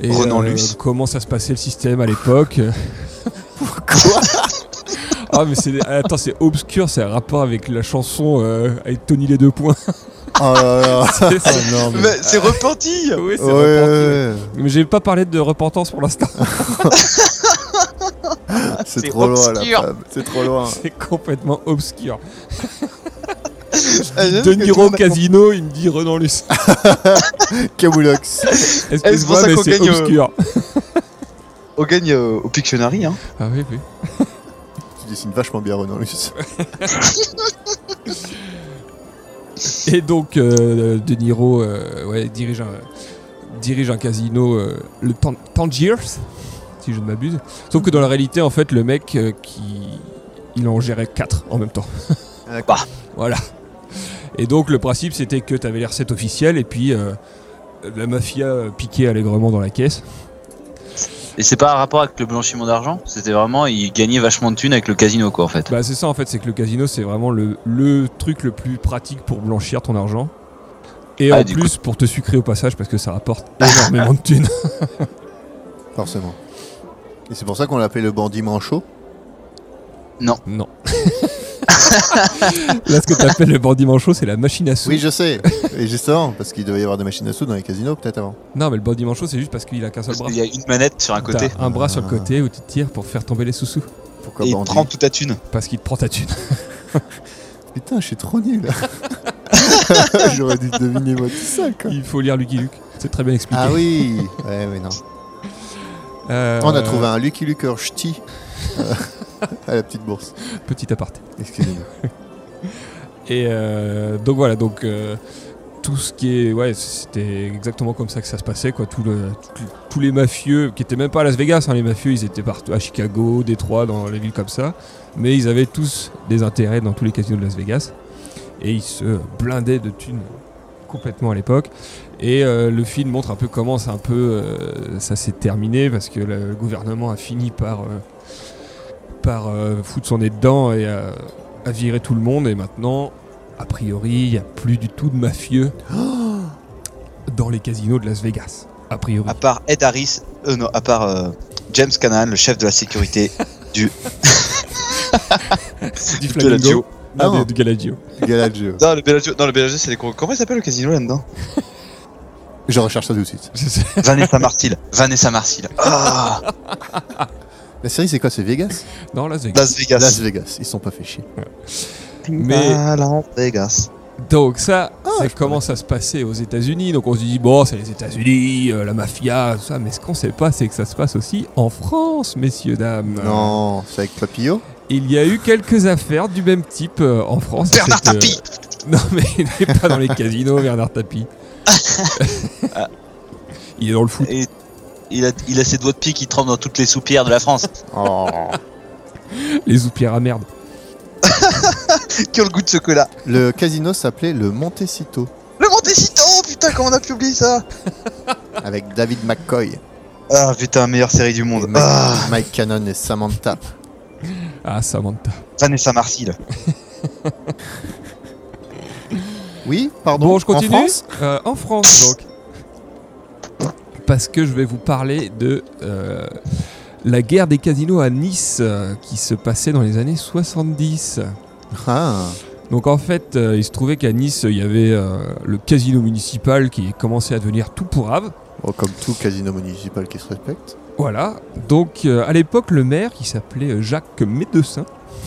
Speaker 2: Et euh,
Speaker 3: Renan Luce.
Speaker 2: comment ça se passait le système à l'époque
Speaker 1: Pourquoi
Speaker 2: Ah mais c'est attends c'est obscur, c'est un rapport avec la chanson euh, avec Tony les deux points.
Speaker 1: Oh là là.
Speaker 2: C'est ça.
Speaker 1: Oh non, mais-
Speaker 3: Mais c'est repenti
Speaker 2: oui, Ah, c'est
Speaker 1: Ouais,
Speaker 2: repenti.
Speaker 1: ouais,
Speaker 2: Mais j'ai pas parlé de repentance pour l'instant.
Speaker 1: ouais. C'est
Speaker 3: C'est
Speaker 1: trop loin, la
Speaker 3: obscur.
Speaker 1: fable. C'est trop loin.
Speaker 2: C'est complètement obscur.
Speaker 3: Ah, j'aime
Speaker 2: De
Speaker 3: que tout
Speaker 2: Niro
Speaker 3: le monde a
Speaker 2: Casino, il me dit Renan Luce.
Speaker 1: Camoulox.
Speaker 3: c'est pour
Speaker 2: Excuse-moi,
Speaker 3: ça
Speaker 2: mais
Speaker 3: qu'on
Speaker 2: c'est
Speaker 3: gagne, euh,
Speaker 2: obscur.
Speaker 3: On gagne euh, au Pictionary, hein.
Speaker 2: Ah oui, oui.
Speaker 1: Tu dessines vachement bien Renan Luce.
Speaker 2: Et donc, euh, De Niro euh, ouais, dirige, un, dirige un casino, euh, le Tan- Tangiers, si je ne m'abuse. Sauf que dans la réalité, en fait, le mec, euh, qui, il en gérait 4 en même temps.
Speaker 3: Ah,
Speaker 1: D'accord.
Speaker 2: Voilà. Et donc, le principe, c'était que tu avais les recettes officielles et puis euh, la mafia euh, piquait allègrement dans la caisse.
Speaker 5: Et c'est pas un rapport avec le blanchiment d'argent C'était vraiment, il gagnait vachement de thunes avec le casino, quoi, en fait.
Speaker 2: Bah, c'est ça, en fait, c'est que le casino, c'est vraiment le, le truc le plus pratique pour blanchir ton argent. Et
Speaker 5: Ah,
Speaker 2: en
Speaker 5: du
Speaker 2: plus, pour te sucrer au passage, parce que ça rapporte
Speaker 1: Ah.
Speaker 2: énormément de thunes.
Speaker 1: Forcément. Et c'est pour ça qu'on l'appelait le bandit manchot.
Speaker 2: Non. Là, ce que t'appelles le bandit manchot, c'est la machine à sous.
Speaker 1: Oui, je sais. Et justement, parce qu'il devait y avoir des machines à sous dans les casinos peut-être avant.
Speaker 2: Non, mais le bandit manchot, c'est juste parce qu'il a qu'un seul
Speaker 3: Parce
Speaker 2: bras.
Speaker 3: qu'il y a une manette sur un côté.
Speaker 2: T'as un bras sur le
Speaker 1: Ah.
Speaker 2: côté où tu tires pour faire tomber les sous-sous.
Speaker 1: Pourquoi
Speaker 3: et il
Speaker 1: bandit
Speaker 3: prend toute ta thune.
Speaker 2: Parce qu'il te prend ta thune.
Speaker 1: Putain, je suis trop nul. J'aurais dû deviner moi tout ça, quoi.
Speaker 2: Il faut lire Lucky Luke. C'est très bien expliqué.
Speaker 1: Ah oui Ouais, mais non.
Speaker 2: Euh,
Speaker 1: On a trouvé un Lucky Luke Ch'ti euh, à la petite bourse.
Speaker 2: Petit aparté.
Speaker 1: Excusez-moi.
Speaker 2: Et euh, donc voilà, donc euh, tout ce qui est. Ouais, c'était exactement comme ça que ça se passait, quoi. Tout le- tout le- tous les mafieux, qui étaient même pas à Las Vegas, hein, les mafieux, ils étaient partout, à Chicago, Détroit, dans les villes comme ça. Mais ils avaient tous des intérêts dans tous les casinos de Las Vegas. Et ils se blindaient de thunes complètement à l'époque. Et euh, le film montre un peu comment c'est un peu, euh, ça s'est terminé parce que le gouvernement a fini par, euh, par euh, foutre son nez dedans et euh, à virer tout le monde. Et maintenant, a priori, il n'y a plus du tout de mafieux dans les casinos de Las Vegas. A priori.
Speaker 3: À part Ed Harris, euh, non, à part euh, James Canaan, le chef de la sécurité du.
Speaker 2: du
Speaker 3: Bellagio.
Speaker 2: Ah,
Speaker 1: Non.
Speaker 2: du- du Galagio.
Speaker 1: Galagio.
Speaker 3: Non, le Bellagio, non, le Bellagio, c'est les gros. Comment il s'appelle le casino là-dedans
Speaker 1: Je recherche ça tout de suite.
Speaker 2: C'est ça.
Speaker 3: Vanessa Marcil. Vanessa Marcil. Ah
Speaker 1: La série, c'est quoi C'est Vegas
Speaker 2: Non, Las Vegas.
Speaker 3: Las Vegas.
Speaker 1: Las Vegas. Ils sont pas fait chier.
Speaker 2: Mais-
Speaker 3: Ah, Las Vegas.
Speaker 2: Donc ça, c'est comment ça se passait aux États-Unis. Donc on se dit bon, c'est les États-Unis, euh, la mafia,
Speaker 1: Euh.
Speaker 2: tout ça. Mais ce qu'on sait pas, c'est que ça se passe aussi en France, messieurs dames.
Speaker 1: Non, c'est avec Papillot
Speaker 2: Il y a eu quelques affaires du même type euh, en France.
Speaker 3: Bernard
Speaker 2: C'est que-
Speaker 3: Tapie
Speaker 2: Non, mais il n'est pas dans les casinos, Bernard Tapie.
Speaker 3: Ah.
Speaker 2: il est dans le foot.
Speaker 5: Et il a, il a ses doigts de pied qui tremblent dans toutes les soupières de la France.
Speaker 1: Oh.
Speaker 2: Les soupirs à merde.
Speaker 3: qui ont le goût de chocolat.
Speaker 1: le casino s'appelait le Montecito
Speaker 3: Le Montecito Putain, comment on a pu oublier ça
Speaker 1: avec David McCoy,
Speaker 3: Ah putain, meilleure série du
Speaker 1: et
Speaker 3: monde.
Speaker 1: Mike,
Speaker 3: Ah,
Speaker 1: Mike Cannon et Samantha.
Speaker 2: Ah, Samantha.
Speaker 3: Vanessa Marcy, là.
Speaker 1: Oui, pardon.
Speaker 2: Bon, je continue.
Speaker 1: En France
Speaker 2: Euh, en France, donc. Parce que je vais vous parler de euh, la guerre des casinos à Nice euh, qui se passait dans les années 70.
Speaker 1: Ah,
Speaker 2: Donc en fait, euh, il se trouvait qu'à Nice, il y avait euh, le casino municipal qui commençait à devenir tout pourrave.
Speaker 1: oh, comme tout casino municipal qui se respecte.
Speaker 2: Voilà. Donc euh, à l'époque, le maire, qui s'appelait euh, Jacques Médecin, euh,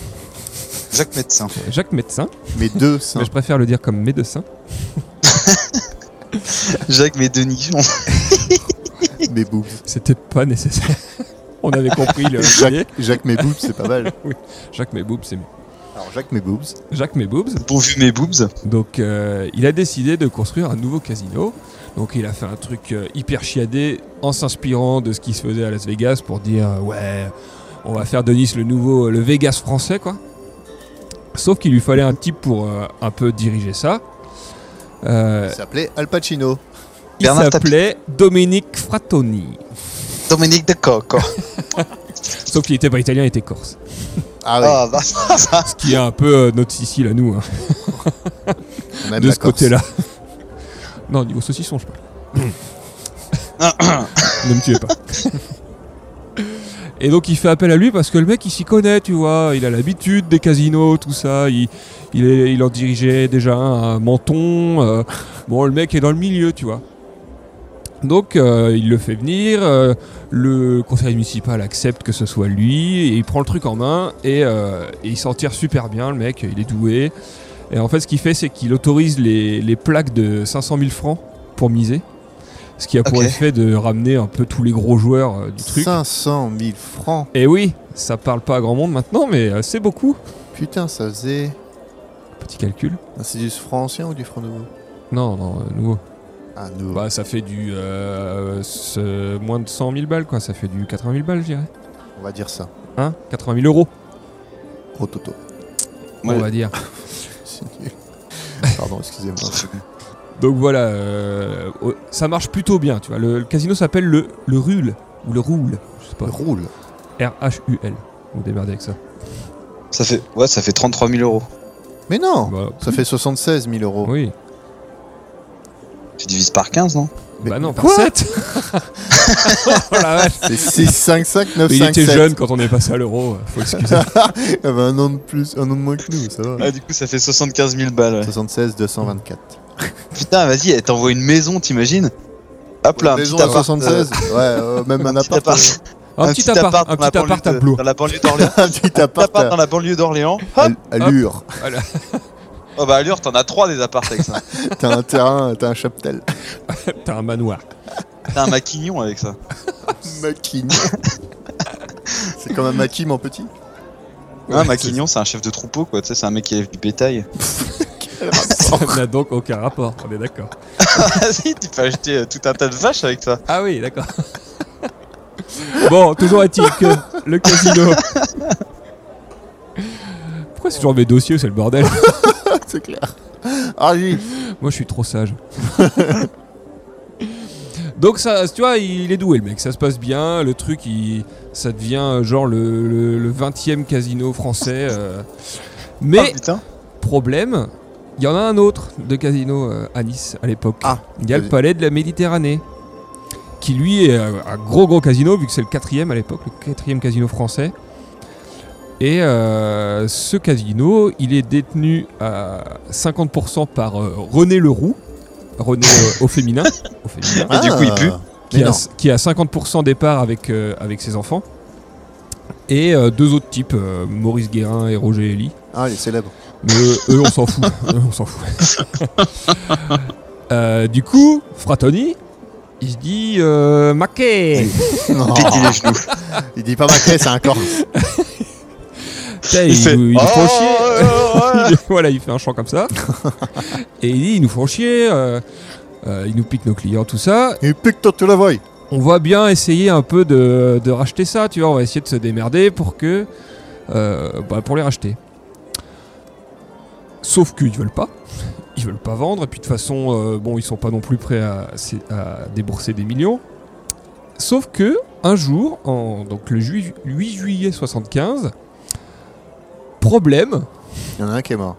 Speaker 3: Jacques Médecin.
Speaker 2: Jacques Médecin,
Speaker 1: Mais deux,
Speaker 2: mais
Speaker 1: seins.
Speaker 2: je préfère le dire comme Médecin,
Speaker 3: Jacques mes deux nichons.
Speaker 1: mes boobs.
Speaker 2: c'était pas nécessaire. On avait compris le
Speaker 1: Jacques, Jacques mes boobs, c'est pas mal.
Speaker 2: Jacques Méboubs, c'est mieux.
Speaker 1: Alors Jacques mes boobs.
Speaker 2: Jacques Méboubs.
Speaker 3: Bon vu mes boobs.
Speaker 2: Donc euh, il a décidé de construire un nouveau casino. Donc il a fait un truc euh, hyper chiadé en s'inspirant de ce qui se faisait à Las Vegas pour dire euh, ouais on va faire de Nice le nouveau euh, le Vegas français quoi. Sauf qu'il lui fallait un type pour euh, un peu diriger ça. Euh,
Speaker 1: Il s'appelait Al Pacino.
Speaker 2: il
Speaker 3: Bernard Tapie.
Speaker 2: s'appelait Dominique Frattoni.
Speaker 3: Dominique de Coco.
Speaker 2: Sauf qu'il était pas italien, il était corse.
Speaker 1: Ah oui,
Speaker 3: Ah, bah, ça, ça.
Speaker 2: Ce qui est un peu euh, notre Sicile à nous. hein.
Speaker 1: on aime
Speaker 2: de
Speaker 1: la
Speaker 2: ce
Speaker 1: Corse.
Speaker 2: côté-là. non, niveau saucisson, je parle. ne me tuez pas. Et donc il fait appel à lui parce que le mec il s'y connaît, tu vois, il a l'habitude des casinos, tout ça, il, il, est- il en dirigeait déjà un à Menton, euh, bon le mec est dans le milieu, tu vois. Donc euh, il le fait venir, euh, le conseil municipal accepte que ce soit lui, et il prend le truc en main et, euh, et il s'en tire super bien, le mec, il est doué, et en fait, ce qu'il fait, c'est qu'il autorise les, les plaques de 500 000 francs pour miser. Ce qui a pour
Speaker 3: Ok.
Speaker 2: effet de ramener un peu tous les gros joueurs euh, du truc.
Speaker 1: 500 000 francs.
Speaker 2: Et Eh oui, ça parle pas à grand monde maintenant, mais euh, c'est beaucoup.
Speaker 1: Putain, ça faisait.
Speaker 2: Petit calcul.
Speaker 1: Ah, C'est du franc ancien ou du franc nouveau
Speaker 2: Non, non, euh, nouveau.
Speaker 1: Ah, nouveau.
Speaker 2: Bah, ça fait du. euh, ce- moins de 100 000 balles, quoi. Ça fait du 80 000 balles, je dirais.
Speaker 1: On va dire ça.
Speaker 2: Hein 80 000 euros,
Speaker 1: Au toto.
Speaker 2: on
Speaker 3: Ouais.
Speaker 2: va dire.
Speaker 1: C'est nul. Pardon, excusez-moi.
Speaker 2: Donc voilà, euh, oh, ça marche plutôt bien, tu vois. Le, le casino s'appelle le, le Rule, ou le Roule, je sais pas.
Speaker 1: Roule.
Speaker 2: R-H-U-L. Vous démerdez avec ça.
Speaker 3: Ça fait, ouais, ça fait 33 000 euros.
Speaker 1: Mais non
Speaker 2: Bah,
Speaker 1: Oh, Ça fait 76 000 euros.
Speaker 2: oui.
Speaker 3: Tu divises par 15, non
Speaker 1: Mais
Speaker 2: bah non, par
Speaker 1: quoi
Speaker 2: 7 Oh la vache.
Speaker 1: C'est 6, 5, 5, 9,
Speaker 2: Il
Speaker 1: 5,
Speaker 2: était
Speaker 1: 7.
Speaker 2: jeune quand on est passé à l'euro, euh, faut excuser.
Speaker 1: Ah bah, un an de plus, un an de moins que nous, ça va.
Speaker 3: Ah, du coup, ça fait 75 000 balles.
Speaker 1: 76, 224.
Speaker 3: Putain, vas-y, elle t'envoie une maison, t'imagines Hop là, un
Speaker 1: Maison
Speaker 3: petit
Speaker 1: à
Speaker 3: appart.
Speaker 1: 76 Ouais, euh, même un,
Speaker 3: Un petit
Speaker 1: appart.
Speaker 3: appart,
Speaker 2: Un petit appart, un
Speaker 3: dans la
Speaker 2: petit appart à
Speaker 3: banlieue de-
Speaker 2: Blo.
Speaker 3: Dans la banlieue d'Orléans.
Speaker 1: euh, Un petit
Speaker 3: Un
Speaker 1: appart
Speaker 3: appart dans
Speaker 1: à,
Speaker 3: la banlieue d'Orléans.
Speaker 1: à,
Speaker 3: Hop
Speaker 1: à Lure.
Speaker 3: Oh bah, à Lure, t'en as trois des apparts avec ça.
Speaker 1: T'as un terrain, t'as un chaptel.
Speaker 2: T'as un manoir.
Speaker 3: T'as un maquignon avec ça.
Speaker 1: Maquignon. C'est comme un maquis, en petit.
Speaker 3: Un maquignon, c'est un chef de troupeau, quoi. Tu sais, c'est un mec qui élève du bétail.
Speaker 2: Ça n'a donc aucun rapport, on est d'accord.
Speaker 3: Vas-y, tu peux acheter euh, tout un tas de vaches avec ça.
Speaker 2: Ah oui, d'accord. bon, toujours est-il que le casino. Pourquoi c'est toujours mes dossiers, c'est le bordel
Speaker 1: C'est clair. Ah oui.
Speaker 2: Moi, je suis trop sage. Donc ça, tu vois, il est doué le mec, ça se passe bien, le truc, il, ça devient euh, genre le, le- le 20e casino français. euh.
Speaker 3: Oh,
Speaker 2: Mais,
Speaker 3: putain.
Speaker 2: problème, il y en a un autre de casino euh, à Nice à l'époque.
Speaker 1: Ah,
Speaker 2: il y a le
Speaker 1: vas-y.
Speaker 2: Palais de la Méditerranée, qui lui est euh, un gros gros casino, vu que c'est le quatrième à l'époque, le quatrième casino français. Et euh, ce casino, il est détenu à 50% par euh, René Leroux, René euh, au féminin, au féminin
Speaker 1: Ah,
Speaker 3: Et du coup, il pue.
Speaker 1: Mais
Speaker 2: qui a,
Speaker 1: non.
Speaker 2: qui a 50% des parts avec, euh, avec ses enfants. Et euh, deux autres types, euh, Maurice Guérin et Roger Elie.
Speaker 1: Ah, il est célèbre.
Speaker 2: Mais eux, eux, on s'en fout. Eux, on s'en fout. Euh, du coup, Fratoni, il se dit euh, Maquet.
Speaker 1: Non.
Speaker 3: Péter les genoux.
Speaker 1: hein, Il dit pas maquet, c'est un corps.
Speaker 2: Putain, il,
Speaker 3: fait,
Speaker 2: nous- il nous font
Speaker 3: Oh,
Speaker 2: chier.
Speaker 3: oh, oh, oh.
Speaker 2: Il- voilà, il fait un chant comme ça. et il dit, ils nous font chier, euh, euh, ils nous piquent nos clients, tout ça.
Speaker 1: Et puis que toi, tu la vois.
Speaker 2: On va bien essayer un peu de, de racheter ça, tu vois. On va essayer de se démerder pour que. euh, bah, pour les racheter. Sauf qu'ils veulent pas. Ils veulent pas vendre. Et puis de toute façon, euh, bon, ils sont pas non plus prêts à, à débourser des millions. Sauf que, un jour, en, donc le ju- 8 juillet 75, problème,
Speaker 1: Il y en a un qui est mort.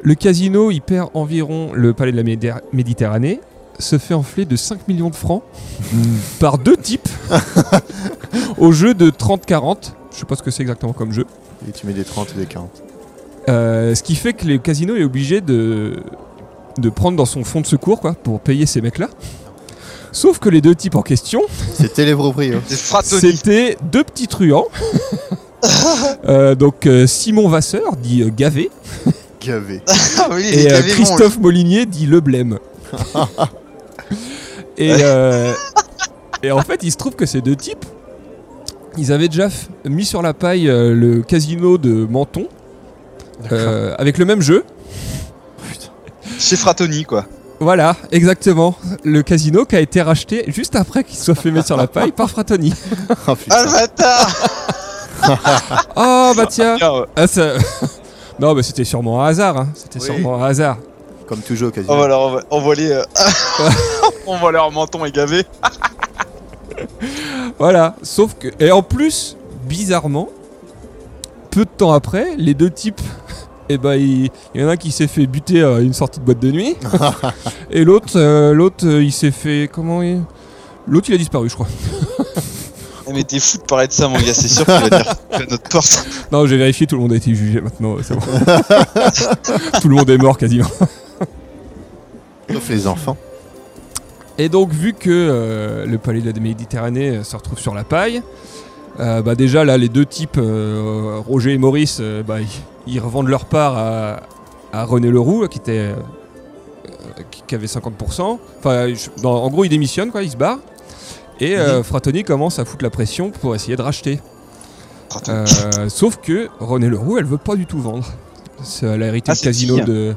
Speaker 2: le casino, il perd environ le palais de la Médé- Méditerranée, se fait enfler de 5 millions de francs par deux types au jeu de 30-40. Je sais pas ce que c'est exactement comme jeu.
Speaker 1: Et tu mets des 30 et des 40.
Speaker 2: Euh, ce qui fait que le casino est obligé de, de prendre dans son fonds de secours quoi, pour payer ces mecs-là. Sauf que les deux types en question,
Speaker 1: C'était les proprios.
Speaker 3: Des fratonies.
Speaker 2: c'était deux petits truands. Euh, donc euh, Simon Vasseur, dit euh, Gavé,
Speaker 1: Gavé.
Speaker 3: Ah oui, il
Speaker 2: et
Speaker 3: était
Speaker 2: euh,
Speaker 3: vivant,
Speaker 2: Christophe Molinier dit le blême. et, euh, et en fait, il se trouve que ces deux types, ils avaient déjà f- mis sur la paille euh, le casino de Menton euh, avec le même jeu.
Speaker 3: lui. Chez Fratoni, quoi.
Speaker 2: Voilà, exactement. Le casino qui a été racheté juste après qu'il soit fait mettre sur la paille par Fratoni.
Speaker 1: Ah, putain.
Speaker 3: Ah, le bâtard
Speaker 2: Oh bah tiens
Speaker 3: Tiens,
Speaker 2: Ah, ça- Non, mais c'était sûrement un hasard. hein. C'était
Speaker 1: Oui.
Speaker 2: sûrement un hasard.
Speaker 1: Comme toujours au casino.
Speaker 3: Oh, On va leur envoyer. euh, On voit leur menton égavé.
Speaker 2: Voilà, sauf que. Et en plus, bizarrement, peu de temps après, les deux types, eh ben, il, il y en a un qui s'est fait buter à une sortie de boîte de nuit, et l'autre, euh, l'autre, euh, il s'est fait. Comment il- L'autre, il a disparu, je crois.
Speaker 3: Eh, Mais t'es fou de parler de ça, mon gars, c'est sûr qu'il va dire à notre porte.
Speaker 2: Non, j'ai vérifié, tout le monde a été jugé maintenant, c'est bon. tout le monde est mort quasiment.
Speaker 1: Sauf les enfants.
Speaker 2: Et donc, vu que euh, le palais de la Méditerranée euh, se retrouve sur la paille, euh, bah déjà là, les deux types, euh, Roger et Maurice, euh, bah, ils, ils revendent leur part à, à René Leroux, qui était euh, qui, qui avait 50%. Enfin, je- non, en gros, il démissionne, quoi, il se barre. Et euh, Fratoni commence à foutre la pression pour essayer de racheter.
Speaker 3: Fratoni.
Speaker 2: Euh, sauf que René Leroux, elle veut pas du tout vendre. C'est- Elle a hérité
Speaker 3: Ah,
Speaker 2: le
Speaker 3: c'est une
Speaker 2: casino
Speaker 3: fille.
Speaker 2: de.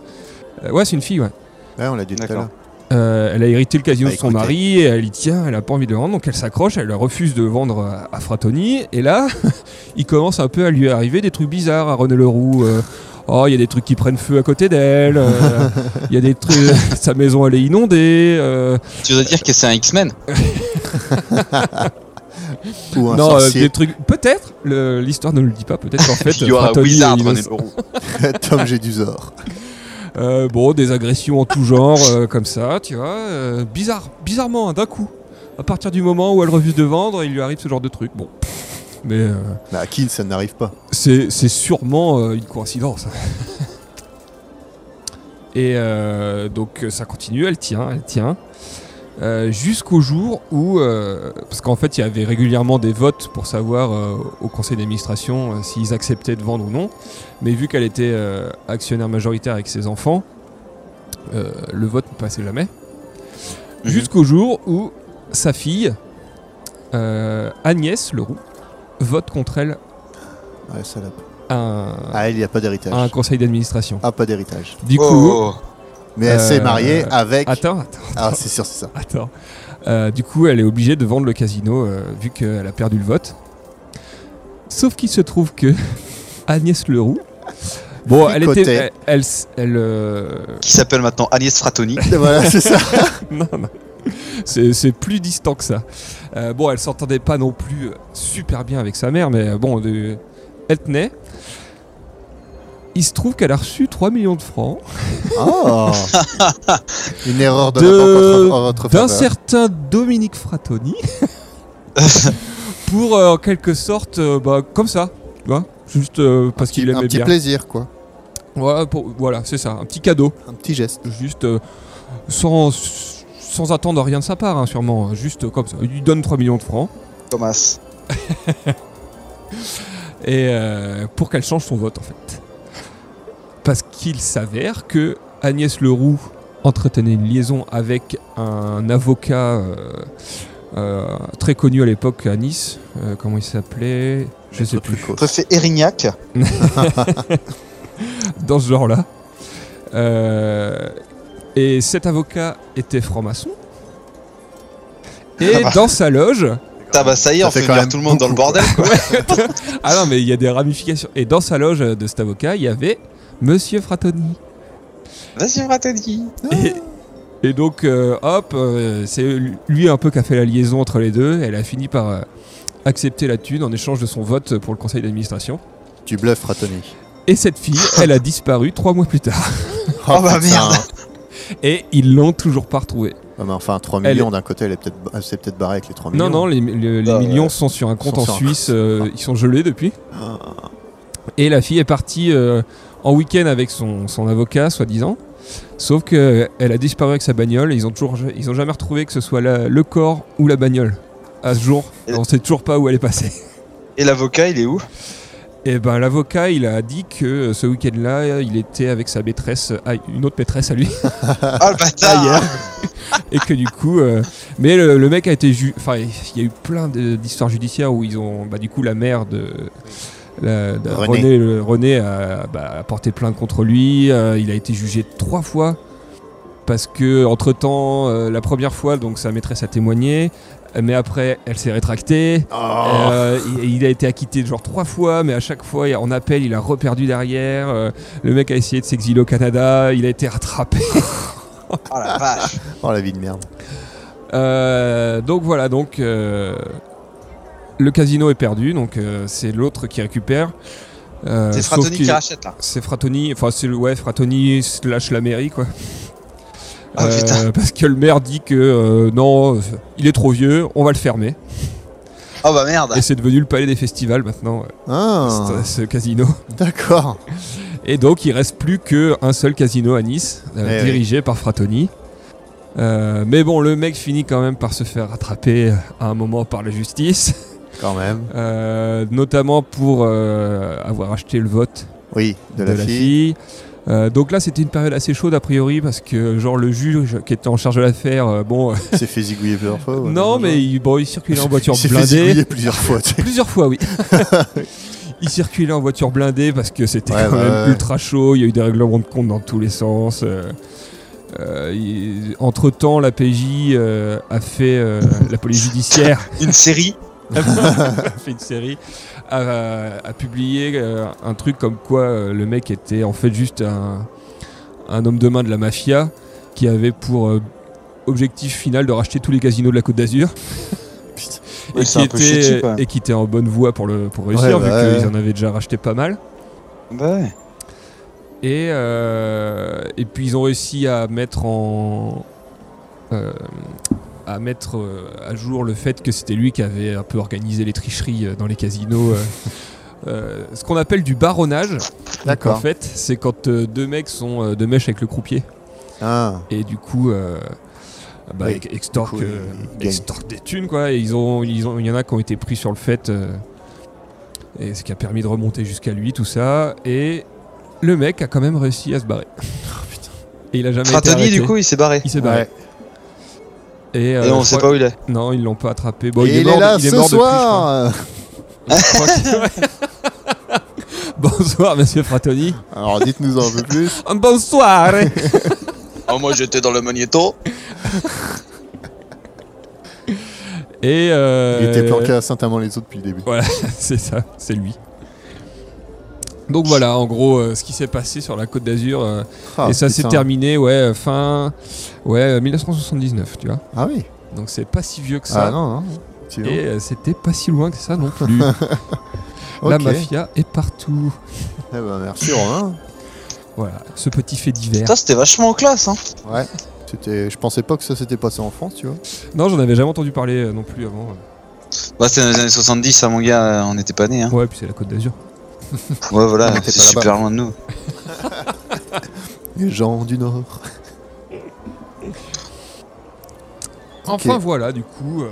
Speaker 2: Euh, ouais, c'est une fille, ouais.
Speaker 1: Ouais, on l'a dit tout à
Speaker 3: D'accord.
Speaker 1: l'heure.
Speaker 2: Euh, elle a hérité le casino
Speaker 1: Bah,
Speaker 2: de son
Speaker 1: écoutez.
Speaker 2: mari et elle y tient, elle a pas envie de le vendre, donc elle s'accroche, elle refuse de le vendre à- à Fratoni. Et là, il commence un peu à lui arriver des trucs bizarres à René Leroux. euh, oh, il y a des trucs qui prennent feu à côté d'elle. euh, Il y a des trucs. Sa maison, elle est inondée. euh,
Speaker 5: Tu veux dire que c'est un X-Men
Speaker 1: Ou un
Speaker 2: non, euh,
Speaker 1: sorcier.
Speaker 2: des trucs. Peut-être, le- l'histoire ne le dit pas, peut-être qu'en fait.
Speaker 5: Il y aura
Speaker 2: Fratoni
Speaker 5: Wizard,
Speaker 2: est innocent.
Speaker 5: René Leroux.
Speaker 1: Tom Géduzor.
Speaker 2: Euh, bon, des agressions en tout genre, euh, comme ça, tu vois. euh, bizarre, bizarrement, hein, d'un coup. À partir du moment où elle refuse de vendre, il lui arrive ce genre de truc. Bon. Mais euh,
Speaker 1: Mais à qui Bah, ça n'arrive pas
Speaker 2: c'est c'est sûrement euh, une coïncidence. Et euh, donc euh, ça continue, elle tient, elle tient. Euh, Jusqu'au jour où, euh, parce qu'en fait il y avait régulièrement des votes pour savoir euh, au conseil d'administration euh, s'ils acceptaient de vendre ou non, mais vu qu'elle était euh, actionnaire majoritaire avec ses enfants, euh, le vote ne passait jamais.
Speaker 5: Mhm.
Speaker 2: Jusqu'au jour où sa fille, euh, Agnès Leroux, vote contre elle
Speaker 1: Ouais, salope.
Speaker 2: à un,
Speaker 1: Ah, elle, il n'y a pas
Speaker 2: à un
Speaker 1: d'héritage.
Speaker 2: conseil d'administration.
Speaker 1: Ah, pas d'héritage.
Speaker 2: Du coup,
Speaker 3: Oh,
Speaker 1: Mais elle
Speaker 2: Euh,
Speaker 1: s'est mariée avec.
Speaker 2: attends, attends,
Speaker 1: Ah, c'est sûr, c'est ça.
Speaker 2: attends. Euh, du coup, elle est obligée de vendre le casino euh, vu qu'elle a perdu le vote. Sauf qu'il se trouve que Agnès Leroux, bon, elle
Speaker 1: Fricotait.
Speaker 2: était, elle, elle, s- elle, euh,
Speaker 3: qui s'appelle maintenant Agnès Fratoni.
Speaker 1: Et voilà, c'est ça.
Speaker 2: non, non. C'est, c'est plus distant que ça. Euh, bon, elle s'entendait pas non plus euh, super bien avec sa mère, mais euh, bon, de- elle tenait. Il se trouve qu'elle a reçu 3 millions de francs
Speaker 1: Oh. Une erreur de,
Speaker 2: De-
Speaker 1: la banque en votre- en votre
Speaker 2: d'un
Speaker 1: faveur.
Speaker 2: certain Dominique Fratoni pour euh, en quelque sorte euh, bah, comme ça tu vois, juste euh, parce qu'il
Speaker 1: Un
Speaker 2: aimait
Speaker 1: petit
Speaker 2: bien
Speaker 1: plaisir, quoi.
Speaker 2: voilà, pour- voilà c'est ça un petit cadeau
Speaker 1: Un petit geste.
Speaker 2: juste euh, sans sans attendre rien de sa part hein, sûrement hein, juste comme ça il lui donne 3 millions de francs
Speaker 3: Thomas.
Speaker 2: et euh, pour qu'elle change son vote en fait parce qu'il s'avère que Agnès Leroux entretenait une liaison avec un avocat euh, euh, très connu à l'époque à Nice. Euh, comment il s'appelait Je sais plus.
Speaker 3: Préfet Erignac.
Speaker 2: Dans ce genre-là. Euh, et cet avocat était franc-maçon. Et
Speaker 3: Ah bah.
Speaker 2: dans sa loge,
Speaker 3: Ah bah ça y est,
Speaker 1: Ça
Speaker 3: on
Speaker 1: fait
Speaker 3: fait
Speaker 1: quand
Speaker 3: venir
Speaker 1: même
Speaker 3: tout le monde dans le
Speaker 1: beaucoup,
Speaker 3: bordel. quoi.
Speaker 2: ah non mais il y a des ramifications. Et dans sa loge de cet avocat, il y avait Monsieur Fratoni.
Speaker 3: Vas-y, Fratoni.
Speaker 2: Et, et donc, euh, hop, euh, c'est lui- lui un peu qui a fait la liaison entre les deux. Elle a fini par euh, accepter la thune en échange de son vote pour le conseil d'administration.
Speaker 1: Tu bluffes, Fratoni.
Speaker 2: Et cette fille, elle a disparu trois mois plus tard.
Speaker 3: Oh, bah, merde.
Speaker 2: Et ils l'ont toujours pas retrouvée.
Speaker 1: Ouais, mais enfin, 3
Speaker 2: Elle-
Speaker 1: millions d'un côté, elle est peut-être elle s'est peut-être barrée avec les 3 millions.
Speaker 2: Non, non, les, les- les
Speaker 3: Ah,
Speaker 2: millions sont sur un compte
Speaker 1: Sont
Speaker 2: en
Speaker 1: sur un-
Speaker 2: Suisse. euh, ils sont gelés depuis.
Speaker 1: Ah.
Speaker 2: Et la fille est partie euh, en week-end avec son, son avocat, soi-disant. Sauf que euh, elle a disparu avec sa bagnole et ils ont toujours, ils ont jamais retrouvé que ce soit la- le corps ou la bagnole. À ce jour,
Speaker 3: Et-
Speaker 2: on sait toujours pas où elle est passée.
Speaker 3: Et l'avocat, il est où
Speaker 2: Et ben l'avocat, il a dit que euh, ce week-end-là, il était avec sa maîtresse, ah, une autre maîtresse à lui,
Speaker 3: Ah le bâtard
Speaker 2: ailleurs. et que du coup, euh, mais le, le mec a été ju, enfin, il y a eu plein de- d'histoires judiciaires où ils ont, bah du coup, la mère de. la- de
Speaker 1: René.
Speaker 2: René. le- René a, bah, a porté plainte contre lui. euh, il a été jugé trois fois parce que entre temps, la première fois, donc sa maîtresse a témoigné, mais après, elle s'est rétractée.
Speaker 1: Oh.
Speaker 2: Euh, il, il a été acquitté genre trois fois, mais à chaque fois, il- en appel, il a reperdu derrière. Euh, le mec a essayé de s'exiler au Canada, il a été rattrapé.
Speaker 3: Oh la vache
Speaker 1: Oh, la vie de merde.
Speaker 2: Euh, donc voilà, donc euh, le casino est perdu, donc euh, c'est l'autre qui récupère. Euh,
Speaker 3: C'est
Speaker 2: sauf
Speaker 3: Fratoni
Speaker 2: qu'il-
Speaker 3: qui rachète là.
Speaker 2: C'est Fratoni, enfin c'est le ouais, Fratoni slash la mairie quoi. Euh,
Speaker 3: Ah, putain.
Speaker 2: parce que le maire dit que euh, non, il est trop vieux, on va le fermer.
Speaker 3: Oh bah merde
Speaker 2: Et c'est devenu le palais des festivals maintenant, euh,
Speaker 1: Ah,
Speaker 2: ce- ce casino.
Speaker 1: d'accord.
Speaker 2: Et donc il reste plus qu'un seul casino à Nice, euh,
Speaker 1: Eh oui.
Speaker 2: dirigé par Fratoni. Euh, mais bon, le mec finit quand même par se faire rattraper à un moment par la justice,
Speaker 1: Quand même.
Speaker 2: euh, notamment pour euh, avoir acheté le vote
Speaker 1: Oui, de, la, fille.
Speaker 2: Euh, donc là, c'était une période assez chaude a priori parce que genre le juge qui était en charge de l'affaire, euh, bon, euh,
Speaker 1: s'est fait zigouiller plusieurs fois. ouais,
Speaker 2: non
Speaker 1: je
Speaker 2: mais il, bon, il circulait en voiture
Speaker 1: Il s'est fait
Speaker 2: blindée.
Speaker 1: zigouiller plusieurs fois. tu sais.
Speaker 2: Plusieurs fois, oui. il circulait en voiture blindée parce que c'était
Speaker 1: Ouais,
Speaker 2: quand
Speaker 1: bah
Speaker 2: même
Speaker 1: ouais.
Speaker 2: ultra chaud. Il y a eu des règlements de compte dans tous les sens. euh, euh, il- Entre-temps, la PJ euh, a fait euh, la police judiciaire
Speaker 3: Une série
Speaker 2: a fait une série, a, a publié euh, un truc comme quoi euh, le mec était en fait juste un, un homme de main de la mafia qui avait pour euh, objectif final de racheter tous les casinos de la Côte d'Azur et, qui était, et qui était en bonne voie pour, le, pour réussir,
Speaker 1: hein. Ouais,
Speaker 2: vu
Speaker 1: bah,
Speaker 2: qu'ils
Speaker 1: ouais.
Speaker 2: en avaient déjà racheté pas mal.
Speaker 3: Bah ouais.
Speaker 2: Et, euh, et puis ils ont réussi à mettre en. euh, à mettre euh, à jour le fait que c'était lui qui avait un peu organisé les tricheries euh, dans les casinos. euh, euh, ce qu'on appelle du baronnage, en
Speaker 1: D'accord.
Speaker 2: fait, c'est quand euh, deux mecs sont euh, de mèche avec le croupier
Speaker 1: Ah,
Speaker 2: et du coup euh, bah,
Speaker 1: Oui,
Speaker 2: extorquent,
Speaker 1: du coup,
Speaker 2: euh,
Speaker 1: ils gagnent.
Speaker 2: extorquent des thunes quoi et ils ont ils ont il y en a qui ont été pris sur le fait euh, et ce qui a permis de remonter jusqu'à lui tout ça et le mec a quand même réussi à se barrer et il a jamais
Speaker 3: Fratoni,
Speaker 2: été arrêté.
Speaker 3: du coup, il s'est barré.
Speaker 2: il s'est barré
Speaker 1: Ouais.
Speaker 2: et, euh,
Speaker 3: Et on
Speaker 2: je
Speaker 3: sait
Speaker 2: crois-
Speaker 3: pas où il est.
Speaker 2: non ils l'ont pas attrapé bon,
Speaker 1: Et
Speaker 2: il, est mort,
Speaker 1: là
Speaker 2: il est
Speaker 1: ce
Speaker 2: mort depuis, je crois.
Speaker 1: soir.
Speaker 2: Je crois que- bonsoir monsieur Fratoni
Speaker 1: Alors dites-nous un peu plus.
Speaker 2: bonsoir
Speaker 3: Ah moi j'étais dans le magnéto.
Speaker 2: et euh,
Speaker 1: Il était planqué à Saint-Amand-les-Eaux depuis le début.
Speaker 2: C'est ça, c'est lui. Donc voilà, en gros, euh, ce qui s'est passé sur la Côte d'Azur. euh,
Speaker 1: Ah,
Speaker 2: et ça s'est
Speaker 1: putain.
Speaker 2: terminé, ouais, euh, fin. Ouais, euh, 1979, tu vois.
Speaker 1: Ah oui.
Speaker 2: Donc c'est pas si vieux que ça.
Speaker 1: Ah non, non. Sinon.
Speaker 2: et euh, c'était pas si loin que ça non plus. La
Speaker 1: Ok.
Speaker 2: mafia est partout.
Speaker 1: Eh ben, merci Romain.
Speaker 2: Voilà, ce petit fait divers.
Speaker 3: Ça c'était vachement classe hein.
Speaker 1: Ouais. C'était, je pensais pas que ça s'était passé en France, tu vois.
Speaker 2: Non, j'en avais jamais entendu parler euh, non plus avant.
Speaker 3: Bah c'était dans les années 70 ça mon gars, euh, on n'était pas nés hein.
Speaker 2: Ouais, puis c'est la Côte d'Azur.
Speaker 3: Ouais
Speaker 1: On
Speaker 3: voilà,
Speaker 1: était
Speaker 3: c'est
Speaker 1: pas là-bas.
Speaker 3: super loin de nous.
Speaker 1: Les gens du Nord.
Speaker 2: Enfin voilà, du coup, euh,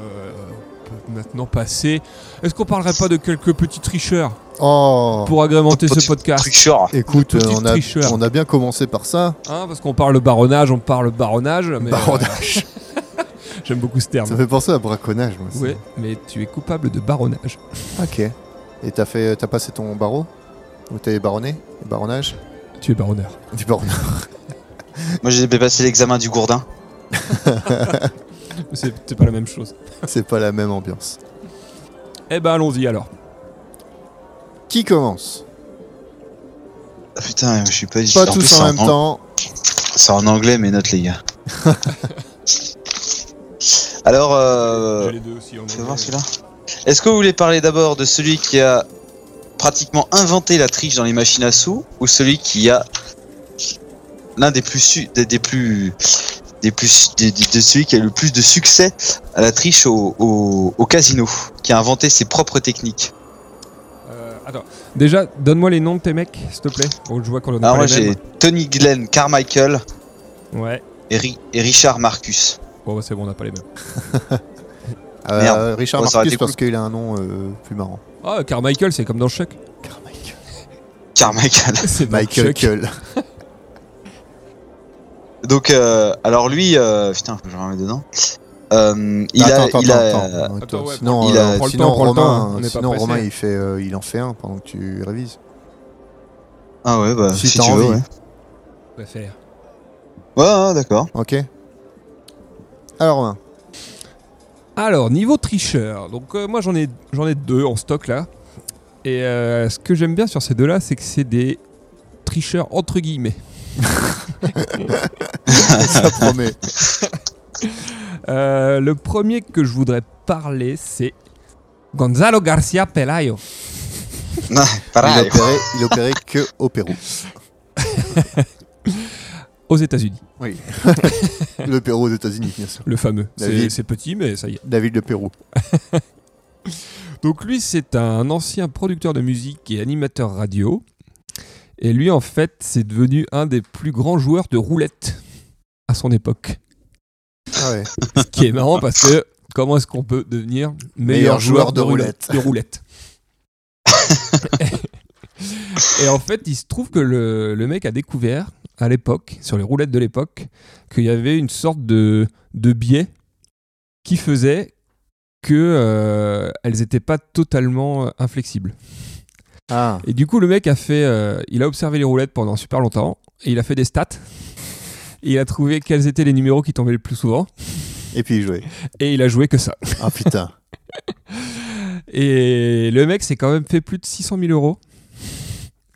Speaker 2: on peut maintenant passer. Est-ce qu'on parlerait pas de quelques petits tricheurs
Speaker 1: Oh.
Speaker 2: pour agrémenter
Speaker 3: Petit
Speaker 2: ce podcast
Speaker 3: Truc short.
Speaker 1: Écoute,
Speaker 2: Petit
Speaker 1: euh, on a,
Speaker 2: tricheur.
Speaker 1: on a bien commencé par ça.
Speaker 2: Hein, parce qu'on parle baronnage, on parle baronnage. Mais
Speaker 1: Baronnage.
Speaker 2: euh, je J'aime beaucoup ce terme.
Speaker 1: Ça fait penser à braconnage. Moi, ça.
Speaker 2: Ouais, mais tu es coupable de baronnage.
Speaker 1: Ok. Et t'as fait, t'as passé ton barreau Ou t'es baronné Baronnage
Speaker 2: Tu es baronneur.
Speaker 1: Du baronnage.
Speaker 3: Moi, j'ai passé l'examen du gourdin.
Speaker 2: C'est c'est pas la même chose.
Speaker 1: C'est pas la même ambiance.
Speaker 2: Eh ben, allons-y alors.
Speaker 1: Qui commence
Speaker 3: Ah, putain, je suis pas
Speaker 1: Pas
Speaker 3: éditeur.
Speaker 1: tous en même temps.
Speaker 3: C'est en anglais, mes notes, les gars. Alors, euh,
Speaker 2: les deux aussi en
Speaker 3: Fais voir celui-là. Est-ce que vous voulez parler d'abord de celui qui a pratiquement inventé la triche dans les machines à sous ou celui qui a l'un des plus su- des, des plus des plus des- des- de celui qui a eu le plus de succès à la triche au, au- au casino qui a inventé ses propres techniques.
Speaker 2: Euh, attends. Déjà, donne-moi les noms de tes mecs, s'il te plaît. Pour que je vois qu'on en a
Speaker 3: Alors
Speaker 2: pas
Speaker 3: Ah, moi
Speaker 2: les
Speaker 3: j'ai
Speaker 2: mêmes.
Speaker 3: Tony Glenn Carmichael
Speaker 2: Ouais.
Speaker 3: et, Ri- et Richard Marcus.
Speaker 2: Bon, bah, c'est bon, on n'a pas les mêmes.
Speaker 1: Euh,
Speaker 3: Merde.
Speaker 1: Richard
Speaker 3: Oh, ça aurait
Speaker 1: Marcus
Speaker 3: été cool.
Speaker 1: parce qu'il a un nom euh, plus marrant.
Speaker 2: Ah, Carmichael, c'est comme dans Chuck.
Speaker 1: Carmichael.
Speaker 3: Carmichael.
Speaker 2: C'est dans
Speaker 1: Michael
Speaker 2: Chuck.
Speaker 1: Cull.
Speaker 3: Donc euh, alors lui euh, putain faut que je remets dedans. Euh, il a
Speaker 1: attends,
Speaker 3: il a
Speaker 1: attends, attends, attends,
Speaker 2: Attends, ouais,
Speaker 1: sinon,
Speaker 3: il a-
Speaker 1: euh,
Speaker 2: prends le
Speaker 1: sinon
Speaker 2: temps, prends le temps, hein,
Speaker 1: Romain,
Speaker 2: on n'est pas
Speaker 1: sinon
Speaker 2: pressé.
Speaker 1: Romain il, fait, euh, il en fait un pendant que tu révises.
Speaker 3: ah ouais bah
Speaker 1: Si
Speaker 3: si,
Speaker 1: t'as
Speaker 3: tu veux
Speaker 1: envie.
Speaker 3: ouais.
Speaker 2: Ouais, faire.
Speaker 3: Ouais, ouais, d'accord.
Speaker 1: Ok Alors Romain,
Speaker 2: Alors, niveau tricheur. Donc, euh, moi, j'en ai, j'en ai deux en stock là. Et euh, ce que j'aime bien sur ces deux-là, c'est que c'est des tricheurs entre guillemets.
Speaker 1: ça promet.
Speaker 2: Euh, le premier que je voudrais parler, c'est Gonzalo Garcia Pelayo.
Speaker 3: Non,
Speaker 1: Il
Speaker 3: pareil.
Speaker 1: opérait, il opérait que au Pérou.
Speaker 2: Aux États-Unis,
Speaker 1: Oui. le Pérou aux États-Unis, bien sûr.
Speaker 2: le fameux.
Speaker 1: La
Speaker 2: C'est-
Speaker 1: ville.
Speaker 2: C'est petit, mais ça y est.
Speaker 1: La ville de Pérou.
Speaker 2: Donc lui, c'est un ancien producteur de musique et animateur radio. Et lui, en fait, c'est devenu un des plus grands joueurs de roulette à son époque.
Speaker 1: Ah ouais.
Speaker 2: Ce qui est marrant parce que comment est-ce qu'on peut devenir meilleur,
Speaker 1: Meilleur joueur de roulette.
Speaker 2: De roulette. et en fait, il se trouve que le, le mec a découvert à l'époque, sur les roulettes de l'époque, qu'il y avait une sorte de, de biais qui faisait que euh, elles n'étaient pas totalement euh, inflexibles.
Speaker 1: Ah,
Speaker 2: Et du coup, le mec a fait, euh, il a observé les roulettes pendant super longtemps et il a fait des stats. Et il a trouvé quels étaient les numéros qui tombaient le plus souvent
Speaker 1: et puis il jouait.
Speaker 2: et il a joué que ça.
Speaker 1: Ah putain.
Speaker 2: Et le mec s'est quand même fait plus de 600 000 euros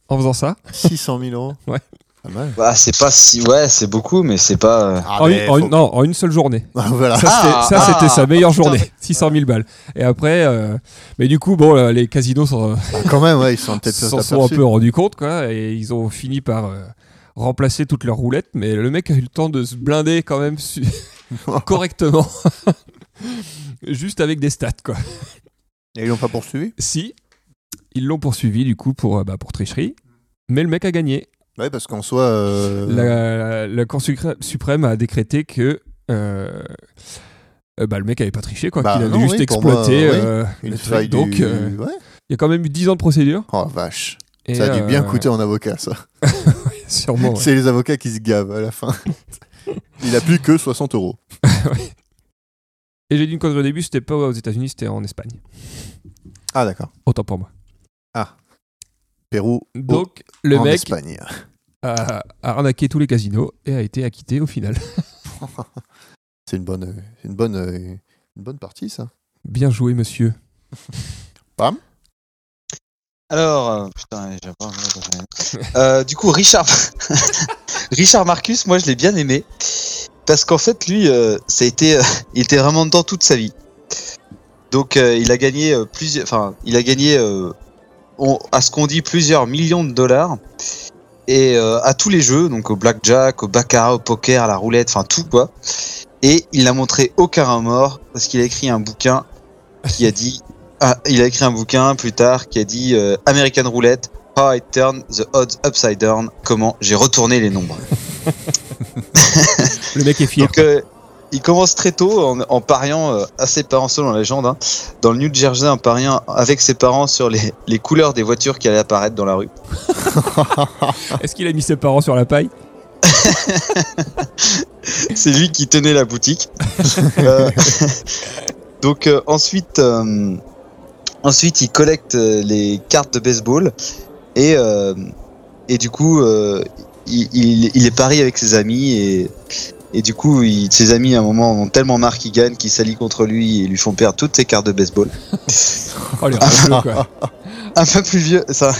Speaker 2: en faisant ça.
Speaker 1: 600 000 euros
Speaker 2: Ouais.
Speaker 1: Pas mal.
Speaker 3: Bah, c'est pas si. Ouais, c'est beaucoup, mais c'est pas. euh,
Speaker 1: Ah,
Speaker 2: en,
Speaker 1: mais
Speaker 2: une, en
Speaker 1: faut-
Speaker 2: une- non, en une seule journée.
Speaker 1: Ah, voilà.
Speaker 2: Ça, c'était-
Speaker 3: Ah,
Speaker 2: ça,
Speaker 3: ah,
Speaker 2: c'était sa meilleure
Speaker 3: ah, putain,
Speaker 2: journée. 600 000 balles. Et après, euh, mais du coup, bon, euh, les casinos s'en
Speaker 1: Bah, quand même, ouais, ils sont peut-être
Speaker 2: s'en sont un
Speaker 1: aperçus.
Speaker 2: peu rendus compte, quoi. Et ils ont fini par euh, remplacer toutes leurs roulettes. Mais le mec a eu le temps de se blinder quand même su- correctement. Juste avec des stats, quoi.
Speaker 1: Et ils l'ont pas poursuivi
Speaker 2: Si, ils l'ont poursuivi, du coup, pour, euh, bah, pour tricherie. Mais le mec a gagné.
Speaker 1: Ouais, parce qu'en soi. euh,
Speaker 2: La, la Cour sucré- suprême a décrété que euh, euh, bah, le mec avait pas triché, quoi.
Speaker 1: Bah
Speaker 2: qu'il avait
Speaker 1: non,
Speaker 2: juste
Speaker 1: oui, pour
Speaker 2: exploité
Speaker 1: moi, oui.
Speaker 2: euh, le
Speaker 1: Une
Speaker 2: truc.
Speaker 1: faille
Speaker 2: Donc,
Speaker 1: du...
Speaker 2: euh, il
Speaker 1: Ouais.
Speaker 2: y a quand même eu 10 ans de procédure.
Speaker 1: Oh vache.
Speaker 2: Et,
Speaker 1: ça a dû bien
Speaker 2: euh,
Speaker 1: coûter en avocat, ça.
Speaker 2: Sûrement. ouais.
Speaker 1: C'est les avocats qui se gavent à la fin. Il a plus que 60 euros.
Speaker 2: Et j'ai dit une connerie au début, c'était pas aux États-Unis, c'était en Espagne.
Speaker 1: Ah, d'accord.
Speaker 2: Autant pour moi.
Speaker 1: Pérou au-
Speaker 2: Donc, le
Speaker 1: en
Speaker 2: mec
Speaker 1: Espagne.
Speaker 2: a, a arnaqué tous les casinos et a été acquitté au final.
Speaker 1: C'est une bonne, euh, c'est une bonne, euh, une bonne partie, ça.
Speaker 2: Bien joué, monsieur.
Speaker 3: Alors, euh, putain, j'ai pas envie de- Euh, du coup, Richard, Richard Marcus, moi, je l'ai bien aimé parce qu'en fait, lui, euh, ça a été, euh, il était vraiment dedans toute sa vie. Donc, euh, il a gagné euh, plusieurs, enfin, il a gagné, euh, on- à ce qu'on dit, plusieurs millions de dollars et euh, à tous les jeux, donc au blackjack, au baccarat, au poker, à la roulette, enfin tout quoi. Et il n'a montré aucun remords parce qu'il a écrit un bouquin qui a dit ah, il a écrit un bouquin plus tard qui a dit euh, American Roulette, How I Turn the Odds Upside Down, comment j'ai retourné les nombres.
Speaker 2: Le mec est fier.
Speaker 3: Donc euh, il commence très tôt en, en pariant euh, à ses parents, selon la légende, hein, dans le New Jersey, en pariant avec ses parents sur les, les couleurs des voitures qui allaient apparaître dans la rue.
Speaker 1: euh,
Speaker 2: Est-ce qu'il a mis ses parents sur la paille
Speaker 3: c'est lui qui tenait la boutique. Euh, donc euh, ensuite, euh, ensuite il collecte euh, les cartes de baseball et euh, et du coup euh, il, il, il les parie avec ses amis et et du coup il- ses amis à un moment en ont tellement marre qu'il gagne qu'ils s'allient contre lui et lui font perdre toutes ses cartes de baseball.
Speaker 2: Oh, les rageux, quoi.
Speaker 3: un peu plus vieux, ça,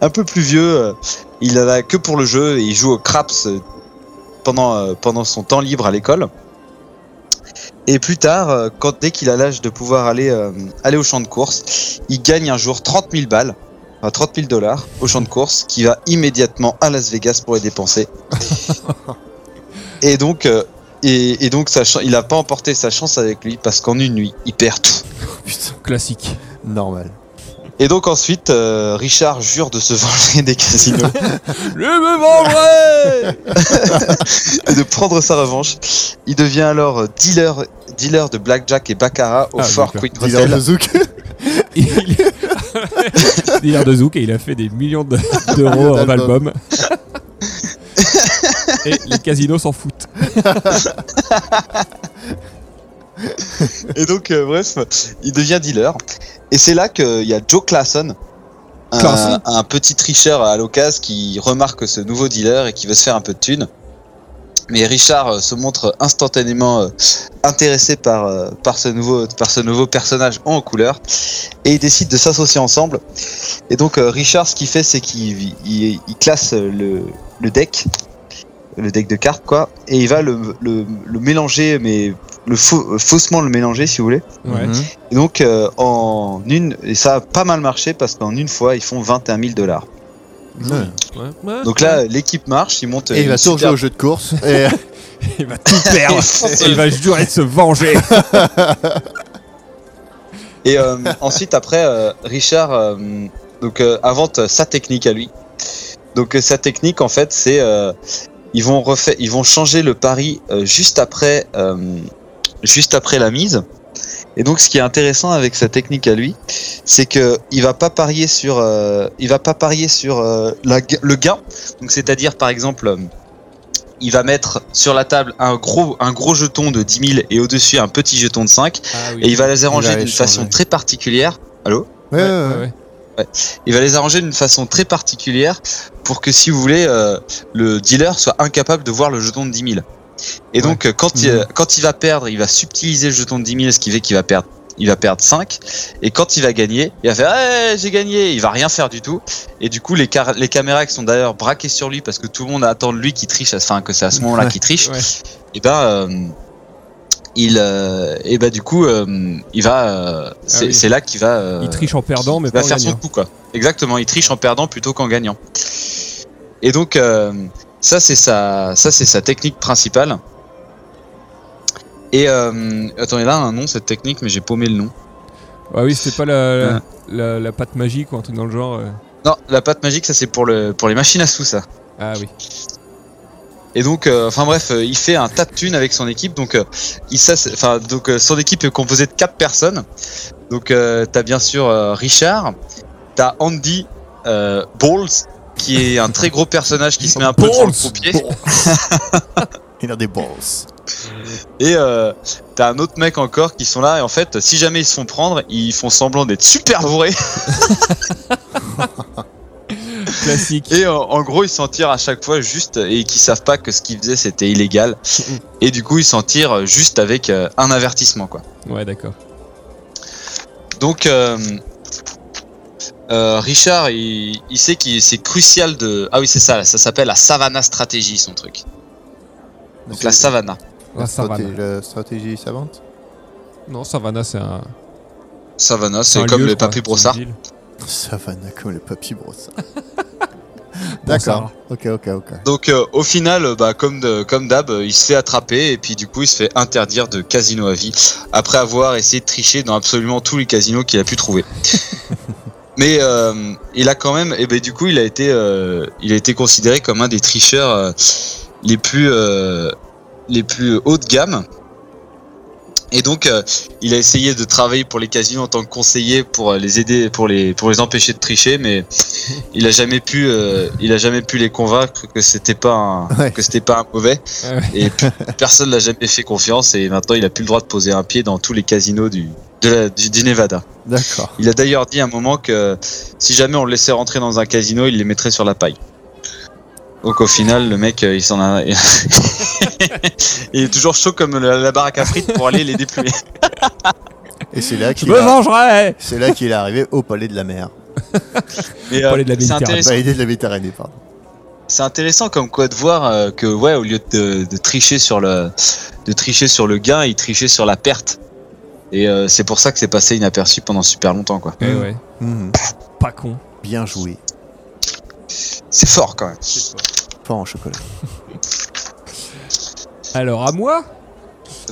Speaker 3: un peu plus vieux. euh, il en a que pour le jeu et il joue au craps euh, pendant, euh, pendant son temps libre à l'école. Et plus tard, euh, quand, dès qu'il a l'âge de pouvoir aller, euh, aller au champ de course, il gagne un jour 30 000 balles, enfin 30 000 dollars au champ de course, qui va immédiatement à Las Vegas pour les dépenser. et donc, euh, et, et donc sa chan- il n'a pas emporté sa chance avec lui parce qu'en une nuit, il perd tout.
Speaker 1: Putain,
Speaker 2: Classique.
Speaker 1: normal.
Speaker 3: Et donc ensuite, euh, Richard jure de se venger des casinos
Speaker 2: Je me vendrai
Speaker 3: et de prendre sa revanche. Il devient alors euh, dealer, dealer de blackjack et baccarat au
Speaker 2: Ah,
Speaker 3: Fort
Speaker 2: d'accord.
Speaker 3: Quick
Speaker 1: Dealer de
Speaker 3: Hotel.
Speaker 1: Zouk.
Speaker 2: Il Dealer de Zouk et il a fait des millions de- d'euros en album.
Speaker 1: d'albums.
Speaker 2: et les casinos s'en foutent.
Speaker 3: Et donc, euh, bref, il devient dealer. Et c'est là qu'il y a Joe Claassen,
Speaker 2: Claassen
Speaker 3: un, un petit tricheur à l'occasion qui remarque ce nouveau dealer et qui veut se faire un peu de thune. Mais Richard euh, se montre instantanément euh, intéressé par, euh, par, ce nouveau, par ce nouveau personnage en couleur et ils décident de s'associer ensemble. Et donc euh, Richard, ce qu'il fait, c'est qu'il il- il classe euh, le, le deck, le deck de cartes, quoi, et il va le, le- le mélanger, mais le faux- euh, faussement le mélanger, si vous voulez.
Speaker 2: Ouais.
Speaker 1: Mhm.
Speaker 3: Et donc euh, en une, et ça a pas mal marché parce qu'en une fois, ils font 21 000 dollars.
Speaker 1: Ouais.
Speaker 3: Donc là, l'équipe marche, ils montent.
Speaker 1: Et il
Speaker 3: une
Speaker 1: va toujours jouer
Speaker 3: super-
Speaker 1: au jeu de course. Et
Speaker 2: Il va tout perdre.
Speaker 3: Et-
Speaker 2: il va jurer de se venger.
Speaker 3: Ah Et euh, ensuite, après, euh, Richard euh, donc, euh, invente euh, sa technique à lui. Donc, euh, sa technique, en fait, c'est. euh, ils, vont refaire, ils vont changer le pari euh, juste, après, euh, juste après la mise. Et donc, ce qui est intéressant avec sa technique à lui, c'est que il va pas parier sur, euh, il va pas parier sur euh, la ga- le gain. Donc, c'est-à-dire, par exemple. euh, il va mettre sur la table un gros, un gros jeton de 10 000 et au-dessus un petit jeton de 5
Speaker 2: Ah
Speaker 3: et il va les
Speaker 1: Il
Speaker 3: arranger
Speaker 1: va
Speaker 3: d'une
Speaker 1: échanger.
Speaker 3: façon très particulière.
Speaker 1: Ouais, ouais, ouais.
Speaker 3: Il va les arranger d'une façon très particulière pour que, si vous voulez, euh, le dealer soit incapable de voir le jeton de 10 000. Et donc, euh, quand,
Speaker 2: Mhm.
Speaker 3: il, quand il va perdre, il va subtiliser le jeton de 10 000, ce qui fait qu'il va perdre. Il va perdre 5 et quand il va gagner, il va faire Ouais, j'ai gagné, il va rien faire du tout et du coup les, car- les caméras qui sont d'ailleurs braquées sur lui parce que tout le monde attend de lui qu'il triche, enfin que c'est à ce moment-là
Speaker 1: Ouais.
Speaker 3: qu'il triche,
Speaker 2: Ouais.
Speaker 3: et ben euh, il euh, et ben du coup euh, il va euh, c'est
Speaker 2: Ah oui.
Speaker 3: c'est là qu'il va euh,
Speaker 2: Il triche en perdant, mais
Speaker 3: il va
Speaker 2: pas en
Speaker 3: faire son
Speaker 2: gagnant.
Speaker 3: coup, quoi. Exactement, il triche en perdant plutôt qu'en gagnant. Et donc, euh, ça, c'est sa, ça, c'est sa technique principale. Et euh, attendez, là, un nom, cette technique, mais j'ai paumé le nom.
Speaker 2: Ah oui, c'était pas la, la,
Speaker 3: Ouais.
Speaker 2: la- la patte magique ou un truc dans le genre. euh.
Speaker 3: Non, la pâte magique, ça, c'est pour, le, pour les machines à sous, ça.
Speaker 2: Ah oui.
Speaker 3: Et donc, euh, enfin bref, euh, il fait un tas de thunes avec son équipe. Donc, euh, il, ça, c'est- enfin, donc euh, son équipe est composée de quatre personnes. Donc, euh, t'as bien sûr euh, Richard, t'as Andy euh, Balls, qui est un très gros personnage qui se met un peu devant
Speaker 2: Balls.
Speaker 3: le croupier.
Speaker 1: Il a des balls.
Speaker 3: Et euh, t'as un autre mec encore qui sont là et en fait si jamais ils se font prendre ils font semblant d'être super bourrés
Speaker 2: Classique.
Speaker 3: et euh, en gros ils s'en tirent à chaque fois juste et qui savent pas que ce qu'ils faisaient c'était illégal et du coup ils s'en tirent juste avec euh, un avertissement quoi.
Speaker 2: Ouais, d'accord.
Speaker 3: Donc euh, euh, Richard il, il sait que c'est crucial de... Ah oui c'est ça, ça s'appelle la savana stratégie son truc. Donc la savana.
Speaker 2: La
Speaker 1: stratégie,
Speaker 2: savane.
Speaker 1: la stratégie savante.
Speaker 2: Ah, Non, savana, c'est un.
Speaker 3: Savana c'est
Speaker 2: un
Speaker 3: comme
Speaker 2: lieu,
Speaker 3: le
Speaker 2: je crois.
Speaker 3: papy
Speaker 2: C'est une
Speaker 3: brossard.
Speaker 2: ville.
Speaker 1: Savane, comme le papy brosse. D'accord. Ok, ok, ok.
Speaker 3: Donc euh, au final, euh, bah, comme de- comme d'hab, euh, il se fait attraper et puis du coup il se fait interdire de casino à vie après avoir essayé de tricher dans absolument tous les casinos qu'il a pu trouver. Mais euh, il a quand même, et ben du coup il a été, euh, il a été considéré comme un des tricheurs euh, les plus euh, les plus haut de gamme. Et donc, euh, il a essayé de travailler pour les casinos en tant que conseiller pour euh, les aider, pour les, pour les empêcher de tricher, mais il a jamais pu, euh, il a jamais pu les convaincre que c'était pas, un,
Speaker 1: Ouais.
Speaker 3: que c'était pas un mauvais.
Speaker 2: Ah ouais.
Speaker 3: Et p- personne l'a jamais fait confiance. Et maintenant, il a plus le droit de poser un pied dans tous les casinos du, de la- du, du Nevada.
Speaker 1: D'accord.
Speaker 3: Il a d'ailleurs dit à un moment que si jamais on le laissait rentrer dans un casino, il les mettrait sur la paille. Donc au final, le mec, euh, il s'en a. il est toujours chaud comme la, la baraque à frites pour aller les déplumer.
Speaker 1: Et c'est là
Speaker 2: Je
Speaker 1: qu'il
Speaker 2: me
Speaker 1: a-
Speaker 2: vengerai
Speaker 1: c'est là qu'il est arrivé au palais de la mer.
Speaker 3: Mais, euh,
Speaker 2: Pour aller de la
Speaker 3: c'est
Speaker 2: Méditerranée.
Speaker 3: intéressant,
Speaker 1: Palais de la Méditerranée, pardon.
Speaker 3: c'est intéressant comme quoi de voir euh, que ouais, au lieu de, de tricher sur le, de tricher sur le gain, il trichait sur la perte. Et euh, c'est pour ça que c'est passé inaperçu pendant super longtemps quoi.
Speaker 2: Eh ouais,
Speaker 1: Mhm.
Speaker 2: pas con.
Speaker 1: Bien joué.
Speaker 3: C'est fort quand même.
Speaker 1: Fort en chocolat.
Speaker 2: Alors à moi,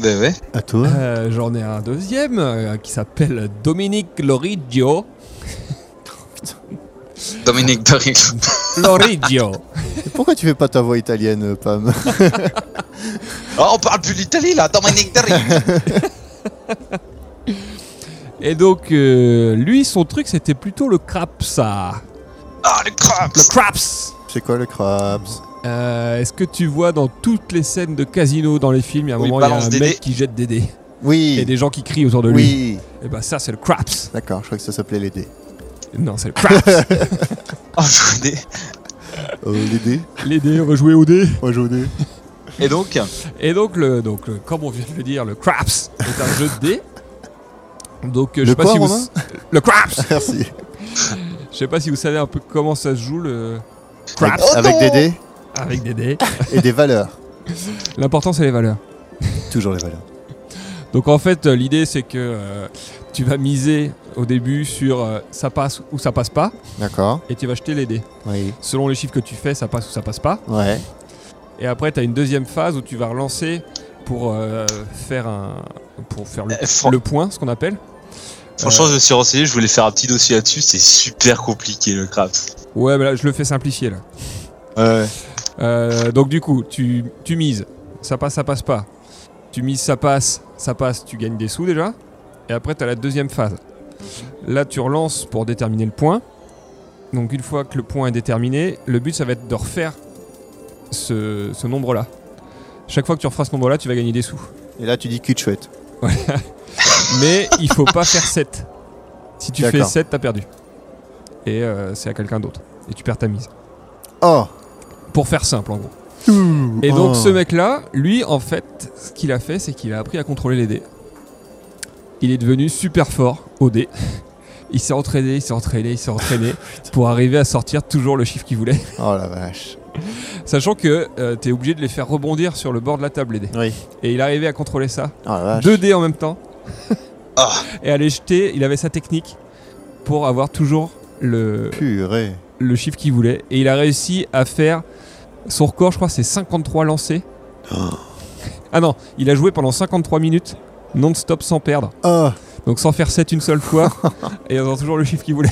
Speaker 3: Ben ouais.
Speaker 1: À toi.
Speaker 2: euh, j'en ai un deuxième euh, qui s'appelle Dominique Loridio.
Speaker 3: Dominique Darryl.
Speaker 2: Loridio.
Speaker 1: Et Pourquoi tu fais pas ta voix italienne, euh, Pam
Speaker 3: Oh, on parle plus d'Italie là, Dominique Darryl.
Speaker 2: Et donc euh, lui, son truc, c'était plutôt le crapsa.
Speaker 3: Ah le crabe.
Speaker 2: Le craps.
Speaker 1: C'est quoi le Krabs
Speaker 2: Euh, Est-ce que tu vois dans toutes les scènes de casino dans les films, il y a un
Speaker 3: Oui,
Speaker 2: moment, il y a
Speaker 3: balance
Speaker 2: un
Speaker 3: des
Speaker 2: mec
Speaker 3: dés.
Speaker 2: qui jette des dés et
Speaker 1: Oui.
Speaker 2: des gens qui crient autour de lui
Speaker 1: Oui.
Speaker 2: Et bah ça, c'est le craps.
Speaker 1: D'accord, je crois que ça s'appelait les dés.
Speaker 2: Non, c'est le craps.
Speaker 3: Oh, je connais.
Speaker 1: Euh, les dés
Speaker 2: les dés, on va jouer aux dés.
Speaker 1: Moi, aux dés.
Speaker 3: Et donc, euh,
Speaker 2: Et donc, le, donc le- comme on vient de le dire, le craps est un jeu de dés. Donc, euh,
Speaker 1: Le
Speaker 2: je sais pas
Speaker 1: quoi,
Speaker 2: si vous.
Speaker 1: Romain
Speaker 2: Le craps
Speaker 1: Merci.
Speaker 2: Je sais pas si vous savez un peu comment ça se joue le craps
Speaker 1: Avec des dés
Speaker 2: Oh avec des dés.
Speaker 1: et des valeurs.
Speaker 2: L'important, c'est les valeurs.
Speaker 1: Toujours les valeurs.
Speaker 2: Donc, en fait, euh, l'idée, c'est que euh, tu vas miser au début sur euh, ça passe ou ça passe pas
Speaker 1: D'accord.
Speaker 2: et tu vas jeter les dés.
Speaker 1: Oui.
Speaker 2: Selon les chiffres que tu fais, ça passe ou ça passe pas.
Speaker 1: Ouais.
Speaker 2: Et après, tu as une deuxième phase où tu vas relancer pour euh, faire un pour faire le,
Speaker 3: Eh, Fran-
Speaker 2: le point, ce qu'on appelle.
Speaker 3: franchement, je me suis renseigné, je voulais faire un petit dossier là-dessus, c'est super compliqué le crabe.
Speaker 2: Ouais, mais là, je le fais simplifier là.
Speaker 3: Ouais.
Speaker 2: Euh, donc du coup, tu, tu mises, ça passe, ça passe pas. Tu mises, ça passe, ça passe, tu gagnes des sous déjà. Et après, tu as la deuxième phase. Là, tu relances pour déterminer le point. Donc une fois que le point est déterminé, le but, ça va être de refaire ce, ce nombre-là. Chaque fois que tu referas ce nombre-là, tu vas gagner des sous.
Speaker 1: Et là, tu dis cul de chouette.
Speaker 2: Mais il faut pas faire 7. Si tu fais
Speaker 1: D'accord.
Speaker 2: 7, t'as perdu. Et euh, c'est à quelqu'un d'autre. Et tu perds ta mise.
Speaker 1: Oh
Speaker 2: Pour faire simple, en gros. Et donc
Speaker 1: Oh.
Speaker 2: ce mec-là, lui, en fait, ce qu'il a fait, c'est qu'il a appris à contrôler les dés. Il est devenu super fort au dés. Il s'est entraîné, il s'est entraîné, il s'est entraîné pour arriver à sortir toujours le chiffre qu'il voulait.
Speaker 1: Oh la vache.
Speaker 2: Sachant que euh, t'es obligé de les faire rebondir sur le bord de la table, les dés.
Speaker 1: Oui.
Speaker 2: Et il arrivait à contrôler ça.
Speaker 1: Oh la vache.
Speaker 2: Deux dés en même temps.
Speaker 3: Ah.
Speaker 2: Et à les jeter, il avait sa technique pour avoir toujours le,
Speaker 1: Purée.
Speaker 2: le chiffre qu'il voulait. Et il a réussi à faire son record, je crois, c'est 53 lancés.
Speaker 1: Oh.
Speaker 2: Ah non, il a joué pendant 53 minutes non-stop sans perdre.
Speaker 1: Oh
Speaker 2: Donc sans faire 7 une seule fois et en ayant toujours le chiffre qu'il voulait.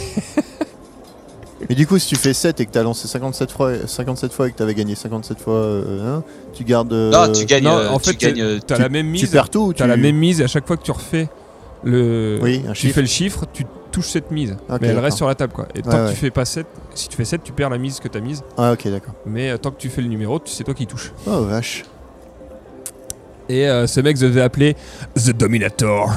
Speaker 1: Mais du coup, si tu fais 7 et que t'as lancé 57 fois, 57 fois et que t'avais gagné 57 fois, euh, hein, tu gardes. euh,
Speaker 3: Non, tu gagnes.
Speaker 2: non,
Speaker 3: euh,
Speaker 2: en
Speaker 3: tu
Speaker 2: fait,
Speaker 3: gagnes, euh,
Speaker 2: T'as la même
Speaker 1: Tu
Speaker 2: mise,
Speaker 1: perds tout ou tu.
Speaker 2: t'as la même mise et à chaque fois que tu refais le,
Speaker 1: Oui, un
Speaker 2: tu
Speaker 1: chiffre.
Speaker 2: fais le chiffre, tu touches cette mise.
Speaker 1: Ok,
Speaker 2: mais elle
Speaker 1: d'accord.
Speaker 2: reste sur la table quoi. Et tant
Speaker 1: Ouais,
Speaker 2: que
Speaker 1: ouais.
Speaker 2: tu fais pas 7, si tu fais 7, tu perds la mise que t'as mise.
Speaker 1: Ah, ok, d'accord.
Speaker 2: Mais euh, tant que tu fais le numéro, tu- c'est toi qui touches.
Speaker 1: Oh vache.
Speaker 2: Et euh, ce mec se fait appeler The Dominator,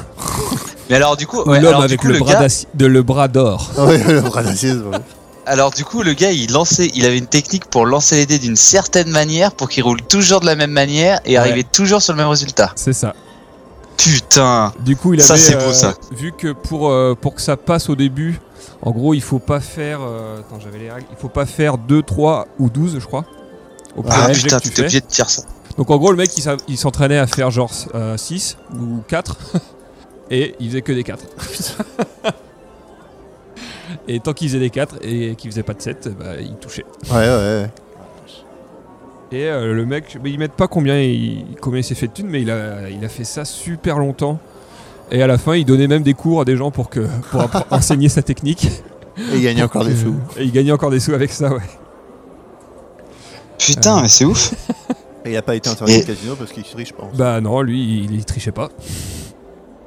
Speaker 3: Mais alors du coup, ouais,
Speaker 2: l'homme
Speaker 3: alors, du
Speaker 2: avec
Speaker 3: coup,
Speaker 2: le,
Speaker 3: le
Speaker 2: bras
Speaker 3: gars-
Speaker 2: d'aci- de le bras d'or.
Speaker 1: Ah ouais, le bras d'acier, c'est vrai.
Speaker 3: alors du coup, le gars, il lançait, il avait une technique pour lancer les dés d'une certaine manière, pour qu'ils roulent toujours de la même manière et arriver toujours sur le même résultat.
Speaker 2: C'est ça.
Speaker 3: Putain.
Speaker 2: Du coup, il avait
Speaker 3: Ça, c'est beau,
Speaker 2: euh,
Speaker 3: ça.
Speaker 2: vu que pour euh, pour que ça passe au début, en gros, il faut pas faire euh, attends, j'avais les règles, il faut pas faire 2 3 ou 12, je crois. Au
Speaker 3: Ah
Speaker 2: premier jet
Speaker 3: putain,
Speaker 2: que tu
Speaker 3: t'es
Speaker 2: fais.
Speaker 3: obligé de dire ça.
Speaker 2: Donc en gros, le mec il s'a- il s'entraînait à faire genre 6 ou 4 et il faisait que des 4. et tant qu'il faisait des 4 et qu'il faisait pas de 7, bah, il touchait.
Speaker 1: Ouais, ouais, ouais.
Speaker 2: Et euh, le mec, mais ils mettent pas combien il, combien il s'est fait de thunes, mais il a, il a fait ça super longtemps. Et à la fin, il donnait même des cours à des gens pour, que, pour appre- enseigner sa technique.
Speaker 1: Et gagner encore des sous.
Speaker 2: Et il gagnait encore des sous avec ça, ouais.
Speaker 3: Putain,
Speaker 2: Euh.
Speaker 3: mais c'est ouf.
Speaker 1: Et il a pas été interdit
Speaker 3: Et-
Speaker 1: au casino parce qu'il est riche, je pense.
Speaker 2: Bah non, lui, il, il trichait pas.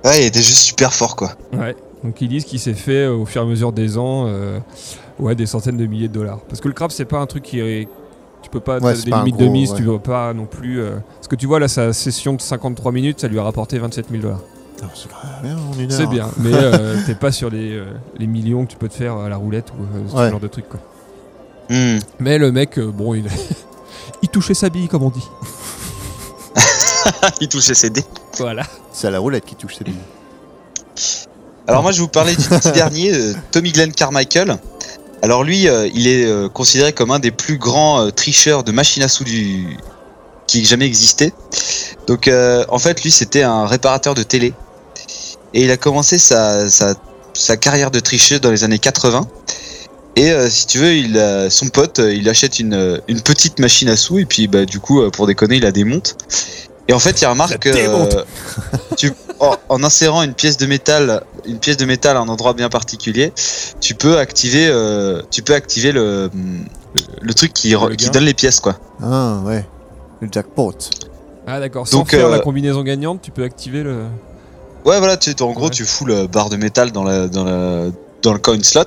Speaker 3: Ouais, il était juste super fort, quoi.
Speaker 2: Ouais. Donc ils disent qu'il s'est fait euh, au fur et à mesure des ans euh, ouais, des centaines de milliers de dollars. Parce que le crabe, c'est pas un truc qui est. Tu peux pas.
Speaker 1: Ouais,
Speaker 2: t'as
Speaker 1: c'est
Speaker 2: des
Speaker 1: pas un
Speaker 2: limites de
Speaker 1: gros,
Speaker 2: mise,
Speaker 1: ouais.
Speaker 2: tu peux pas non plus. euh, Parce que tu vois, là, sa session de 53 minutes, ça lui a rapporté 27 000 dollars.
Speaker 1: C'est
Speaker 2: Bah,
Speaker 1: bien, en une heure.
Speaker 2: C'est bien, mais euh, t'es pas sur les, euh, les millions que tu peux te faire à la roulette ou euh, ce
Speaker 1: Ouais.
Speaker 2: genre de truc, quoi.
Speaker 3: Hmm.
Speaker 2: Mais le mec, euh, bon, il. il touchait sa bille, comme on dit.
Speaker 5: Il touchait ses dés.
Speaker 2: Voilà.
Speaker 1: C'est à la roulette qui touche ses billes.
Speaker 3: Alors moi je vais vous parler du petit dernier, euh, Tommy Glenn Carmichael. Alors lui, euh, il est euh, considéré comme un des plus grands euh, tricheurs de machines à sous du... qui ait jamais existé. Donc euh, en fait lui c'était un réparateur de télé. Et il a commencé sa, sa, sa carrière de tricheur dans les années 80. Et euh, si tu veux, il, a- son pote, euh, il achète une, euh, une petite machine à sous et puis bah, du coup, euh, pour déconner, il la démonte. Et en fait, il remarque que,
Speaker 2: démonte.
Speaker 3: euh, tu, en, en insérant une pièce de métal, une pièce de métal à un endroit bien particulier, tu peux activer, euh, tu peux activer le, le truc qui, re-
Speaker 2: Le gain.
Speaker 3: qui donne les pièces quoi.
Speaker 1: Ah, ouais. Le jackpot.
Speaker 2: Ah, d'accord. Sans
Speaker 3: Donc,
Speaker 2: faire
Speaker 3: euh,
Speaker 2: la combinaison gagnante, tu peux activer le.
Speaker 3: Ouais, voilà, tu, en gros,
Speaker 2: Ouais.
Speaker 3: tu fous le barre de métal dans, la, dans, la, dans le coin slot,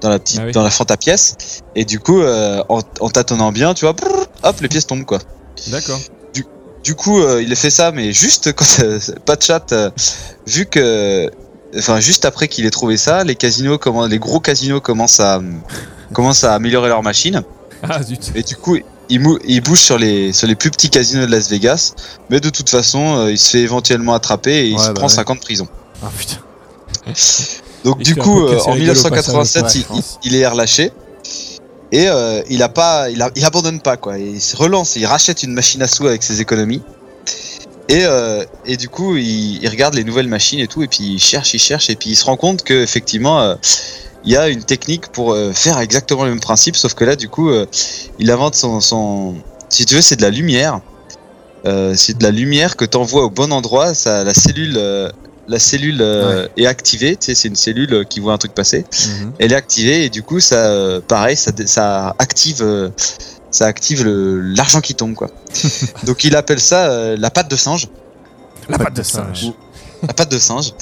Speaker 3: dans la petite,
Speaker 2: Ah oui.
Speaker 3: dans la fente à pièces, et du coup, euh, en, en tâtonnant bien, tu vois, brrr, hop, les pièces tombent quoi.
Speaker 2: D'accord.
Speaker 3: Du coup, euh, il a fait ça, mais juste quand euh, pas de chat, euh, vu que, enfin, juste après qu'il ait trouvé ça, les casinos, comment, les gros casinos commencent à, commencent à améliorer leur machine,
Speaker 2: Ah, zut.
Speaker 3: et du coup, il, mou- il bouge sur les, sur les plus petits casinos de Las Vegas, mais de toute façon, euh, il se fait éventuellement attraper et il
Speaker 1: Ouais,
Speaker 3: se
Speaker 1: bah
Speaker 3: prend
Speaker 1: ouais.
Speaker 3: 50 prisons.
Speaker 1: Ah putain.
Speaker 3: Donc
Speaker 2: Et
Speaker 3: du
Speaker 2: c'est un
Speaker 3: coup,
Speaker 2: podcast
Speaker 3: euh, en
Speaker 2: rigolo, pas ça,
Speaker 3: 1987,
Speaker 1: ouais,
Speaker 3: il-
Speaker 1: je pense.
Speaker 3: il, il est relâché et euh, il a pas, il, a- il abandonne pas quoi. Il se relance, il rachète une machine à sous avec ses économies et, euh, et du coup, il, il regarde les nouvelles machines et tout et puis il cherche, il cherche et puis il se rend compte que effectivement, euh, il y a une technique pour euh, faire exactement le même principe, sauf que là, du coup, euh, il invente son, son, si tu veux, c'est de la lumière. Euh, c'est de la lumière que t'envoies au bon endroit, ça, la cellule, euh, la cellule euh, est activée. Tu sais, c'est une cellule euh, qui voit un truc passer.
Speaker 1: Mhm.
Speaker 3: Elle est activée et du coup, ça, euh, pareil, ça, dé- ça active, euh, ça active le- l'argent qui tombe quoi. Donc il appelle ça euh, la patte de singe,
Speaker 1: La
Speaker 2: patte
Speaker 1: patte
Speaker 2: de
Speaker 1: de singe.
Speaker 3: singe. la patte de singe.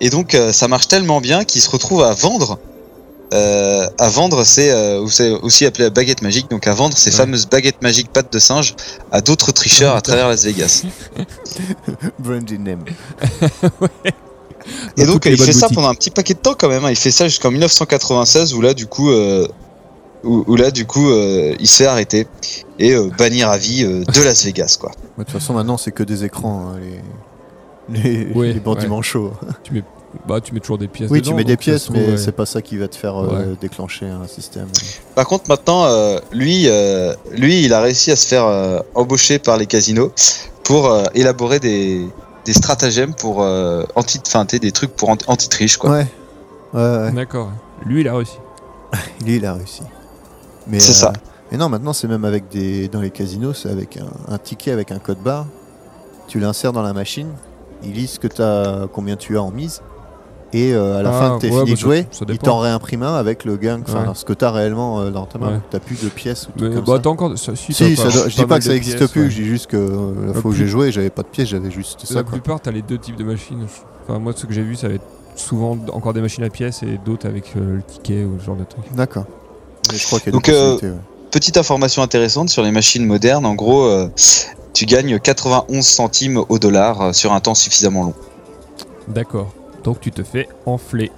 Speaker 3: Et donc euh, ça marche tellement bien qu'il se retrouve à vendre. euh, à vendre, c'est euh, ou c'est aussi appelé la baguette magique, donc à vendre ces
Speaker 2: Ouais.
Speaker 3: fameuses baguettes magiques pattes de singe à d'autres tricheurs
Speaker 2: Ah,
Speaker 3: à travers Las Vegas.
Speaker 1: Branded name.
Speaker 3: Et
Speaker 2: Dans
Speaker 3: donc
Speaker 2: toutes
Speaker 3: euh,
Speaker 2: les
Speaker 3: il fait
Speaker 2: bonnes
Speaker 3: ça
Speaker 2: boutiques.
Speaker 3: pendant un petit paquet de temps quand même. hein. Il fait ça jusqu'en 1996 où là du coup, euh, où, où là du coup, euh, il se fait arrêter et euh, bannir à vie euh, de Las Vegas quoi.
Speaker 1: Ouais, De toute façon, maintenant, c'est que des écrans, hein, les... Les,
Speaker 2: Ouais,
Speaker 1: les bandits
Speaker 2: ouais.
Speaker 1: manchots.
Speaker 2: Bah, tu mets toujours des pièces.
Speaker 1: Oui,
Speaker 2: dedans,
Speaker 1: tu mets
Speaker 2: donc
Speaker 1: des
Speaker 2: ça se
Speaker 1: pièces,
Speaker 2: trouve,
Speaker 1: mais
Speaker 2: ouais.
Speaker 1: c'est pas ça qui va te faire euh, déclencher un système.
Speaker 3: Par contre maintenant, euh, lui, euh, lui, il a réussi à se faire euh, embaucher par les casinos pour euh, élaborer des, des stratagèmes pour euh, anti, enfin t'sais, des trucs pour anti- anti-triche quoi.
Speaker 1: Ouais. Ouais,
Speaker 2: Mm.
Speaker 1: ouais.
Speaker 2: D'accord. Lui, il a réussi.
Speaker 1: Lui, il a réussi. Mais, euh,
Speaker 3: C'est ça.
Speaker 1: Mais non, maintenant, c'est même avec des. Dans les casinos, c'est avec un, un ticket avec un code barre. Tu l'insères dans la machine. Il lit ce que t'as, combien tu as en mise. Et euh, à la
Speaker 2: Ah,
Speaker 1: fin que t'es
Speaker 2: ouais,
Speaker 1: fini
Speaker 2: bah,
Speaker 1: de
Speaker 2: ça-
Speaker 1: jouer,
Speaker 2: ça
Speaker 1: il
Speaker 2: dépend.
Speaker 1: t'en réimprime un avec le gain, enfin
Speaker 2: Ouais.
Speaker 1: ce que t'as réellement euh, dans ta main.
Speaker 2: Ouais.
Speaker 1: T'as plus de pièces ou
Speaker 2: Mais
Speaker 1: tout comme
Speaker 2: bah,
Speaker 1: ça.
Speaker 2: t'as encore. ça- si,
Speaker 1: Si,
Speaker 2: t'as
Speaker 1: ça
Speaker 2: pas-
Speaker 1: doit- je dis
Speaker 2: mal
Speaker 1: pas que ça
Speaker 2: de
Speaker 1: existe
Speaker 2: pièces,
Speaker 1: plus,
Speaker 2: ouais.
Speaker 1: je dis juste que euh, la
Speaker 2: Pas
Speaker 1: fois où
Speaker 2: plus.
Speaker 1: j'ai joué, j'avais pas de pièces, j'avais juste ça.
Speaker 2: La
Speaker 1: Quoi.
Speaker 2: plupart, t'as les deux types de machines. Enfin, moi, ce que j'ai vu, ça va être souvent encore des machines à pièces et d'autres avec euh, le ticket ou ce genre de truc.
Speaker 1: D'accord. Mais je crois qu'il y a
Speaker 3: Donc,
Speaker 1: des
Speaker 3: euh,
Speaker 1: possibilités, ouais.
Speaker 3: Petite information intéressante sur les machines modernes, en gros, euh, tu gagnes 91 centimes au dollar euh, sur un temps suffisamment long.
Speaker 2: D'accord. Donc, tu te fais enfler.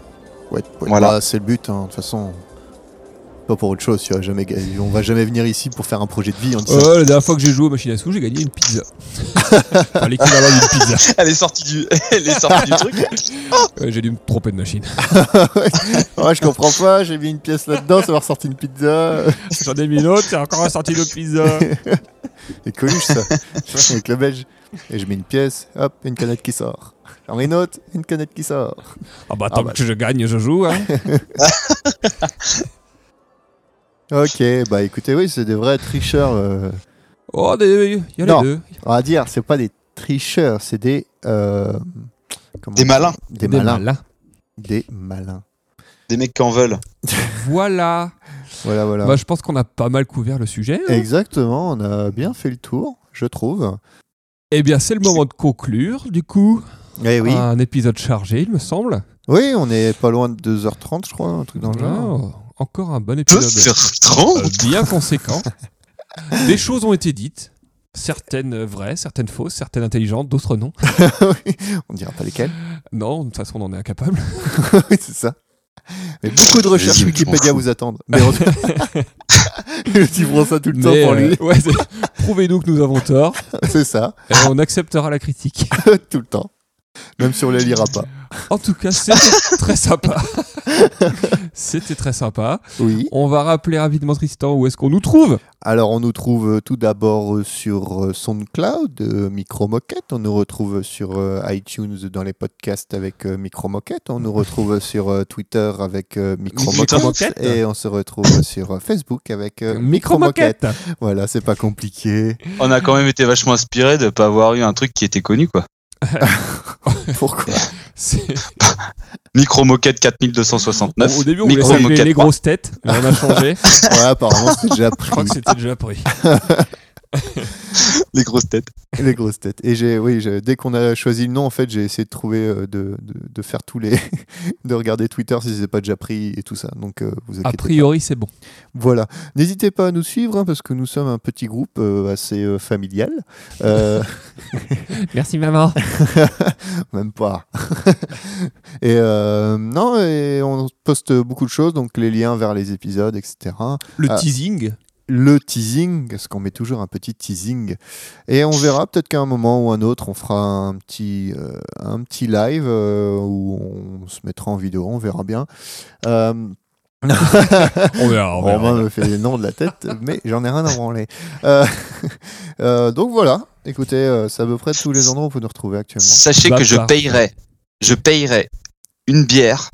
Speaker 1: Ouais, ouais.
Speaker 3: Voilà.
Speaker 1: Bah, c'est le but, hein, de toute façon. Pas pour autre chose, tu vois, jamais... ga- on va jamais venir ici pour faire un projet de vie en disant
Speaker 2: Oh, la dernière fois que j'ai joué aux machines à sous, j'ai gagné une pizza. Enfin, l'équivalent d'une pizza.
Speaker 3: Elle est sortie du, elle est sortie du truc.
Speaker 2: Ouais, j'ai dû me tromper de machine.
Speaker 1: Ouais, je comprends pas, j'ai mis une pièce là-dedans, ça m'a ressorti une pizza.
Speaker 2: J'en ai mis une autre, j'ai encore sorti une autre pizza.
Speaker 1: Et Coluche, ça. Avec le belge. Et je mets une pièce, hop, une canette qui sort. J'en mets une autre, une canette qui sort.
Speaker 2: Ah bah,
Speaker 1: Ah
Speaker 2: tant
Speaker 1: bah.
Speaker 2: que je gagne, je joue. Hein.
Speaker 1: Ok, bah écoutez, oui, c'est des vrais tricheurs. euh.
Speaker 2: Oh, des- il y a
Speaker 1: Non.
Speaker 2: les deux.
Speaker 1: On va dire, c'est pas des tricheurs, c'est des. euh, comment
Speaker 3: Des
Speaker 1: on dit
Speaker 3: malins.
Speaker 1: Des, malins.
Speaker 2: malins.
Speaker 1: Des malins.
Speaker 3: Des mecs qui en veulent.
Speaker 2: Voilà.
Speaker 1: Voilà, voilà.
Speaker 2: Bah, je pense qu'on a pas mal couvert le sujet. hein.
Speaker 1: Exactement, on a bien fait le tour, je trouve.
Speaker 2: Eh bien, c'est le moment de conclure, du coup.
Speaker 1: Eh oui.
Speaker 2: Un épisode chargé, il me semble.
Speaker 1: oui, on est pas loin de 2h30, je crois, un truc dans le genre.
Speaker 2: Oh, encore un bon épisode.
Speaker 3: 2h30
Speaker 2: Euh, bien conséquent. Des choses ont été dites, certaines vraies, certaines fausses, certaines intelligentes, d'autres non.
Speaker 1: Oui, on dira pas lesquels.
Speaker 2: Non, de toute façon, on en est incapable.
Speaker 1: Oui, c'est ça. Mais beaucoup de recherches
Speaker 3: Vas-y, je m'en
Speaker 1: Wikipédia
Speaker 3: fous.
Speaker 1: vous attendent. Mais on... Je prends ça tout le temps
Speaker 2: Mais,
Speaker 1: pour
Speaker 2: euh,
Speaker 1: lui.
Speaker 2: ouais, c'est- Prouvez-nous que nous avons tort
Speaker 1: C'est ça,
Speaker 2: et on acceptera la critique.
Speaker 1: tout le temps. Même si on les lira pas.
Speaker 2: En tout cas, c'était très sympa. C'était très sympa.
Speaker 1: Oui.
Speaker 2: On va rappeler rapidement Tristan où est-ce qu'on nous trouve.
Speaker 1: Alors, on nous trouve euh, tout d'abord euh, sur euh, SoundCloud, euh, Micro Moquette. On nous retrouve sur euh, iTunes dans les podcasts avec euh, Micro Moquette. On nous retrouve sur euh, Twitter avec euh, Micro
Speaker 3: Micro
Speaker 1: Moquette.
Speaker 2: Moquette.
Speaker 1: Et euh, on se retrouve sur euh, Facebook avec euh, Micro Moquette. Voilà, c'est pas compliqué.
Speaker 5: On a quand même été vachement inspiré de pas avoir eu un truc qui était connu, quoi.
Speaker 1: Pourquoi
Speaker 2: C'est-
Speaker 5: Micro moquette 4269.
Speaker 2: Au début, on voulait
Speaker 5: micro
Speaker 2: s'appeler
Speaker 5: moquette
Speaker 2: les grosses têtes, mais on a changé. Je
Speaker 1: Ouais, apparemment, c'est déjà pris.
Speaker 2: crois que c'était déjà pris.
Speaker 5: les grosses têtes.
Speaker 1: Les grosses têtes. Et j'ai, oui, j'ai- dès qu'on a choisi le nom, en fait, j'ai essayé de trouver, euh, de, de, de faire tous les, de regarder Twitter si c'est pas déjà pris et tout ça. Donc, euh, vous
Speaker 2: A
Speaker 1: inquiétez pas.
Speaker 2: priori, c'est bon.
Speaker 1: Voilà. N'hésitez pas à nous suivre hein, parce que nous sommes un petit groupe euh, assez euh, familial. Euh,
Speaker 2: Merci, maman.
Speaker 1: même pas. et euh, non, et on poste beaucoup de choses, donc les liens vers les épisodes, etc.
Speaker 2: Le
Speaker 1: Ah.
Speaker 2: teasing.
Speaker 1: Le teasing, parce qu'on met toujours un petit teasing. Et on verra peut-être qu'à un moment ou un autre, on fera un petit, euh, un petit live euh, où on se mettra en vidéo, on verra bien. Euh,
Speaker 2: On verra, on verra.
Speaker 1: Romain me fait les noms de la tête, mais j'en ai rien à branler. Euh, euh, donc voilà, écoutez, euh, c'est à peu près tous les endroits où vous nous retrouvez actuellement.
Speaker 5: Sachez que je
Speaker 2: Bâtard.
Speaker 5: payerai, je payerai une bière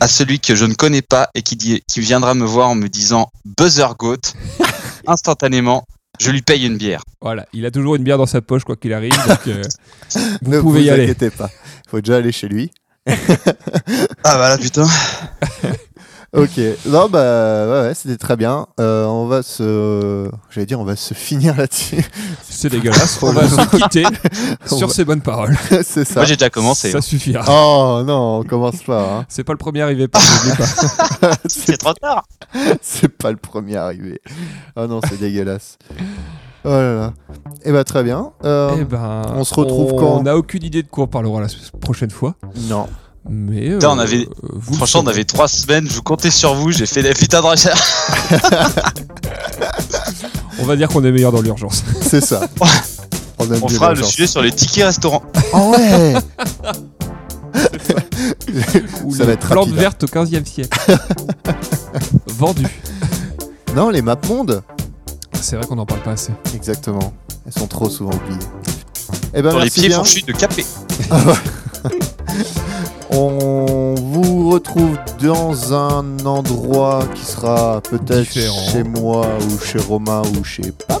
Speaker 5: à celui que je ne connais pas et qui, dit- qui viendra me voir en me disant Buzzer Goat. Instantanément, je lui paye une bière.
Speaker 2: Voilà, il a toujours une bière dans sa poche, quoi qu'il arrive. Donc, euh, vous
Speaker 1: ne
Speaker 2: pouvez
Speaker 1: vous
Speaker 2: y aller.
Speaker 1: inquiétez pas, il faut déjà aller chez lui.
Speaker 5: Ah bah là, putain.
Speaker 1: Ok, non, bah ouais, ouais, c'était très bien. Euh, on va se. J'allais dire, on va se finir là-dessus.
Speaker 2: C'est dégueulasse. On va se quitter
Speaker 1: On
Speaker 2: sur
Speaker 1: va-
Speaker 2: ces bonnes paroles.
Speaker 1: c'est ça.
Speaker 5: Moi, j'ai déjà commencé. hein.
Speaker 2: Ça
Speaker 5: Ah.
Speaker 2: suffira.
Speaker 1: Oh non, on commence pas. hein.
Speaker 2: C'est pas le premier arrivé, par n'oublie pas.
Speaker 5: C'est trop tard.
Speaker 1: C'est pas le premier arrivé. Oh non, c'est dégueulasse. Oh là là. Eh bah très bien. Euh,
Speaker 2: Eh ben,
Speaker 1: on se retrouve quand
Speaker 2: On n'a aucune idée de quoi on parlera la s- prochaine fois.
Speaker 1: Non.
Speaker 2: Mais. euh,
Speaker 5: Putain, on avait-
Speaker 2: euh, vous le
Speaker 5: Franchement, on
Speaker 2: saurez.
Speaker 5: avait trois semaines, je comptais sur vous, j'ai fait des putains de recherche.
Speaker 2: On va dire qu'on est meilleur dans l'urgence.
Speaker 1: C'est ça. On, aime
Speaker 5: On
Speaker 1: bien
Speaker 5: fera le
Speaker 1: l'urgence.
Speaker 5: sujet sur les tickets restaurants.
Speaker 1: Ah ouais
Speaker 2: Ou
Speaker 1: Ça
Speaker 2: les
Speaker 1: va être
Speaker 2: plantes
Speaker 1: rapide. hein.
Speaker 2: vertes au 15e siècle. Vendu.
Speaker 1: Non, les maps mondes
Speaker 2: C'est vrai qu'on n'en parle pas assez.
Speaker 1: Exactement. Elles sont trop souvent oubliées. Eh ben,
Speaker 5: Dans les
Speaker 1: merci
Speaker 5: pieds
Speaker 1: bien.
Speaker 5: fourchus de capé.
Speaker 1: On vous retrouve dans un endroit qui sera peut-être
Speaker 2: Différent.
Speaker 1: chez moi ou chez Romain ou chez Pam.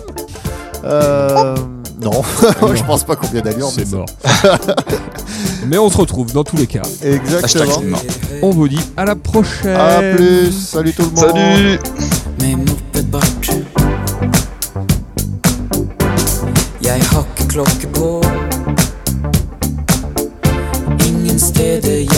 Speaker 1: Euh, non, je pense pas qu'on vient d'aller en
Speaker 2: C'est mort. mais on se retrouve dans tous les cas.
Speaker 5: Hashtag c'est
Speaker 1: Exactement.
Speaker 5: mort.
Speaker 2: On vous dit à la prochaine.
Speaker 1: A plus, salut tout le monde.
Speaker 5: Salut
Speaker 6: med moppebart. Jeg har ikke klokke på. Ingen steder jeg